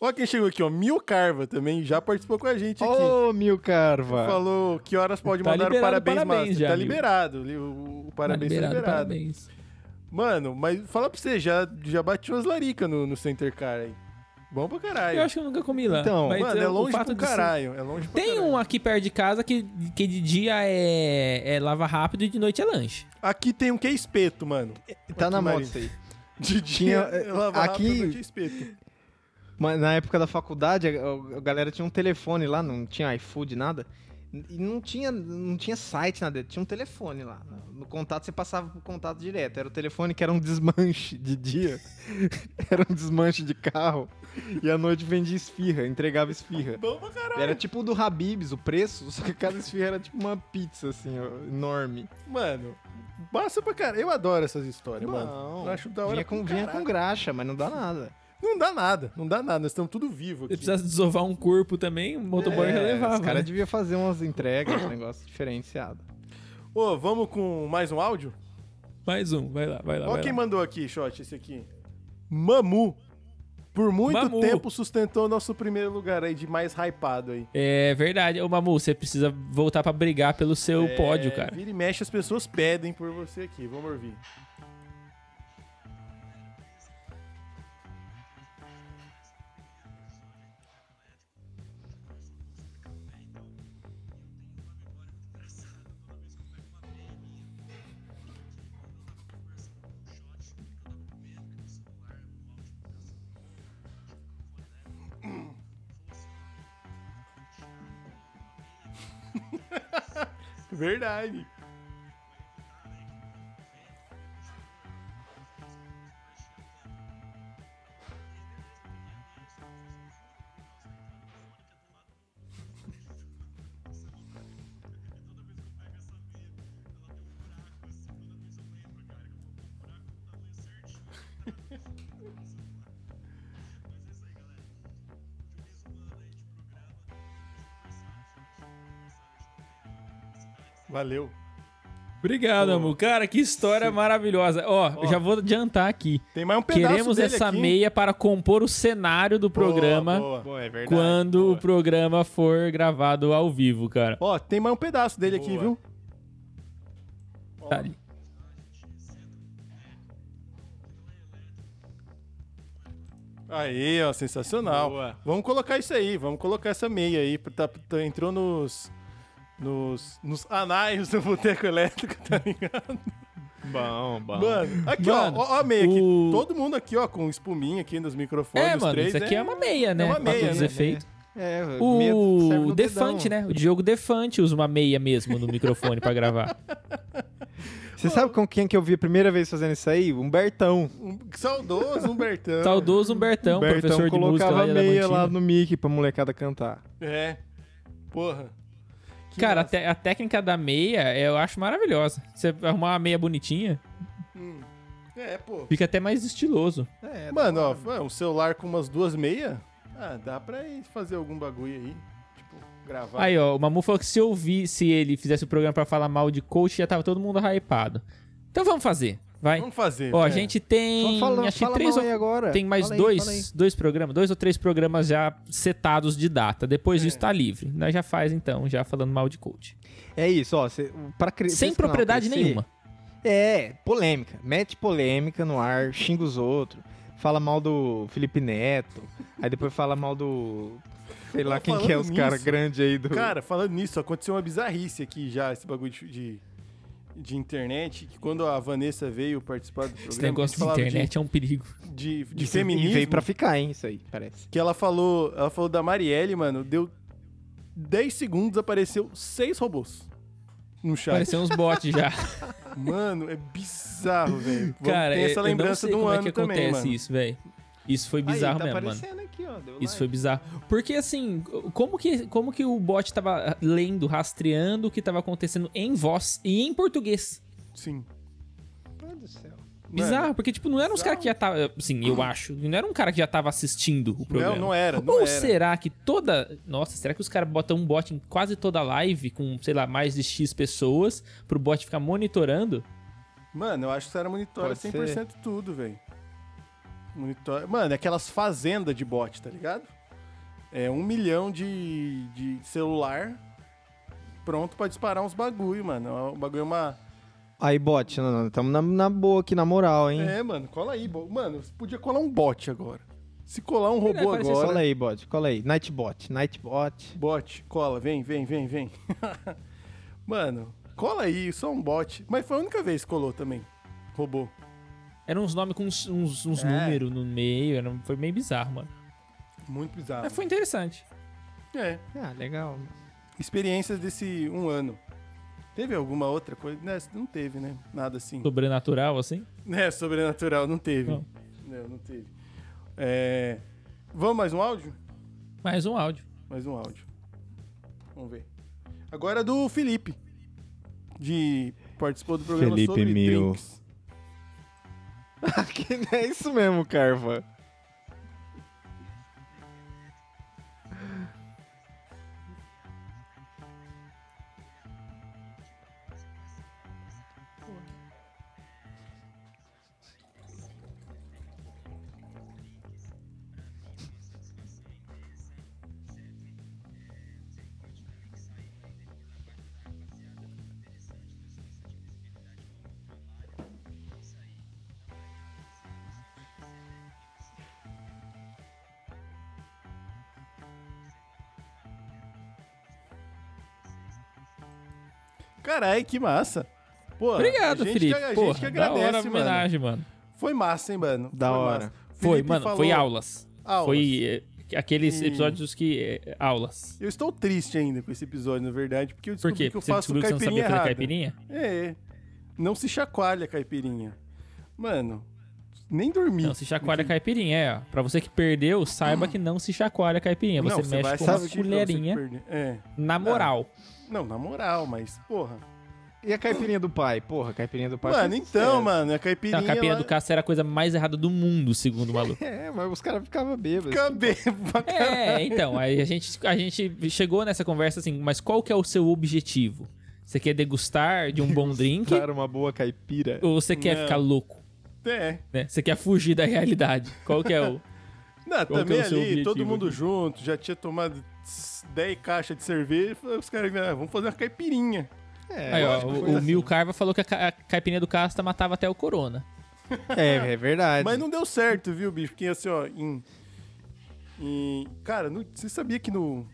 Speaker 2: Ó quem chegou aqui, ó. Mil Carva também já participou com a
Speaker 4: é,
Speaker 2: gente aqui.
Speaker 4: Ô, Mil Carva.
Speaker 2: Falou que horas pode
Speaker 1: Tá
Speaker 2: mandar o
Speaker 1: liberado o
Speaker 2: parabéns,
Speaker 1: parabéns
Speaker 2: Master.
Speaker 1: já,
Speaker 2: tá
Speaker 1: Mil.
Speaker 2: liberado. li- O, o parabéns tá
Speaker 1: Liberado,
Speaker 2: liberado.
Speaker 1: parabéns.
Speaker 2: Mano, mas fala pra você, já, já bati umas laricas no, no Center Car aí. Bom pra caralho.
Speaker 1: Eu acho que eu nunca comi lá.
Speaker 4: Então,
Speaker 1: mas
Speaker 2: É Mano,
Speaker 1: eu-
Speaker 2: é
Speaker 1: o
Speaker 2: longe
Speaker 1: fato
Speaker 2: pro
Speaker 1: de ser-
Speaker 2: caralho. É longe pra
Speaker 1: Tem
Speaker 2: caralho.
Speaker 1: um aqui perto de casa que, que de dia é, é lava rápido e de noite é lanche.
Speaker 2: Aqui tem um que é espeto, mano.
Speaker 4: tá na
Speaker 2: que
Speaker 4: moto
Speaker 2: marido.
Speaker 4: isso aí.
Speaker 2: De
Speaker 4: Tinha,
Speaker 2: dia,
Speaker 4: é,
Speaker 2: lava rápido,
Speaker 4: aqui-
Speaker 2: noite é espeto.
Speaker 4: Mas na época da faculdade, a, a- a galera tinha um telefone lá, não tinha iFood, nada. E não tinha, não tinha site, nada. Tinha um telefone lá. No contato, você passava pro contato direto. Era o telefone que era um desmanche de dia. era um desmanche de carro. E à noite vendia esfirra, entregava esfirra.
Speaker 2: É Bom pra caralho.
Speaker 4: Era tipo o do Habibs, o preço, só que cada esfirra era tipo uma pizza, assim, ó, enorme.
Speaker 2: Mano, massa pra caralho. Eu adoro essas histórias, mano.
Speaker 4: Não,
Speaker 2: eu acho da hora
Speaker 4: vinha com,
Speaker 2: pra
Speaker 4: vinha
Speaker 2: caralho.
Speaker 4: com graxa, mas não dá nada.
Speaker 2: Não dá nada, não dá nada. Nós estamos tudo vivo
Speaker 1: Se
Speaker 2: aqui.
Speaker 1: precisasse desovar um corpo também, o motoboy já levava.
Speaker 4: É, os caras
Speaker 1: né?
Speaker 4: deviam fazer umas entregas, um negócio diferenciado.
Speaker 2: Ô, vamos com mais um áudio?
Speaker 1: Mais um, vai lá, vai lá.
Speaker 2: Olha
Speaker 1: vai
Speaker 2: quem
Speaker 1: lá.
Speaker 2: mandou aqui, Shot, esse aqui. Mamu. Por muito
Speaker 1: Mamu.
Speaker 2: tempo sustentou nosso primeiro lugar aí de mais hypado aí.
Speaker 1: É verdade. Ô, Mamu, você precisa voltar pra brigar pelo seu
Speaker 2: É,
Speaker 1: pódio, cara.
Speaker 2: Vira e mexe, as pessoas pedem por você aqui. Vamos ouvir. Verdade. Valeu.
Speaker 1: Obrigado, Mamu. Cara, que história maravilhosa. Ó, eu já vou adiantar aqui.
Speaker 2: Tem mais um pedaço
Speaker 1: Queremos
Speaker 2: dele
Speaker 1: essa
Speaker 2: aqui.
Speaker 1: meia para compor o cenário do
Speaker 2: Boa,
Speaker 1: programa
Speaker 2: boa.
Speaker 4: é verdade.
Speaker 1: quando o programa for gravado ao vivo, cara.
Speaker 2: Ó, tem mais um pedaço dele aqui,
Speaker 4: Boa.
Speaker 2: viu?
Speaker 1: Tá ali.
Speaker 2: Aí, ó, sensacional.
Speaker 6: Boa.
Speaker 2: Vamos colocar isso aí, vamos colocar essa meia aí. Tá, tá- entrou nos, nos, nos anais do Boteco Elétrico, tá ligado?
Speaker 6: Bom, bom.
Speaker 2: Mano, aqui,
Speaker 1: Mano,
Speaker 2: ó, ó, ó a meia aqui.
Speaker 1: o-
Speaker 2: Todo mundo aqui, ó, com espuminha aqui nos microfones.
Speaker 1: É,
Speaker 2: os
Speaker 1: mano,
Speaker 2: três,
Speaker 1: isso aqui é, uma meia, né?
Speaker 2: uma
Speaker 1: pra
Speaker 2: meia,
Speaker 1: todos os
Speaker 2: né?
Speaker 1: efeitos.
Speaker 4: É, medo serve
Speaker 1: O
Speaker 4: no
Speaker 1: Defante,
Speaker 4: dedão.
Speaker 1: né? O Diogo Defante usa uma meia mesmo no microfone pra gravar.
Speaker 4: Você sabe com quem que eu vi a primeira vez fazendo isso aí? Humbertão.
Speaker 2: Um- saudoso, Humbertão.
Speaker 1: Saudoso Humbertão,
Speaker 4: Humbertão
Speaker 1: É um professor de música lá
Speaker 4: colocava
Speaker 1: de
Speaker 4: meia lá
Speaker 1: Adamantina.
Speaker 4: no mic pra molecada cantar.
Speaker 2: É. Porra. Que
Speaker 1: Cara, a,
Speaker 2: massa.
Speaker 1: te- a técnica da meia é, eu acho maravilhosa. Você arrumar uma meia bonitinha,
Speaker 2: Hum. É, pô.
Speaker 1: fica até mais estiloso.
Speaker 4: É,
Speaker 2: Mano, ó, foi um celular com umas duas meias. Ah, dá pra ir fazer algum bagulho aí. Tipo, gravar.
Speaker 1: Aí, ó, o Mamu falou que se eu vi, se ele fizesse o programa pra falar mal de coach, já tava todo mundo hypado. Então vamos fazer, vai.
Speaker 2: Vamos fazer.
Speaker 1: Ó, a
Speaker 2: é.
Speaker 1: gente tem.
Speaker 4: Só fala,
Speaker 1: acho que
Speaker 4: fala
Speaker 1: três
Speaker 4: mal
Speaker 1: ou
Speaker 4: aí agora.
Speaker 1: Tem mais
Speaker 4: Fala aí,
Speaker 1: dois,
Speaker 4: fala aí.
Speaker 1: dois programas, dois ou três programas já setados de data. Depois disso tá livre. Nós já faz então, já falando mal de coach.
Speaker 4: É isso, ó. Cê, pra cre- pra
Speaker 1: Sem
Speaker 4: esse canal
Speaker 1: propriedade
Speaker 4: crescer-
Speaker 1: nenhuma.
Speaker 4: É, polêmica. Mete polêmica no ar, xinga os outros. Fala mal do Felipe Neto. aí depois fala mal do. Sei lá
Speaker 2: Ó,
Speaker 4: quem que
Speaker 2: falando
Speaker 4: é os caras
Speaker 2: nisso,
Speaker 4: grandes aí do.
Speaker 2: Cara, falando nisso, aconteceu uma bizarrice aqui já, esse bagulho de, de, de internet, que quando a Vanessa veio participar do programa,
Speaker 1: Esse
Speaker 2: a gente
Speaker 1: negócio de
Speaker 2: falava
Speaker 1: internet é um perigo.
Speaker 2: de, de, de
Speaker 4: Isso- E
Speaker 2: feminismo,
Speaker 4: veio pra ficar, hein, isso aí, parece.
Speaker 2: que ela falou, ela falou da Marielle, mano, deu 10 segundos, apareceu seis robôs no chat.
Speaker 1: Pareceu uns bots já.
Speaker 2: Mano, é bizarro, velho. Vamos-
Speaker 1: Cara,
Speaker 2: tem essa
Speaker 1: eu-
Speaker 2: lembrança
Speaker 1: eu não sei
Speaker 2: de um
Speaker 1: como é
Speaker 2: ano
Speaker 1: que
Speaker 2: também,
Speaker 1: acontece
Speaker 2: mano.
Speaker 1: isso, velho. Isso foi bizarro
Speaker 4: aí, tá
Speaker 1: mesmo, mano.
Speaker 4: aparecendo né? aqui, ó. deu
Speaker 1: Isso foi
Speaker 4: like.
Speaker 1: bizarro. Porque assim, como que, como que o bot tava lendo, rastreando o que tava acontecendo em voz e em português?
Speaker 2: Sim.
Speaker 4: Meu Deus do céu.
Speaker 1: Bizarro, porque tipo, não era uns
Speaker 2: bizarro.
Speaker 1: caras que já tava, assim, eu acho, não era um cara que já tava assistindo o programa.
Speaker 2: Não, não era, não
Speaker 1: Ou
Speaker 2: era.
Speaker 1: será que toda. Nossa, será que os caras botam um bot em quase toda live com, sei lá, mais de X pessoas pro bot ficar monitorando?
Speaker 2: Mano, eu acho que isso era monitora
Speaker 4: Pode ser.
Speaker 2: 100% tudo, velho. Monitora... Mano, é aquelas fazendas de bot, tá ligado? É um milhão de, de celular pronto pra disparar uns bagulho, mano. O bagulho é uma...
Speaker 4: Aí, bot, não, não, tamo na, na boa aqui, na moral, hein?
Speaker 2: É, mano, cola aí. bo- Mano, você podia colar um bot agora. Se colar um robô
Speaker 1: parece
Speaker 2: agora...
Speaker 4: É, Cola aí, bot, cola aí. Nightbot, Nightbot.
Speaker 2: Bot, cola, vem, vem, vem, vem. mano, cola aí, só um bot. Mas foi a única vez que colou também. Robô.
Speaker 1: Eram uns nomes com uns, uns- uns
Speaker 2: É.
Speaker 1: números no meio, era, um, foi meio bizarro, mano.
Speaker 2: Muito bizarro.
Speaker 1: Mas Ah, foi interessante.
Speaker 2: É.
Speaker 4: Ah, legal.
Speaker 2: experiências desse um ano. Teve alguma outra coisa? Né, Não teve, né? Nada assim.
Speaker 1: Sobrenatural, assim.
Speaker 2: Né, sobrenatural, não teve.
Speaker 1: Não.
Speaker 2: Não, não, teve. É, Vamos mais um áudio?
Speaker 1: Mais um áudio.
Speaker 2: Mais um áudio. Vamos ver. Agora do Felipe. De... Participou do programa
Speaker 4: Felipe
Speaker 2: sobre
Speaker 4: Mil.
Speaker 2: drinks.
Speaker 4: é isso mesmo, Carva.
Speaker 2: Carai, que massa. Pô,
Speaker 1: Obrigado,
Speaker 2: Ah, a gente
Speaker 1: Felipe.
Speaker 2: Que, a gente
Speaker 1: Porra, da
Speaker 2: que
Speaker 1: hora a
Speaker 2: agradece, mano.
Speaker 1: homenagem, mano.
Speaker 2: Foi massa, hein, mano?
Speaker 4: Da
Speaker 2: Foi
Speaker 4: hora.
Speaker 2: massa.
Speaker 1: Foi,
Speaker 2: Felipe
Speaker 1: mano, foi
Speaker 2: falou
Speaker 1: aulas.
Speaker 2: aulas. Hum.
Speaker 1: Foi é, aqueles
Speaker 2: E-
Speaker 1: episódios que... é, aulas.
Speaker 2: Eu estou triste ainda com esse episódio, na verdade, porque eu
Speaker 1: Por
Speaker 2: descobri
Speaker 1: quê?
Speaker 2: que eu
Speaker 1: Você
Speaker 2: faço
Speaker 1: descobriu que você não
Speaker 2: caipirinha
Speaker 1: sabia fazer
Speaker 2: errada.
Speaker 1: caipirinha?
Speaker 2: É, é. não se chacoalha caipirinha. Mano, nem dormi.
Speaker 1: Não se chacoalha a
Speaker 2: Uhum.
Speaker 1: caipirinha, é. ó. Pra você que perdeu, saiba que não se chacoalha a caipirinha. Você
Speaker 2: Não,
Speaker 1: mexe
Speaker 2: vai
Speaker 1: com uma
Speaker 2: assistir pra você
Speaker 1: colherinha
Speaker 2: perder. É.
Speaker 1: na moral.
Speaker 2: Não, na moral, mas, porra.
Speaker 4: E a caipirinha do pai? Porra, a caipirinha do pai.
Speaker 2: mano,
Speaker 4: foi
Speaker 2: então,
Speaker 4: sucesso.
Speaker 2: mano, a
Speaker 1: Não,
Speaker 2: caipirinha.
Speaker 1: a caipirinha
Speaker 2: ela
Speaker 1: do Cássio era a coisa mais errada do mundo, segundo o maluco.
Speaker 4: É, mas os caras ficavam bêbados.
Speaker 2: Fica bêbado pra caralho.
Speaker 1: é, então, aí a gente, a gente chegou nessa conversa assim, mas qual que é o seu objetivo? Você quer degustar de um bom drink?
Speaker 4: Cara, uma boa caipira.
Speaker 1: Ou você quer
Speaker 2: Não.
Speaker 1: ficar louco?
Speaker 2: É.
Speaker 1: Né? Você quer fugir da realidade? Qual que é o...
Speaker 2: Não,
Speaker 1: Qual que
Speaker 2: também
Speaker 1: é o seu
Speaker 2: ali, todo
Speaker 1: objetivo
Speaker 2: mundo
Speaker 1: aqui?
Speaker 2: junto, já tinha tomado 10 caixas de cerveja, falei, os caras, ah, vamos fazer uma caipirinha.
Speaker 4: É,
Speaker 1: Aí, ó,
Speaker 2: lógico, assim.
Speaker 1: o,
Speaker 2: coisa
Speaker 1: o Mil Carva falou que a, ca- a caipirinha do Casta matava até o Corona.
Speaker 4: É, é verdade.
Speaker 2: Mas não deu certo, viu, bicho? Porque assim, ó, em. em- cara, no- você sabia que no,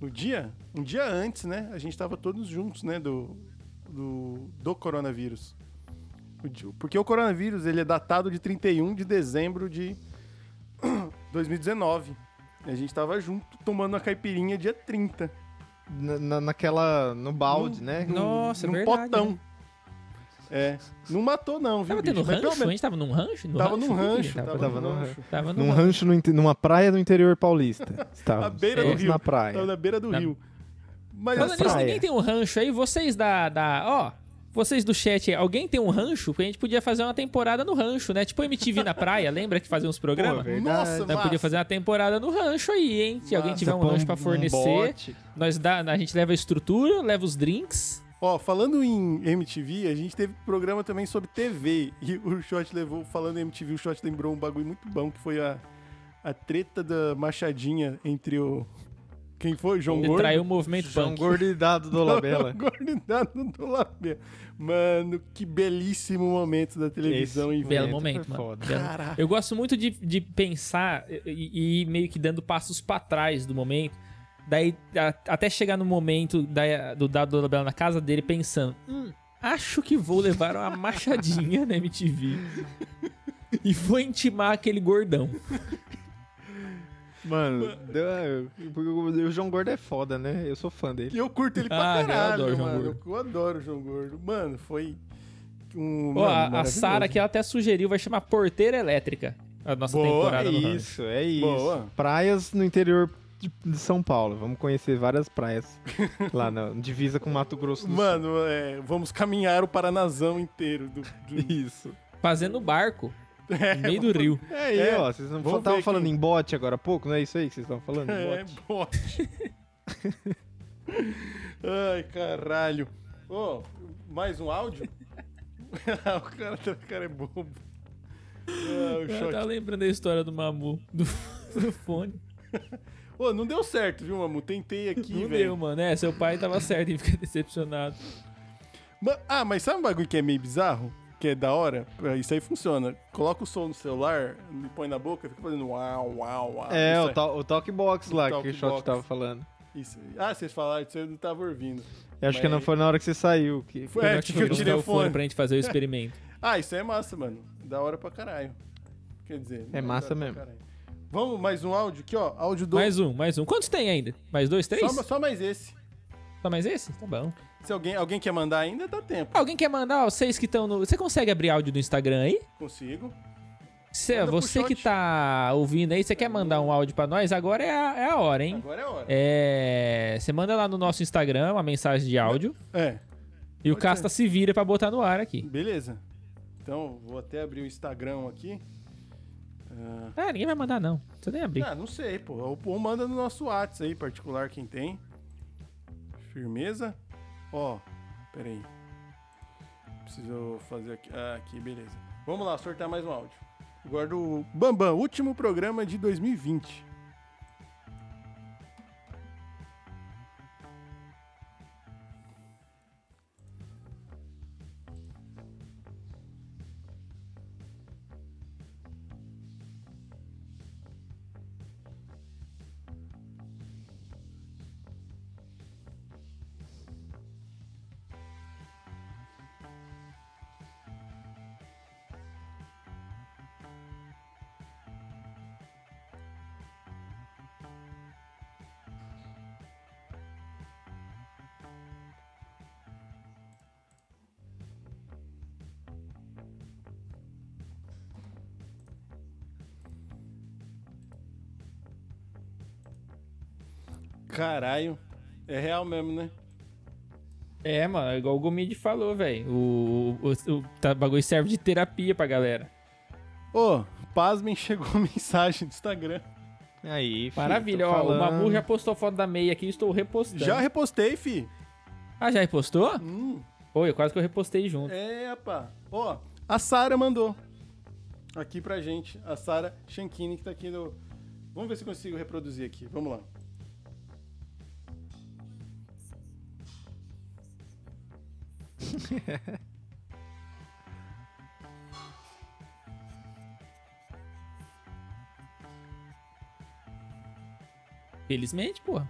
Speaker 2: no dia, um dia antes, né, a gente tava todos juntos, né, do, do, do coronavírus. O di- Porque o coronavírus, ele é datado de 31 de dezembro de 2019. E A gente tava junto tomando a caipirinha dia 30.
Speaker 4: Na- na- naquela. No balde, né?
Speaker 1: Nossa, é
Speaker 2: num
Speaker 1: verdade. né?
Speaker 2: potão. É. Não matou, não, viu?
Speaker 1: Tava
Speaker 2: bicho?
Speaker 1: tendo
Speaker 2: Mas pelo
Speaker 1: rancho? A
Speaker 2: menos-
Speaker 1: gente tava num rancho? No
Speaker 2: Tava num
Speaker 1: Por quê?
Speaker 2: rancho, tava
Speaker 4: Tava num rancho.
Speaker 1: Tava num
Speaker 4: Num
Speaker 1: rancho.
Speaker 4: rancho, no inte- numa praia do interior paulista.
Speaker 2: Na
Speaker 4: Estávamos,
Speaker 2: beira do
Speaker 4: todos
Speaker 2: rio.
Speaker 4: na praia.
Speaker 2: Tava na beira do
Speaker 1: Na-
Speaker 2: rio. Mas
Speaker 1: Falando
Speaker 2: assim,
Speaker 1: nisso,
Speaker 4: praia.
Speaker 1: ninguém tem um rancho aí? Vocês da. da ó, vocês do chat aí, alguém tem um rancho? Porque a gente podia fazer uma temporada no rancho, né? Tipo MTV na praia, lembra que fazia uns programas?
Speaker 4: velho.
Speaker 2: nossa,
Speaker 1: Nós podia fazer uma temporada no rancho aí, hein? Se alguém
Speaker 2: Massa.
Speaker 1: tiver um
Speaker 4: Põe
Speaker 1: rancho pra fornecer,
Speaker 4: Ah, bote.
Speaker 1: nós dá, a gente leva a estrutura, leva os drinks.
Speaker 2: Ó, falando em MTV, a gente teve programa também sobre TV. E o Shot levou, falando em MTV, o Shot lembrou um bagulho muito bom, que foi a, a treta da machadinha entre o... Quem foi? João
Speaker 1: Ele
Speaker 2: Gordo?
Speaker 1: traiu o movimento
Speaker 4: João
Speaker 1: punk.
Speaker 4: Gordo e Dado do Labela.
Speaker 2: Gordo e Dado do Labela. Mano, que belíssimo momento da televisão. hein,
Speaker 4: Esse
Speaker 2: velho?
Speaker 1: Belo momento,
Speaker 4: foi
Speaker 1: mano.
Speaker 4: foda.
Speaker 1: Belo- Eu gosto muito de, de pensar e, e meio que dando passos pra trás do momento. Daí, a- até chegar no momento da- do dado do Labela na casa dele pensando: hum, acho que vou levar uma machadinha na MTV. e vou intimar aquele gordão.
Speaker 4: Mano, deu- é, o o João Gordo é foda, né? Eu sou fã dele.
Speaker 2: E eu curto ele pra
Speaker 1: Ah, eu
Speaker 2: caralho,
Speaker 1: adoro o João
Speaker 2: mano.
Speaker 1: Gordo.
Speaker 2: Eu adoro o João Gordo. Mano, foi um...
Speaker 1: Ó,
Speaker 2: mano,
Speaker 1: a- a
Speaker 2: maravilhoso.
Speaker 1: Sara, que ela até sugeriu, vai chamar Porteira Elétrica. A nossa
Speaker 2: Boa,
Speaker 1: temporada
Speaker 4: É
Speaker 1: no Rancho.
Speaker 4: isso, é isso.
Speaker 2: Boa.
Speaker 4: Praias no interior de, de São Paulo. Vamos conhecer várias praias lá na divisa com Mato Grosso do
Speaker 2: Mano, é, vamos caminhar o Paranazão inteiro. Do,
Speaker 4: Sul.
Speaker 2: do-
Speaker 4: Isso.
Speaker 1: Fazendo barco no meio do rio.
Speaker 4: É aí,
Speaker 2: É,
Speaker 4: ó. Vocês não
Speaker 2: vamos
Speaker 4: estavam
Speaker 2: ver
Speaker 4: falando
Speaker 2: quem-
Speaker 4: em bote agora há pouco, não é isso aí que vocês estavam falando? Em
Speaker 2: É,
Speaker 4: bote?
Speaker 2: bote. Ai, caralho. Ô, mais um áudio? o, cara, tá- o cara é bobo. Ah, o
Speaker 1: Eu tava
Speaker 2: shot.
Speaker 1: lembrando a história do Mamu, do, do fone.
Speaker 2: Ô, não deu certo, viu, Mamu? Tentei aqui,
Speaker 1: Não deu,
Speaker 2: velho.
Speaker 1: mano. É, seu pai tava certo em ficar decepcionado.
Speaker 2: Ma- Ah, mas sabe um bagulho que é meio bizarro? Que é da hora? Isso aí funciona. Coloca o som no celular, me põe na boca, fica fazendo uau, uau,
Speaker 1: ah,
Speaker 2: uau.
Speaker 4: É,
Speaker 2: Isso
Speaker 4: o, tal- o talk box lá
Speaker 2: talk
Speaker 4: que o Shot
Speaker 2: box.
Speaker 4: tava falando.
Speaker 2: isso. Ah, vocês falaram disso, eu não tava ouvindo.
Speaker 4: Eu acho que
Speaker 2: Mas-
Speaker 4: não foi na hora que você saiu. Que...
Speaker 2: Foi, é,
Speaker 1: Melhor
Speaker 2: que
Speaker 1: não
Speaker 2: eu tirei
Speaker 1: usar
Speaker 2: o fone.
Speaker 1: pra gente fazer o experimento.
Speaker 2: Ah, isso aí é massa, mano. Da hora pra caralho. Quer dizer. não
Speaker 4: É massa
Speaker 2: da hora
Speaker 4: mesmo.
Speaker 2: pra caralho. Vamos, mais um áudio aqui, ó. Áudio do.
Speaker 1: mais um, mais um. Quantos tem ainda? Mais dois, três?
Speaker 2: só,
Speaker 1: Só,
Speaker 2: ma- só mais esse.
Speaker 1: mais esse? Tá bom.
Speaker 2: Se alguém, alguém quer mandar ainda, dá tempo.
Speaker 1: Alguém quer mandar, ó, vocês que estão no... Você consegue abrir áudio do Instagram aí?
Speaker 2: Consigo.
Speaker 1: Cê,
Speaker 2: Manda pro
Speaker 1: você que
Speaker 2: chat.
Speaker 1: tá ouvindo aí, você quer mandar um áudio pra nós? Agora é a, é a hora, hein?
Speaker 2: Agora é a hora.
Speaker 1: É... Você manda lá no nosso Instagram uma mensagem de áudio
Speaker 2: É,
Speaker 1: e o
Speaker 2: Pode
Speaker 1: Casta se vira pra botar no ar aqui.
Speaker 2: beleza. Então, vou até abrir o Instagram aqui. Ah,
Speaker 1: Ah, ninguém vai mandar não. Você nem abrir.
Speaker 2: ah, não sei, pô. Ou, ou manda no nosso WhatsApp aí, particular, quem tem. Firmeza. Ó, peraí. Preciso fazer aqui. ah, aqui, beleza. Vamos lá, sortar mais um áudio. Agora do Bambam, último programa de 2020. Caralho. É real mesmo, né?
Speaker 1: É, mano, é igual o Gomid falou, velho. O, o, o, tá- o bagulho serve de terapia pra galera.
Speaker 2: Ô, pasmem, chegou a mensagem do Instagram.
Speaker 4: Aí, filho,
Speaker 1: Maravilha,
Speaker 4: tô
Speaker 1: ó. O
Speaker 4: falando.
Speaker 1: Mamu já postou foto da meia aqui, estou repostando.
Speaker 2: Já repostei, fi.
Speaker 1: Ah, já repostou?
Speaker 2: Hum,
Speaker 1: Oi, quase que eu repostei junto.
Speaker 2: é, pá. Ó, a Sara mandou aqui pra gente. A Sara Shankini, que tá aqui no... Vamos ver se eu consigo reproduzir aqui. Vamos lá.
Speaker 1: Felizmente, porra.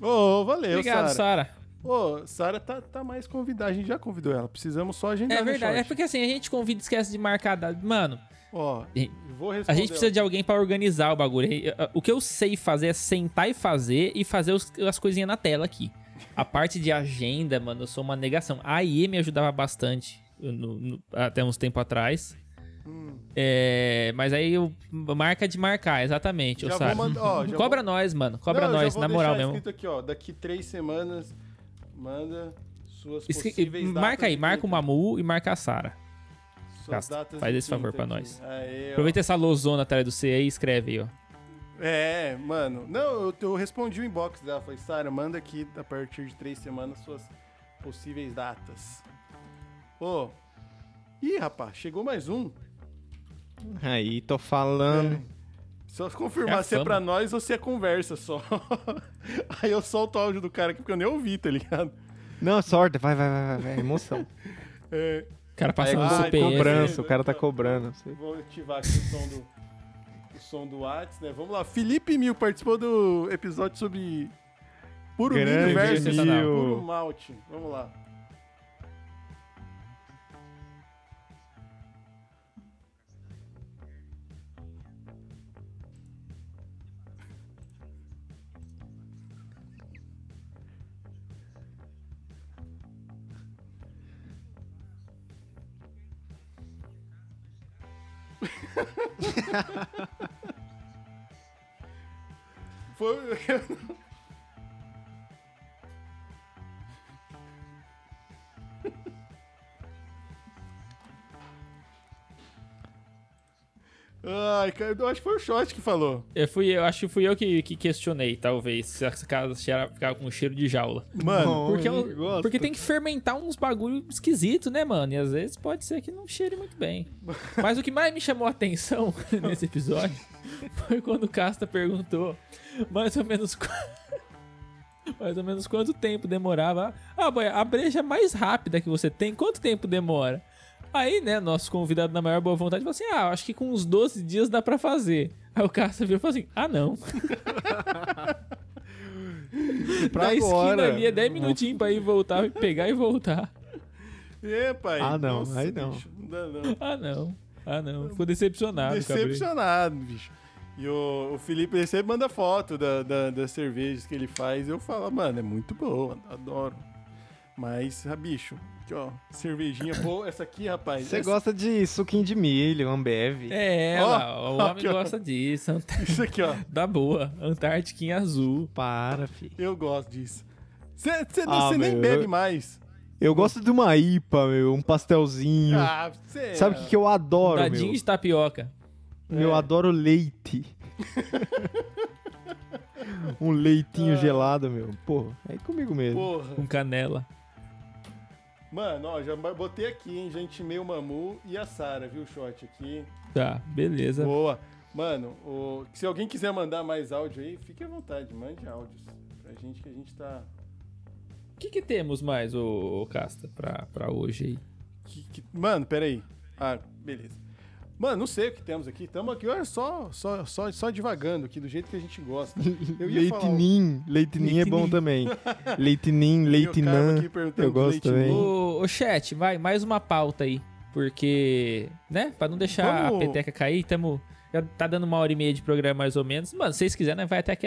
Speaker 2: Ô, valeu,
Speaker 1: Obrigado,
Speaker 2: Sara.
Speaker 1: Sara.
Speaker 2: Ô, Sara tá, tá mais convidada. A gente já convidou ela. Precisamos só agendar.
Speaker 1: É
Speaker 2: né,
Speaker 1: verdade. É
Speaker 2: Short?
Speaker 1: porque assim, a gente convida e esquece de marcar. a data. Mano,
Speaker 2: Ó,
Speaker 1: E-
Speaker 2: eu vou
Speaker 1: a
Speaker 2: responder.
Speaker 1: gente precisa de alguém pra organizar o bagulho. E, uh, O que eu sei fazer é sentar e fazer e fazer os- as coisinhas na tela aqui. A parte de agenda, mano, eu sou uma negação. A IE me ajudava bastante eu no- no- até uns tempo atrás.
Speaker 2: Hum,
Speaker 1: É, mas aí eu, marca de marcar, exatamente. ô
Speaker 2: Já
Speaker 1: Sara.
Speaker 2: vou mandar- ó, já
Speaker 1: Cobra
Speaker 2: vou-
Speaker 1: nós, mano. Cobra
Speaker 2: Não, eu já
Speaker 1: nós,
Speaker 2: vou
Speaker 1: na moral
Speaker 2: deixar
Speaker 1: mesmo.
Speaker 2: escrito aqui, ó. Daqui três semanas, manda suas
Speaker 1: Esque-
Speaker 2: possíveis datas
Speaker 1: Marca aí,
Speaker 2: de
Speaker 1: marca o
Speaker 2: quinta.
Speaker 1: Mamu e marca a Sara.
Speaker 2: Suas
Speaker 1: Castro,
Speaker 2: datas
Speaker 1: faz
Speaker 2: de
Speaker 1: esse favor
Speaker 2: quinta
Speaker 1: pra
Speaker 2: aqui.
Speaker 1: nós.
Speaker 2: Aê, ó.
Speaker 1: Aproveita essa lozona atrás do C aí e escreve aí, ó.
Speaker 2: É, mano. Não, eu, eu respondi o inbox dela. Falei, Sara, manda aqui a partir de três semanas suas possíveis datas. Ô. Ih, rapaz, chegou mais um.
Speaker 4: Aí, tô falando.
Speaker 2: Só
Speaker 1: É
Speaker 2: confirmar
Speaker 1: a
Speaker 2: se é
Speaker 1: fama.
Speaker 2: pra nós ou se é conversa só. Aí eu solto o áudio do cara aqui porque eu nem ouvi, tá ligado?
Speaker 4: Não, sorte, vai, vai, vai, vai, vai. Emoção.
Speaker 2: É,
Speaker 1: O cara passando
Speaker 2: Ah,
Speaker 1: no
Speaker 2: vai,
Speaker 1: CPF.
Speaker 4: Cobrança, o cara tá cobrando. sei.
Speaker 2: vou ativar aqui o som do. O som do Whats, né? Vamos lá. Felipe Mil participou do episódio sobre puro
Speaker 4: Grande
Speaker 2: milho versus
Speaker 4: Mil.
Speaker 2: puro malte. Vamos lá. Foi. Ai, cara, eu acho que foi o Shot que falou.
Speaker 1: Eu fui, eu acho que fui eu que, que questionei, talvez, se essa casa cheira- ficava com cheiro de jaula.
Speaker 2: Mano,
Speaker 1: Porque, é um-
Speaker 4: eu gosto.
Speaker 1: porque tem que fermentar uns bagulho esquisito, né, mano? E às vezes pode ser que não cheire muito bem. Mas o que mais me chamou a atenção nesse episódio foi quando o Casta perguntou mais ou menos qu- mais ou menos quanto tempo demorava. Ah, boy, a breja mais rápida que você tem, quanto tempo demora? Aí, né, nosso convidado na maior boa vontade falou assim: Ah, acho que com uns 12 dias dá pra fazer. Aí o Casta viu e falou assim: Ah, não.
Speaker 4: Pra
Speaker 1: da esquina
Speaker 4: agora.
Speaker 1: ali é 10 minutinhos pra ir voltar, e pegar e voltar.
Speaker 2: é, pai.
Speaker 4: Ah, não, aí não.
Speaker 2: bicho, não dá, não.
Speaker 1: Ah, não. Ah, não. Ficou decepcionado. Decepcionado.
Speaker 2: Decepcionado, bicho. E o, o Felipe ele sempre manda foto da, da- das cervejas que ele faz. Eu falo, mano, é muito boa, adoro. Mas, ah, bicho, aqui, ó, cervejinha boa. Essa aqui, rapaz.
Speaker 4: Você
Speaker 2: essa-
Speaker 4: gosta de suquinho de milho, Ambev.
Speaker 1: É,
Speaker 2: Ó,
Speaker 1: lá, ó, o
Speaker 2: ó,
Speaker 1: homem
Speaker 2: que ó.
Speaker 1: gosta disso. Ant-
Speaker 2: Isso aqui, ó.
Speaker 1: Da boa. Antártica em azul.
Speaker 4: Para, fi.
Speaker 2: Eu gosto disso. Você
Speaker 4: Ah,
Speaker 2: nem
Speaker 4: meu,
Speaker 2: bebe
Speaker 4: eu-
Speaker 2: mais.
Speaker 4: Eu gosto de uma IPA, meu, um pastelzinho.
Speaker 2: Ah, você.
Speaker 4: Sabe o que, que eu adoro,
Speaker 1: Dadinho
Speaker 4: meu?
Speaker 1: de tapioca.
Speaker 2: É.
Speaker 4: Eu adoro leite. um leitinho
Speaker 2: Ah.
Speaker 4: gelado, meu. Pô, é comigo mesmo.
Speaker 2: Porra.
Speaker 1: Com canela.
Speaker 2: Mano, ó, já botei aqui, hein? Já intimei o Mamu e a Sara, viu, shot aqui.
Speaker 1: Tá, beleza.
Speaker 2: Boa. Mano, o- se alguém quiser mandar mais áudio aí, fique à vontade, mande áudios. Pra gente que a gente tá.
Speaker 1: O que, que temos mais, ô, ô Casta, pra, pra hoje aí?
Speaker 2: que- que- Mano, peraí. Ah, beleza. Mano, não sei o que temos aqui. Tamo aqui, olha, só, só, só, só divagando aqui, do jeito que a gente gosta. Eu ia falar. um o-
Speaker 4: Leitinim, leitinim é bom também. Leitinim, leitinã.
Speaker 2: aqui perguntando do
Speaker 4: Eu gosto
Speaker 2: leitinim.
Speaker 4: também.
Speaker 1: Ô, ô, chat, vai, mais uma pauta aí. Porque, né, pra não deixar
Speaker 2: Vamos-
Speaker 1: a peteca cair, tamo. Já tá dando uma hora e meia de programa mais ou menos. Mano, se vocês quiserem, né, vai até que.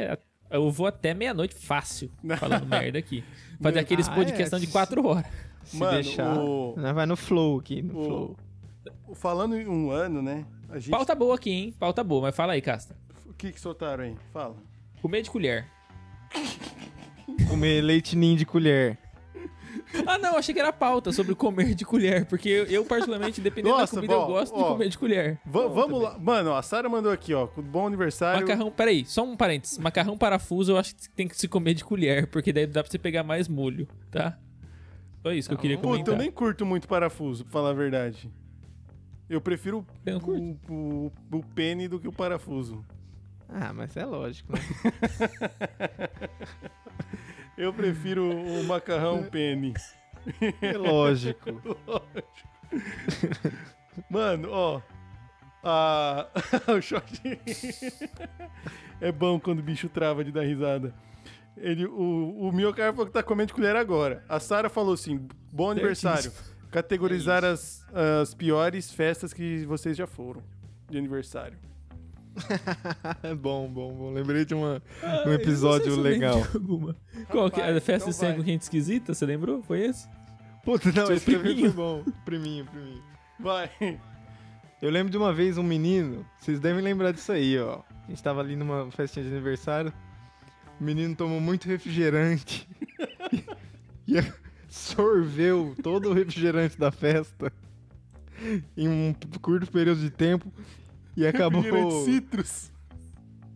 Speaker 1: Eu vou até meia-noite fácil falando merda aqui. Fazer aqueles
Speaker 4: Ah, é?
Speaker 1: podcastão de quatro horas.
Speaker 4: Se
Speaker 2: Mano,
Speaker 4: deixar.
Speaker 2: o-
Speaker 4: Nós Vai no flow aqui, no
Speaker 2: o-
Speaker 4: flow.
Speaker 2: Falando em um ano, né? A gente.
Speaker 1: Pauta boa aqui, hein? Pauta boa, mas fala aí, Casta.
Speaker 2: O que que soltaram aí? Fala.
Speaker 1: Comer de colher.
Speaker 4: Comer leitinim de colher.
Speaker 1: Ah, não, achei que era pauta sobre comer de colher, porque eu, eu, particularmente, dependendo
Speaker 2: Nossa,
Speaker 1: da comida,
Speaker 2: bom,
Speaker 1: eu gosto de
Speaker 2: ó.
Speaker 1: comer de colher.
Speaker 2: Va- vamos lá. Mano, a Sara mandou aqui, ó. com Bom aniversário.
Speaker 1: Macarrão, peraí, só um parênteses. Macarrão parafuso eu acho que tem que se comer de colher, porque daí dá pra você pegar mais molho, tá? Só isso que eu queria comentar.
Speaker 2: Puta, eu nem curto muito parafuso, pra falar a verdade. Eu
Speaker 1: um
Speaker 2: prefiro um
Speaker 1: Eu não curto.
Speaker 2: o, o, o pene do que o parafuso.
Speaker 4: Ah, mas é lógico, né?
Speaker 2: Eu prefiro o macarrão pene.
Speaker 4: É lógico.
Speaker 2: Mano, ó. a- o shot. é bom quando o bicho trava de dar risada. Ele, o, o Miocar falou que tá comendo de colher agora. A Sara falou assim: bom aniversário. um
Speaker 4: É
Speaker 2: Categorizar as, as piores festas que vocês já foram de aniversário.
Speaker 4: É bom, bom, bom. Lembrei de uma,
Speaker 1: Ah, eu
Speaker 4: um
Speaker 1: não sei se
Speaker 4: episódio
Speaker 1: eu lembro
Speaker 4: legal.
Speaker 1: de alguma. Qual que, é? a
Speaker 2: Rapaz,
Speaker 1: festa
Speaker 2: então
Speaker 1: de cego
Speaker 2: vai.
Speaker 1: com gente esquisita, você lembrou? Foi esse?
Speaker 4: Puta, não,
Speaker 1: Seu
Speaker 4: esse também foi
Speaker 1: priminho.
Speaker 4: bom. Priminho, priminho.
Speaker 2: Vai.
Speaker 4: Eu lembro de uma vez um menino, vocês devem lembrar disso aí, ó. A gente tava ali numa festinha de aniversário, o menino tomou muito refrigerante e, e sorveu todo o refrigerante da festa em um curto período de tempo e acabou...
Speaker 2: Refrigerante citrus.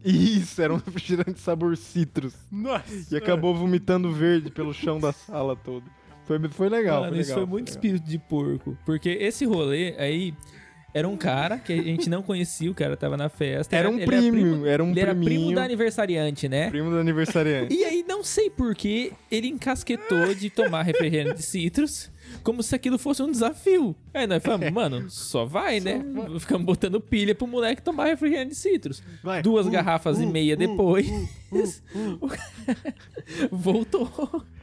Speaker 4: Isso, era um refrigerante sabor citrus.
Speaker 2: Nossa.
Speaker 4: E acabou vomitando verde pelo chão da sala todo. Foi, foi legal,
Speaker 1: Mano,
Speaker 4: foi
Speaker 1: isso
Speaker 4: legal.
Speaker 1: foi muito
Speaker 4: legal.
Speaker 1: espírito de porco. Porque esse rolê aí era um cara que a gente não conhecia, o cara tava na festa.
Speaker 4: Era um
Speaker 1: ele
Speaker 4: primo,
Speaker 1: primo-
Speaker 4: era um
Speaker 1: Ele era primo
Speaker 4: priminho.
Speaker 1: da aniversariante, né?
Speaker 4: Primo do aniversariante.
Speaker 1: E aí, não sei porquê, ele encasquetou de tomar refrigerante de citrus, como se aquilo fosse um desafio. Aí nós
Speaker 4: É.
Speaker 1: falamos, mano, só vai, né? Ficamos botando pilha pro moleque tomar refrigerante de citrus.
Speaker 4: Vai,
Speaker 1: Duas
Speaker 4: uh,
Speaker 1: garrafas e
Speaker 4: uh,
Speaker 1: meia
Speaker 4: uh,
Speaker 1: depois, o cara voltou.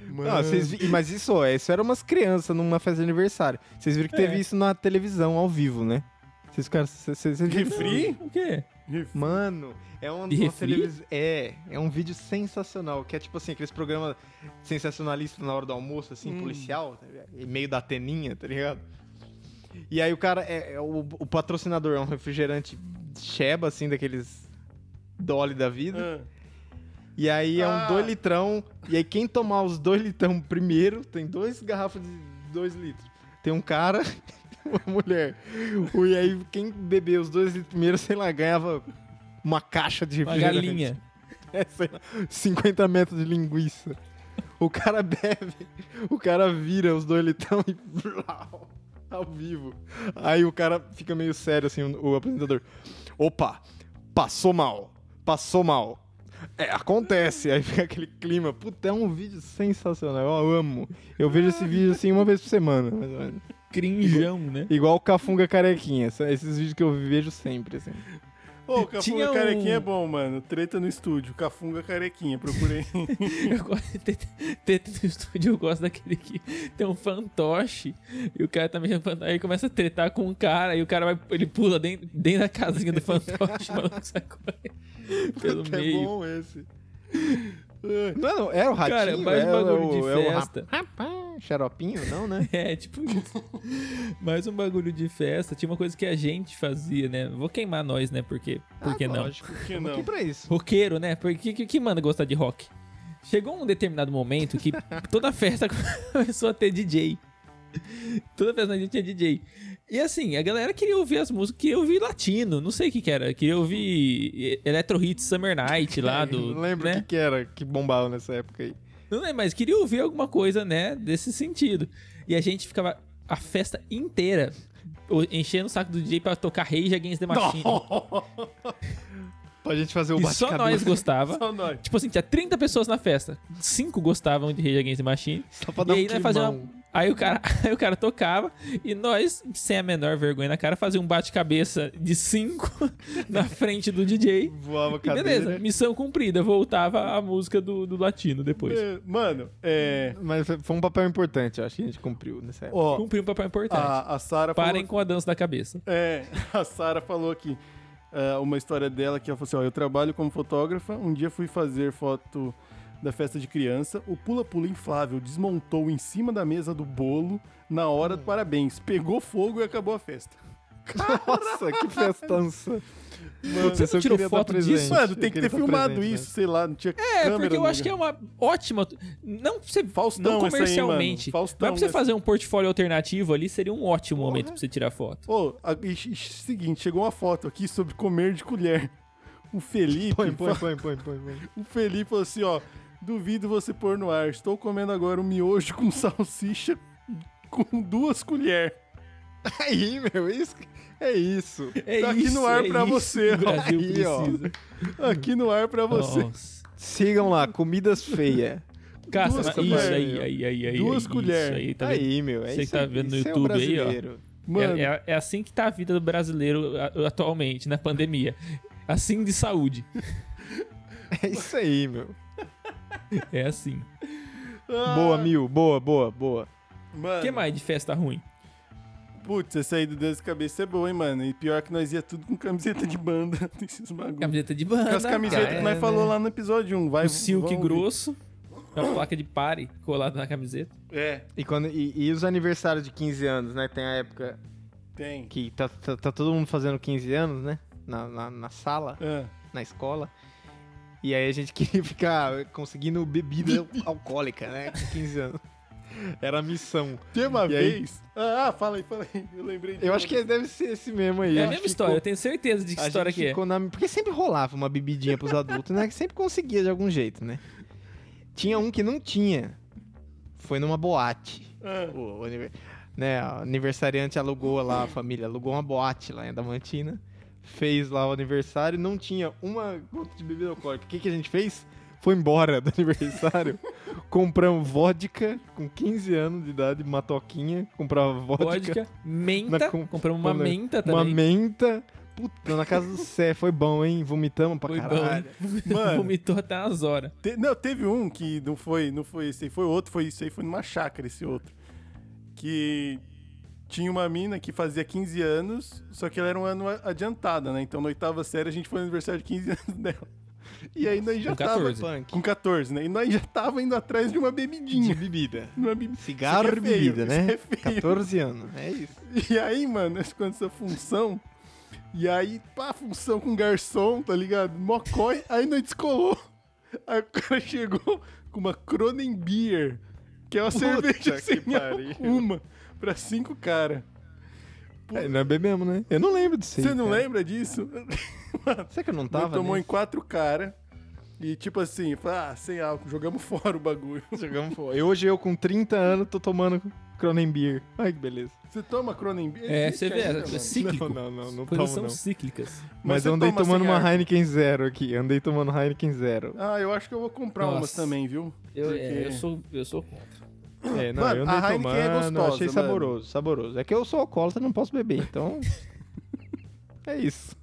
Speaker 4: Não, Ah, vocês vi- Mas isso, ó, isso era umas crianças numa festa de aniversário. Vocês viram que teve
Speaker 1: É.
Speaker 4: isso na televisão, ao vivo, né? Vocês ficaram. Vocês, vocês- vocês viram?
Speaker 2: Refri?
Speaker 1: O quê?
Speaker 4: Mano, é um
Speaker 1: De
Speaker 4: uma
Speaker 1: refri?
Speaker 4: televis- É, é um vídeo sensacional, que é tipo assim, aqueles programas sensacionalistas na hora do almoço, assim, policial, tá ligado? E meio da teninha, tá ligado? E aí o cara, é, é o, o patrocinador é um refrigerante cheba, assim, daqueles Dolly da vida.
Speaker 2: Ah.
Speaker 4: E aí é
Speaker 2: Ah.
Speaker 4: um 2 litrão. E aí quem tomar os 2 litrão primeiro, tem dois garrafas de 2 litros. Tem um cara e uma mulher. E aí quem beber os 2 litros primeiro, sei lá, ganhava uma caixa de
Speaker 1: Uma
Speaker 4: refrigerante.
Speaker 1: galinha.
Speaker 4: É, sei lá, 50 metros de linguiça. O cara bebe, o cara vira os dois litrão e blau, ao vivo. Aí o cara fica meio sério, assim, o, o apresentador. Opa, passou mal, passou mal. É, acontece. Aí fica aquele clima. Puta, é um vídeo sensacional, eu amo. Eu vejo esse vídeo, assim, uma vez por semana, mais ou menos.
Speaker 1: Crinjão, né?
Speaker 4: Igual o Cafunga Carequinha, essa- esses vídeos que eu vejo sempre, assim.
Speaker 2: Ô, o Cafunga
Speaker 1: Tinha um-
Speaker 2: Carequinha é bom, mano. Treta no estúdio. Cafunga Carequinha, procurei.
Speaker 1: Eu gosto de teta- Teta no estúdio, eu gosto daquele que tem um fantoche e o cara tá mexendo no fantoche, aí começa a tretar com um cara e o cara vai, ele pula dentro, dentro da casinha do fantoche, o maluco sai correndo pelo
Speaker 4: Puta,
Speaker 1: meio.
Speaker 4: É bom esse. Não, é, não, era o ratinho,
Speaker 1: Cara, mais
Speaker 4: era
Speaker 1: bagulho
Speaker 4: o,
Speaker 1: de
Speaker 4: é o rap-
Speaker 1: festa.
Speaker 4: rapaz, xaropinho, não, né?
Speaker 1: É, tipo isso. Mais um bagulho de festa. Tinha uma coisa que a gente fazia, né? Vou queimar nós, né? Porque, por que
Speaker 4: Ah,
Speaker 1: não?
Speaker 4: Lógico,
Speaker 2: Por que
Speaker 4: Tamo
Speaker 2: não?
Speaker 4: aqui pra isso.
Speaker 1: Roqueiro, né? Porque que, que manda gostar de rock? Chegou um determinado momento que toda festa começou a ter DJ. Toda festa a gente tinha DJ. E assim, a galera queria ouvir as músicas, queria ouvir latino, não sei o que que era. Queria ouvir Electro Hits Summer Night lá do...
Speaker 4: Não lembro o
Speaker 1: né?
Speaker 4: É, que, que era que bombava nessa época aí.
Speaker 1: Não lembro, mas queria ouvir alguma coisa, né, desse sentido. E a gente ficava a festa inteira o- enchendo o saco do DJ pra tocar Rage Against the Machine.
Speaker 4: Pra gente fazer o
Speaker 1: E só nós
Speaker 4: bate-cabeça.
Speaker 1: gostava.
Speaker 2: Só nós.
Speaker 1: Tipo assim, tinha 30 pessoas na festa. 5 gostavam de Rage Against the Machine.
Speaker 4: Só pra dar
Speaker 1: e aí
Speaker 4: um
Speaker 1: nós fazia
Speaker 4: climão.
Speaker 1: uma- Aí o, cara, aí o cara tocava e nós, sem a menor vergonha na cara, fazia um bate-cabeça de 5 na frente do DJ.
Speaker 4: Voava a
Speaker 1: E
Speaker 4: cadeira.
Speaker 1: beleza, missão cumprida. Voltava a música do, do latino depois.
Speaker 2: É, Mano, é.
Speaker 4: Mas foi- foi um papel importante, eu acho que a gente cumpriu nessa época.
Speaker 2: Ó,
Speaker 1: Cumpriu um papel importante.
Speaker 2: a, a Sara
Speaker 1: Parem
Speaker 2: falou.
Speaker 1: com a dança da cabeça.
Speaker 2: É, a Sara falou aqui ah, uma história dela que ela falou assim: ó, eu trabalho como fotógrafa. Um dia fui fazer foto da festa de criança. O pula-pula inflável desmontou em cima da mesa do bolo na hora
Speaker 1: Hum.
Speaker 2: do parabéns. Pegou fogo e acabou a festa.
Speaker 4: Nossa, que festança.
Speaker 1: Você não tirou foto disso?
Speaker 2: Mano, tem que ter filmado isso, sei lá, não tinha
Speaker 1: É, porque eu acho que é uma ótima. Não pra você.
Speaker 2: Faustão
Speaker 1: não
Speaker 2: essa aí,
Speaker 1: comercialmente.
Speaker 2: mano. Faustão
Speaker 1: mas pra você
Speaker 2: essa.
Speaker 1: fazer um portfólio alternativo ali, seria um ótimo momento pra você tirar foto.
Speaker 2: Ô, a- e- e- seguinte, chegou uma foto aqui sobre comer de colher. O Felipe,
Speaker 4: Põe, põe,
Speaker 2: fa-
Speaker 4: põe, põe, põe. põe.
Speaker 2: o Felipe falou assim, ó, duvido você pôr no ar. Estou comendo agora um miojo com salsicha com duas colheres.
Speaker 4: Aí, meu, isso, que- é isso.
Speaker 1: É
Speaker 2: Tá aqui no ar pra você, ó.
Speaker 1: O Brasil
Speaker 4: Aí, ó.
Speaker 1: precisa.
Speaker 2: Aqui no ar pra você.
Speaker 1: Nossa.
Speaker 4: Sigam lá, comidas feias.
Speaker 1: Caça,
Speaker 2: Duas
Speaker 1: mas
Speaker 2: colheres.
Speaker 1: isso aí, aí, aí, aí.
Speaker 2: Duas
Speaker 1: aí, É
Speaker 2: colheres.
Speaker 1: Isso aí, tá vendo?
Speaker 4: aí, meu, é
Speaker 1: Você que
Speaker 4: isso
Speaker 1: tá
Speaker 4: aí,
Speaker 1: vendo no
Speaker 4: isso é o
Speaker 1: YouTube aí, ó.
Speaker 4: brasileiro.
Speaker 2: Mano,
Speaker 1: É, é- é assim que tá a vida do brasileiro a- atualmente, na pandemia. Assim de saúde.
Speaker 4: É isso aí, meu.
Speaker 1: É assim.
Speaker 2: ah,
Speaker 4: Boa, Mil, boa, boa, boa.
Speaker 2: Mano,
Speaker 1: O que mais de festa ruim?
Speaker 2: Putz, essa aí do Deus de Cabeça é boa, hein, mano. E pior que nós ia tudo com camiseta de banda. Esses bagulho.
Speaker 1: Camiseta de banda.
Speaker 2: Com as camisetas
Speaker 1: cara.
Speaker 2: que nós falou lá no episódio 1. Vai,
Speaker 1: O silk
Speaker 2: vão ouvir.
Speaker 1: grosso. Uma placa de pare colada na camiseta.
Speaker 2: É,
Speaker 4: E, quando, e, e os aniversários de 15 anos, né? Tem a época
Speaker 2: tem.
Speaker 4: que tá, tá, tá todo mundo fazendo 15 anos, né? Na, na, na sala,
Speaker 2: Ah,
Speaker 4: na escola. E aí a gente queria ficar conseguindo bebida alcoólica, né? Com 15 anos. Era a missão.
Speaker 2: Tem uma
Speaker 4: E aí?
Speaker 2: vez. Ah, ah, fala aí, fala aí. Eu lembrei de
Speaker 4: Eu
Speaker 2: uma
Speaker 4: acho que deve ser esse mesmo aí.
Speaker 1: É a
Speaker 4: Eu acho
Speaker 1: mesma
Speaker 4: que
Speaker 1: história, eu tenho certeza de que
Speaker 4: A
Speaker 1: história
Speaker 4: gente
Speaker 1: que é.
Speaker 4: ficou na- Porque sempre rolava uma bebidinha pros adultos, né? Que sempre conseguia de algum jeito, né? Tinha um que não tinha. Foi numa boate.
Speaker 2: Ah,
Speaker 4: O, o aniver- né, o aniversariante alugou lá, a família alugou uma boate lá em Adamantina. Fez lá o aniversário, não tinha uma gota de bebida alcoólica. O que, que a gente fez? Foi embora do aniversário. Compramos vodka com 15 anos de idade, uma toquinha. Comprava vodka
Speaker 1: Vodka, menta.
Speaker 4: Na com-
Speaker 1: Compramos uma
Speaker 4: na-
Speaker 1: menta
Speaker 4: uma
Speaker 1: também.
Speaker 4: menta. Puta, na casa do Sé, foi bom, hein? Vomitamos pra
Speaker 1: Foi
Speaker 4: caralho.
Speaker 1: bom.
Speaker 2: Mano.
Speaker 1: Vomitou até as horas.
Speaker 2: te- não, teve um que não foi, não foi esse aí, foi outro, foi isso aí, foi numa chácara esse outro. Que tinha uma mina que fazia 15 anos, só que ela era um ano a- adiantada, né? Então na oitava série a gente foi no aniversário de 15 anos dela. E aí nós já
Speaker 1: Com
Speaker 2: tava
Speaker 1: 14.
Speaker 4: Punk.
Speaker 2: com 14, né? E nós já tava indo atrás de uma bebidinha,
Speaker 4: bebida.
Speaker 2: uma bebida.
Speaker 4: Cigarro
Speaker 2: Isso
Speaker 4: e
Speaker 2: aqui é feio,
Speaker 4: bebida, né?
Speaker 2: isso aqui é feio.
Speaker 4: 14 anos. É isso.
Speaker 2: E aí, mano, nós ficamos nessa função. E aí, pá, função com garçom, tá ligado? Mocói, aí nós descolou. Aí o cara chegou com uma Cronenbeer, que é uma cerveja sem
Speaker 4: pariu.
Speaker 2: uma, pra cinco caras.
Speaker 4: É, nós bebemos, né? Eu não lembro disso. aí,
Speaker 2: Você não
Speaker 4: cara.
Speaker 2: lembra disso?
Speaker 4: Será que eu não
Speaker 2: Nós
Speaker 4: tava?
Speaker 1: né?
Speaker 4: né?
Speaker 2: tomou em
Speaker 4: nisso?
Speaker 2: quatro caras. E tipo assim, falou, ah, sem álcool, jogamos fora o bagulho.
Speaker 4: Jogamos fora. Eu- Hoje eu com 30 anos tô tomando Cronenbeer. Ai, que beleza.
Speaker 2: Você toma Cronenbeer?
Speaker 1: É,
Speaker 2: Existe
Speaker 1: você vê,
Speaker 2: ainda,
Speaker 1: é
Speaker 2: mano?
Speaker 1: cíclico.
Speaker 4: Não, não, não, não
Speaker 1: Coisas
Speaker 4: tomo,
Speaker 1: são
Speaker 4: não.
Speaker 1: cíclicas.
Speaker 4: Mas
Speaker 2: você
Speaker 4: eu andei
Speaker 2: toma
Speaker 4: tomando
Speaker 2: sem
Speaker 4: uma
Speaker 2: álcool?
Speaker 4: Heineken Zero aqui. Andei tomando Heineken Zero.
Speaker 2: Ah, eu acho que eu vou comprar umas
Speaker 1: Nossa.
Speaker 2: também, viu?
Speaker 1: Eu, é,
Speaker 2: Porque-
Speaker 1: eu sou, eu sou contra.
Speaker 4: É, não,
Speaker 2: Mano,
Speaker 4: eu
Speaker 2: a
Speaker 4: andei
Speaker 2: Heineken
Speaker 4: tomando.
Speaker 2: é gostosa,
Speaker 4: achei
Speaker 2: mano.
Speaker 4: saboroso, saboroso. É que eu sou alcoólatra e não posso beber, então. é isso.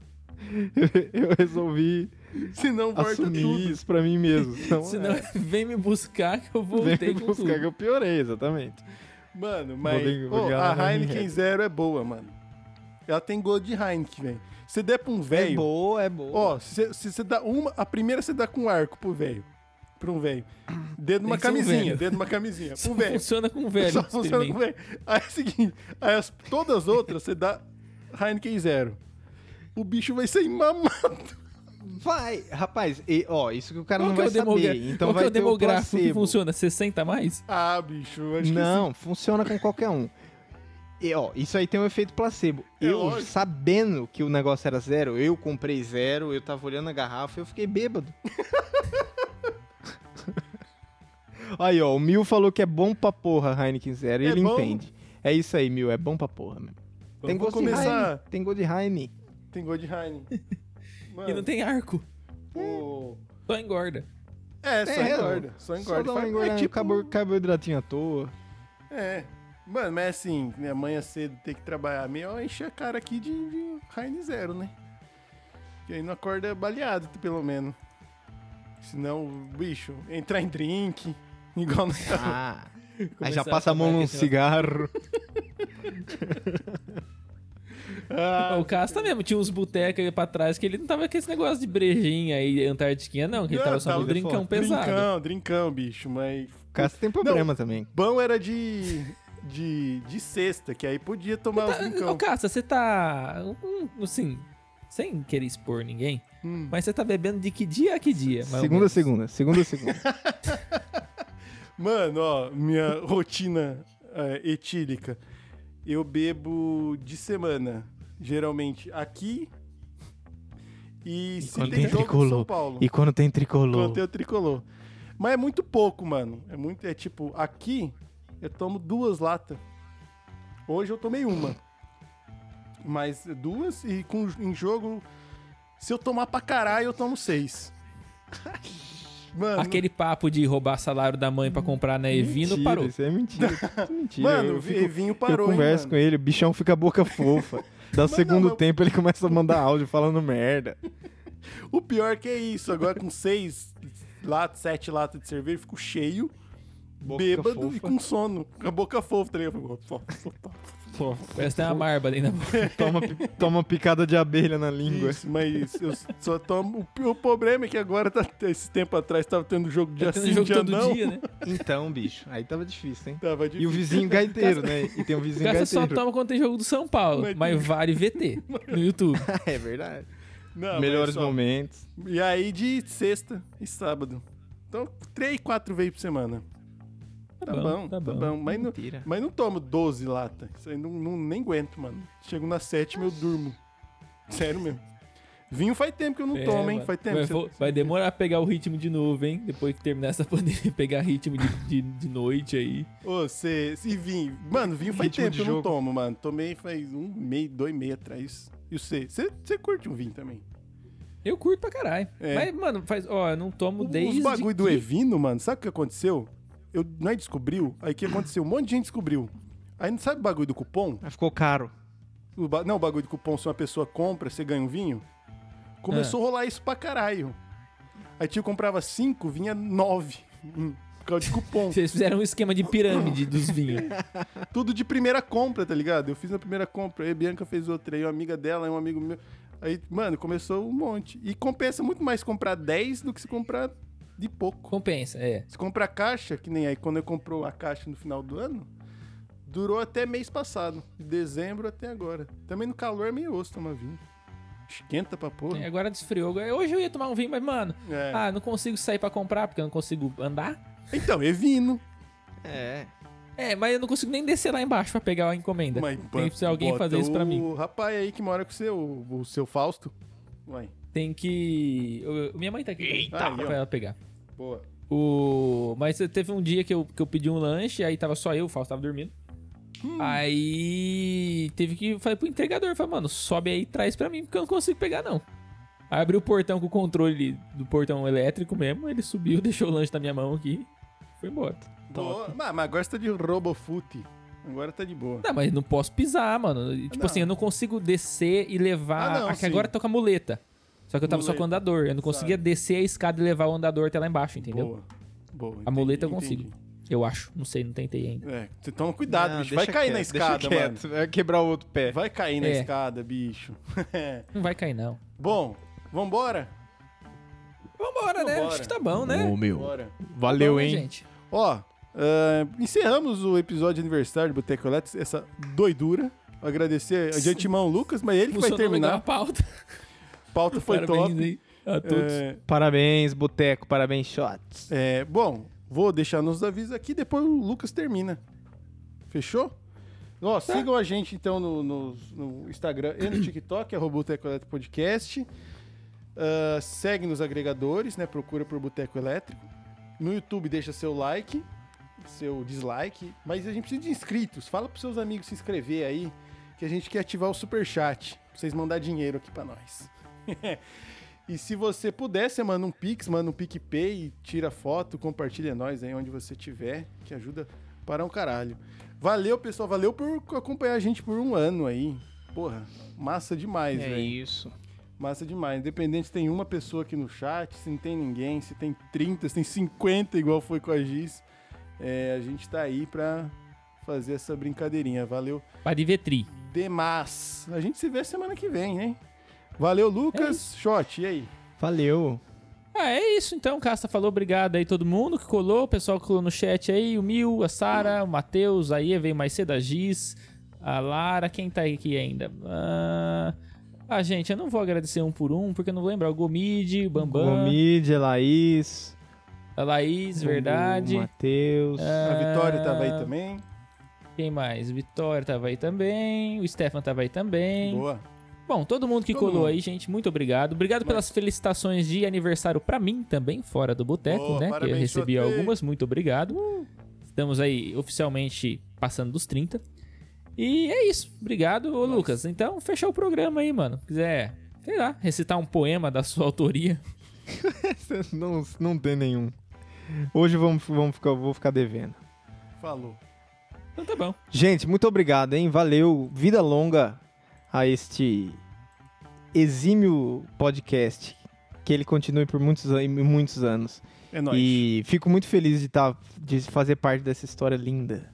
Speaker 4: Eu, eu resolvi
Speaker 2: Senão volta tudo.
Speaker 4: assumir isso pra mim mesmo. Então,
Speaker 1: Senão, vem me buscar que eu
Speaker 4: Vem
Speaker 1: voltei com
Speaker 4: buscar que
Speaker 1: tudo.
Speaker 4: eu piorei, exatamente.
Speaker 2: Mano, mas
Speaker 4: lig-
Speaker 2: Ô,
Speaker 4: vou ligar lá
Speaker 2: a
Speaker 4: na
Speaker 2: Heineken
Speaker 4: Heineken.
Speaker 2: Zero é boa, mano. Ela tem gosto de Heineken, velho. Você der pra um
Speaker 4: É
Speaker 2: velho.
Speaker 4: boa, é boa.
Speaker 2: ó, se se você dá uma. A primeira você dá com um arco pro velho. Pra um velho. Dedo numa
Speaker 1: que ser um
Speaker 2: camisinha,
Speaker 1: velho.
Speaker 2: dedo numa camisinha.
Speaker 1: Só
Speaker 2: Pro velho.
Speaker 1: funciona com velho.
Speaker 2: Só
Speaker 1: esse
Speaker 2: funciona com
Speaker 1: experimento.
Speaker 2: velho. Aí é o seguinte: aí as- todas as outras você dá Heineken Zero. O bicho vai ser mamado.
Speaker 4: Vai, rapaz, e, ó, isso que o cara
Speaker 1: Qual
Speaker 4: não
Speaker 1: que é
Speaker 4: vai
Speaker 1: o demogra-
Speaker 4: saber. Então
Speaker 1: Qual que
Speaker 4: vai
Speaker 1: é o
Speaker 4: ter o
Speaker 1: demográfico que
Speaker 4: placebo.
Speaker 1: funciona? 60 a mais?
Speaker 2: Ah, bicho, acho que
Speaker 4: Não, funciona com qualquer um. E, ó, isso aí tem um efeito placebo.
Speaker 2: É
Speaker 4: eu,
Speaker 2: lógico.
Speaker 4: sabendo que o negócio era zero, eu comprei zero, eu tava olhando a garrafa e eu fiquei bêbado. aí, ó, o Mil falou que é bom pra porra Heineken Zero e
Speaker 2: É
Speaker 4: ele
Speaker 2: bom.
Speaker 4: entende. É isso aí, Mil, é bom pra porra, mesmo. Tem
Speaker 2: vou
Speaker 4: gosto de
Speaker 2: começar-
Speaker 4: Heineken, tem gosto de Heineken.
Speaker 2: sim. Tem gosto de Heineken. Mano,
Speaker 1: E
Speaker 4: Ah.
Speaker 1: não tem arco.
Speaker 2: pô.
Speaker 1: Só engorda.
Speaker 2: É, só
Speaker 4: É,
Speaker 2: engorda. Só engorda.
Speaker 4: Só dá
Speaker 2: Faz-
Speaker 4: uma
Speaker 2: é
Speaker 4: engordada,
Speaker 2: tipo-
Speaker 4: cabo- carboidratinho à toa.
Speaker 2: É. Mano, mas assim, né, amanhã cedo tem que trabalhar. Melhor encher a cara aqui de, de Heineken Zero, né? Que aí não acorda baleado, pelo menos. Senão, bicho, entrar em drink, igual tá na...
Speaker 4: Ah, aí
Speaker 1: Começar
Speaker 4: já
Speaker 1: a
Speaker 4: passa a mão
Speaker 1: tomar
Speaker 4: num
Speaker 1: aquele-
Speaker 4: cigarro. Ah.
Speaker 1: o Casta mesmo, tinha uns botecas aí pra trás que ele não tava com esse negócio de brejinha aí, antartiquinha, não. Que ele tava só
Speaker 4: tá
Speaker 2: Não,
Speaker 1: no drincão é pesado.
Speaker 2: Drincão, drincão, bicho, mas...
Speaker 4: O Cássio tem problema também.
Speaker 2: Bom era de... De, de sexta, que aí podia tomar os
Speaker 1: Ô,
Speaker 2: drincão.
Speaker 1: Casta, você tá. hum, Assim, sem querer expor ninguém,
Speaker 2: Hum.
Speaker 1: mas você tá bebendo de que dia a que
Speaker 2: é
Speaker 1: dia? mais ou
Speaker 4: Segunda,
Speaker 1: menos?
Speaker 4: segunda, segunda, segunda.
Speaker 2: Mano, ó, minha rotina é, etílica. Eu bebo de semana, geralmente aqui e, se
Speaker 4: quando
Speaker 2: tem
Speaker 4: tem
Speaker 2: jogo de
Speaker 4: tricolor?
Speaker 2: São Paulo.
Speaker 4: E quando tem tricolor?
Speaker 2: quando tem o tricolor. Mas é muito pouco, mano. É muito, é tipo, aqui eu tomo duas latas. Hoje eu tomei uma. mais duas e com, em jogo, se eu tomar pra caralho, eu tomo seis. Mano,
Speaker 1: Aquele papo de roubar salário da mãe pra comprar na Evino
Speaker 4: mentira,
Speaker 1: parou.
Speaker 4: Isso é mentira. Isso é mentira.
Speaker 2: mano,
Speaker 4: eu,
Speaker 2: o
Speaker 4: fico,
Speaker 2: Vinho
Speaker 4: eu
Speaker 2: parou, hein,
Speaker 4: converso
Speaker 2: mano?
Speaker 4: com ele, o bichão fica a boca fofa. Dá o segundo
Speaker 2: mas-
Speaker 4: tempo, ele começa a mandar áudio falando merda.
Speaker 2: O pior que é isso, agora com seis latas, sete latas de cerveja, eu fico cheio, bêbado e com sono, com a boca fofa, tá ligado? tá
Speaker 1: Parece que tem uma marba ali na boca.
Speaker 4: Toma, pi- toma picada de abelha na língua.
Speaker 2: Isso, mas eu só tomo. O pi- O problema é que agora, tá, esse tempo atrás, tava tendo jogo de
Speaker 1: Tá
Speaker 2: assim,
Speaker 1: tendo jogo
Speaker 2: de
Speaker 1: todo
Speaker 2: anão.
Speaker 1: dia, né?
Speaker 4: Então, bicho, aí tava difícil, hein?
Speaker 2: Tava
Speaker 4: E o
Speaker 2: difícil.
Speaker 4: vizinho gaiteiro, né? E tem um
Speaker 1: O
Speaker 4: vizinho
Speaker 1: cara só
Speaker 4: gaiteiro.
Speaker 1: toma quando tem jogo do São Paulo,
Speaker 2: Mas-
Speaker 1: mas vale VT no YouTube.
Speaker 4: é verdade.
Speaker 2: Não, Ah, mas
Speaker 4: Melhores
Speaker 2: só-
Speaker 4: momentos.
Speaker 2: E aí de sexta e sábado. Então, três, quatro vezes por semana. Tá,
Speaker 1: bom,
Speaker 2: bom,
Speaker 1: tá
Speaker 2: tá
Speaker 1: bom.
Speaker 2: bom. Mas, não,
Speaker 4: Mentira.
Speaker 2: mas não tomo 12 latas. Isso aí não, não- nem aguento, mano. Chego na sétima, eu durmo. Sério mesmo. Vinho faz tempo que eu não
Speaker 1: É,
Speaker 2: tomo, hein?
Speaker 1: mano.
Speaker 2: Faz tempo.
Speaker 1: Vai,
Speaker 2: Você-
Speaker 1: vou- vai demorar a pegar o ritmo de novo, hein? Depois que terminar essa pandemia, pegar ritmo de, de, de noite aí.
Speaker 2: Ô, cê, e vinho. Mano, vinho faz
Speaker 4: Ritmo
Speaker 2: tempo
Speaker 4: de
Speaker 2: que eu não
Speaker 4: jogo.
Speaker 2: tomo, mano. Tomei faz um mês, dois meses atrás. E você? Você você curte um vinho também?
Speaker 1: Eu curto pra caralho.
Speaker 2: É.
Speaker 1: Mas, mano, faz. Ó, eu não tomo desde.
Speaker 2: Os bagulho do
Speaker 1: que-
Speaker 2: Evino, mano, sabe o que aconteceu? Eu, nós descobriu, aí o que aconteceu? Um monte de gente descobriu. Aí não sabe o bagulho do cupom?
Speaker 4: Mas ficou caro.
Speaker 2: O ba- Não, o bagulho do cupom, se uma pessoa compra, você ganha um vinho. Começou a rolar isso pra caralho. Aí tio comprava cinco, vinha nove. Hum, Por causa de cupom.
Speaker 1: Vocês fizeram um esquema de pirâmide dos vinhos.
Speaker 2: Tudo de primeira compra, tá ligado? Eu fiz na primeira compra, aí a Bianca fez outra, aí uma amiga dela, aí um amigo meu. Aí, mano, começou um monte. E compensa muito mais comprar 10 do que se comprar de pouco.
Speaker 1: Compensa, é.
Speaker 2: Se comprar caixa, que nem aí quando eu comprou a caixa no final do ano, durou até mês passado, de dezembro até agora. Também no calor é meio osso tomar vinho. Esquenta pra
Speaker 1: É,
Speaker 2: porra.
Speaker 1: Agora desfriou. Agora- Hoje eu ia tomar um vinho, mas, mano,
Speaker 2: É.
Speaker 1: ah, não consigo sair pra comprar porque eu não consigo andar.
Speaker 2: Então, é vino.
Speaker 4: É.
Speaker 1: É, mas eu não consigo nem descer lá embaixo pra pegar a encomenda.
Speaker 2: Mas
Speaker 1: Tem que ser alguém
Speaker 2: bota
Speaker 1: fazer isso pra mim.
Speaker 2: O rapaz aí que mora com o seu, o seu Fausto. Ué,
Speaker 1: Tem que. eu- minha mãe tá aqui. Eita!
Speaker 2: Aí, ó.
Speaker 1: pra ela pegar.
Speaker 2: boa.
Speaker 1: O... Mas teve um dia que eu, que eu pedi um lanche, aí tava só eu, o Fausto tava dormindo.
Speaker 2: Hum.
Speaker 1: Aí teve que. Falei pro entregador, falei, mano, sobe aí e traz pra mim, porque eu não consigo pegar, não. Aí abri o portão com o controle do portão elétrico mesmo, ele subiu, deixou o lanche na minha mão aqui, foi embora.
Speaker 2: boa. Mas, mas agora você tá de Robofoot. Agora tá de boa.
Speaker 1: Não, mas não posso pisar, mano. E, Tipo
Speaker 2: Não.
Speaker 1: assim, eu não consigo descer e levar.
Speaker 2: Ah, não,
Speaker 1: aqui
Speaker 2: sim.
Speaker 1: agora eu tô com a muleta. Só que eu tava só com o
Speaker 2: Muleta,
Speaker 1: andador. Eu não conseguia descer a escada e levar o andador até lá embaixo, entendeu?
Speaker 2: Boa. Boa.
Speaker 1: A
Speaker 2: entendi,
Speaker 1: muleta eu
Speaker 2: entendi.
Speaker 1: consigo. Eu acho. Não sei, não tentei ainda.
Speaker 2: É, você toma cuidado,
Speaker 4: Não,
Speaker 2: bicho. Vai
Speaker 4: deixa
Speaker 2: cair na
Speaker 4: quieto, deixa
Speaker 2: escada, mano.
Speaker 4: quieto. Vai quebrar o outro pé.
Speaker 2: Vai cair na
Speaker 1: É.
Speaker 2: escada, bicho. É.
Speaker 1: Não vai cair, não.
Speaker 2: Bom, vambora?
Speaker 1: Vambora, né?
Speaker 2: Vambora.
Speaker 1: Acho que tá bom, né?
Speaker 4: meu.
Speaker 2: Bora.
Speaker 4: Valeu,
Speaker 1: Bom, né,
Speaker 4: hein?
Speaker 1: Gente.
Speaker 2: Ó, ah, encerramos o episódio de aniversário do Boteco Elétrico, essa doidura. Agradecer de antemão o Lucas, mas ele que vai
Speaker 1: Funcionou legal a
Speaker 2: terminar.
Speaker 1: pauta.
Speaker 2: A pauta foi
Speaker 1: Parabéns
Speaker 2: top.
Speaker 1: aí a todos.
Speaker 2: É,
Speaker 4: Parabéns, Boteco. Parabéns, Shots.
Speaker 2: é, bom, vou deixar nos avisos aqui, depois o Lucas termina. Fechou? Ó, sigam a gente então no, no- no Instagram e no TikTok, arroba Boteco Elétrico Podcast. Ah, segue nos agregadores, né? Procura por Boteco Elétrico. No YouTube deixa seu like, seu dislike. Mas a gente precisa de inscritos. Fala pros seus amigos se inscrever aí, que a gente quer ativar o superchat. Pra vocês mandar dinheiro aqui pra nós. e se você puder, você manda um Pix, manda um PicPay, tira foto, compartilha nós aí onde você tiver, que ajuda para um caralho. Valeu, pessoal. Valeu por acompanhar a gente por um ano aí. Porra, massa demais, velho.
Speaker 4: É isso.
Speaker 2: Massa demais. Independente se tem uma pessoa aqui no chat, se não tem ninguém, se tem 30, se tem 50, igual foi com a Giz. É, a gente tá aí pra fazer essa brincadeirinha. Valeu
Speaker 1: Parivetri.
Speaker 2: demais. A gente se vê semana que vem, hein? Valeu, Lucas. Shot, e aí?
Speaker 4: Valeu.
Speaker 1: Ah, é isso então, Casta falou, obrigado aí todo mundo que colou, o pessoal que colou no chat aí, o Mil, a Sara, o Matheus, a Ia veio mais cedo, a Giz, a Lara, quem tá aqui ainda? Ah, ah, gente, eu não vou agradecer um por um, porque eu não vou lembrar, o Gomid, o Bambam,
Speaker 4: Gomide, Laís.
Speaker 1: a Laís,
Speaker 4: o
Speaker 1: verdade,
Speaker 4: Matheus.
Speaker 2: A Vitória tava aí
Speaker 1: Ah,
Speaker 2: também.
Speaker 1: quem mais? Vitória tava aí também, o Stefan tava aí também.
Speaker 2: Boa.
Speaker 1: Bom, todo mundo que
Speaker 2: Todo
Speaker 1: colou
Speaker 2: mundo.
Speaker 1: aí, gente, muito obrigado. Obrigado pelas felicitações de aniversário pra mim também, fora do boteco, né?
Speaker 2: Boa,
Speaker 1: que eu
Speaker 2: parabéns,
Speaker 1: recebi
Speaker 2: sorteio.
Speaker 1: algumas, muito obrigado. Estamos aí oficialmente passando dos 30. E é isso. Obrigado, ô Lucas. Então, fechar o programa aí, mano. Quiser, sei lá, recitar um poema da sua autoria.
Speaker 4: não, não tem nenhum. Hoje vamos, vamos ficar, vou ficar devendo.
Speaker 2: Falou.
Speaker 1: Então tá bom.
Speaker 4: Gente, muito obrigado, hein? Valeu. Vida longa a este exímio podcast. Que ele continue por muitos, an- muitos anos.
Speaker 2: É nóis.
Speaker 4: E fico muito feliz de, tá, de fazer parte dessa história linda.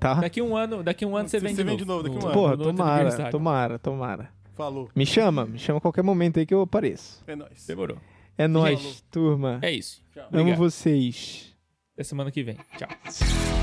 Speaker 4: Tá?
Speaker 1: Daqui um ano, daqui um ano você
Speaker 2: Você-
Speaker 1: vem
Speaker 2: você
Speaker 1: de
Speaker 2: vem
Speaker 1: novo.
Speaker 2: de novo, daqui um
Speaker 1: No-
Speaker 2: ano.
Speaker 4: Porra,
Speaker 1: no outro
Speaker 4: tomara,
Speaker 1: aniversário.
Speaker 4: tomara, tomara.
Speaker 2: Falou.
Speaker 4: Me chama, me chama a qualquer momento aí que eu apareço.
Speaker 2: É nóis.
Speaker 1: Demorou.
Speaker 4: É nóis, turma.
Speaker 1: É isso.
Speaker 4: Amo
Speaker 1: Obrigado.
Speaker 4: vocês.
Speaker 1: Até semana que vem. Tchau.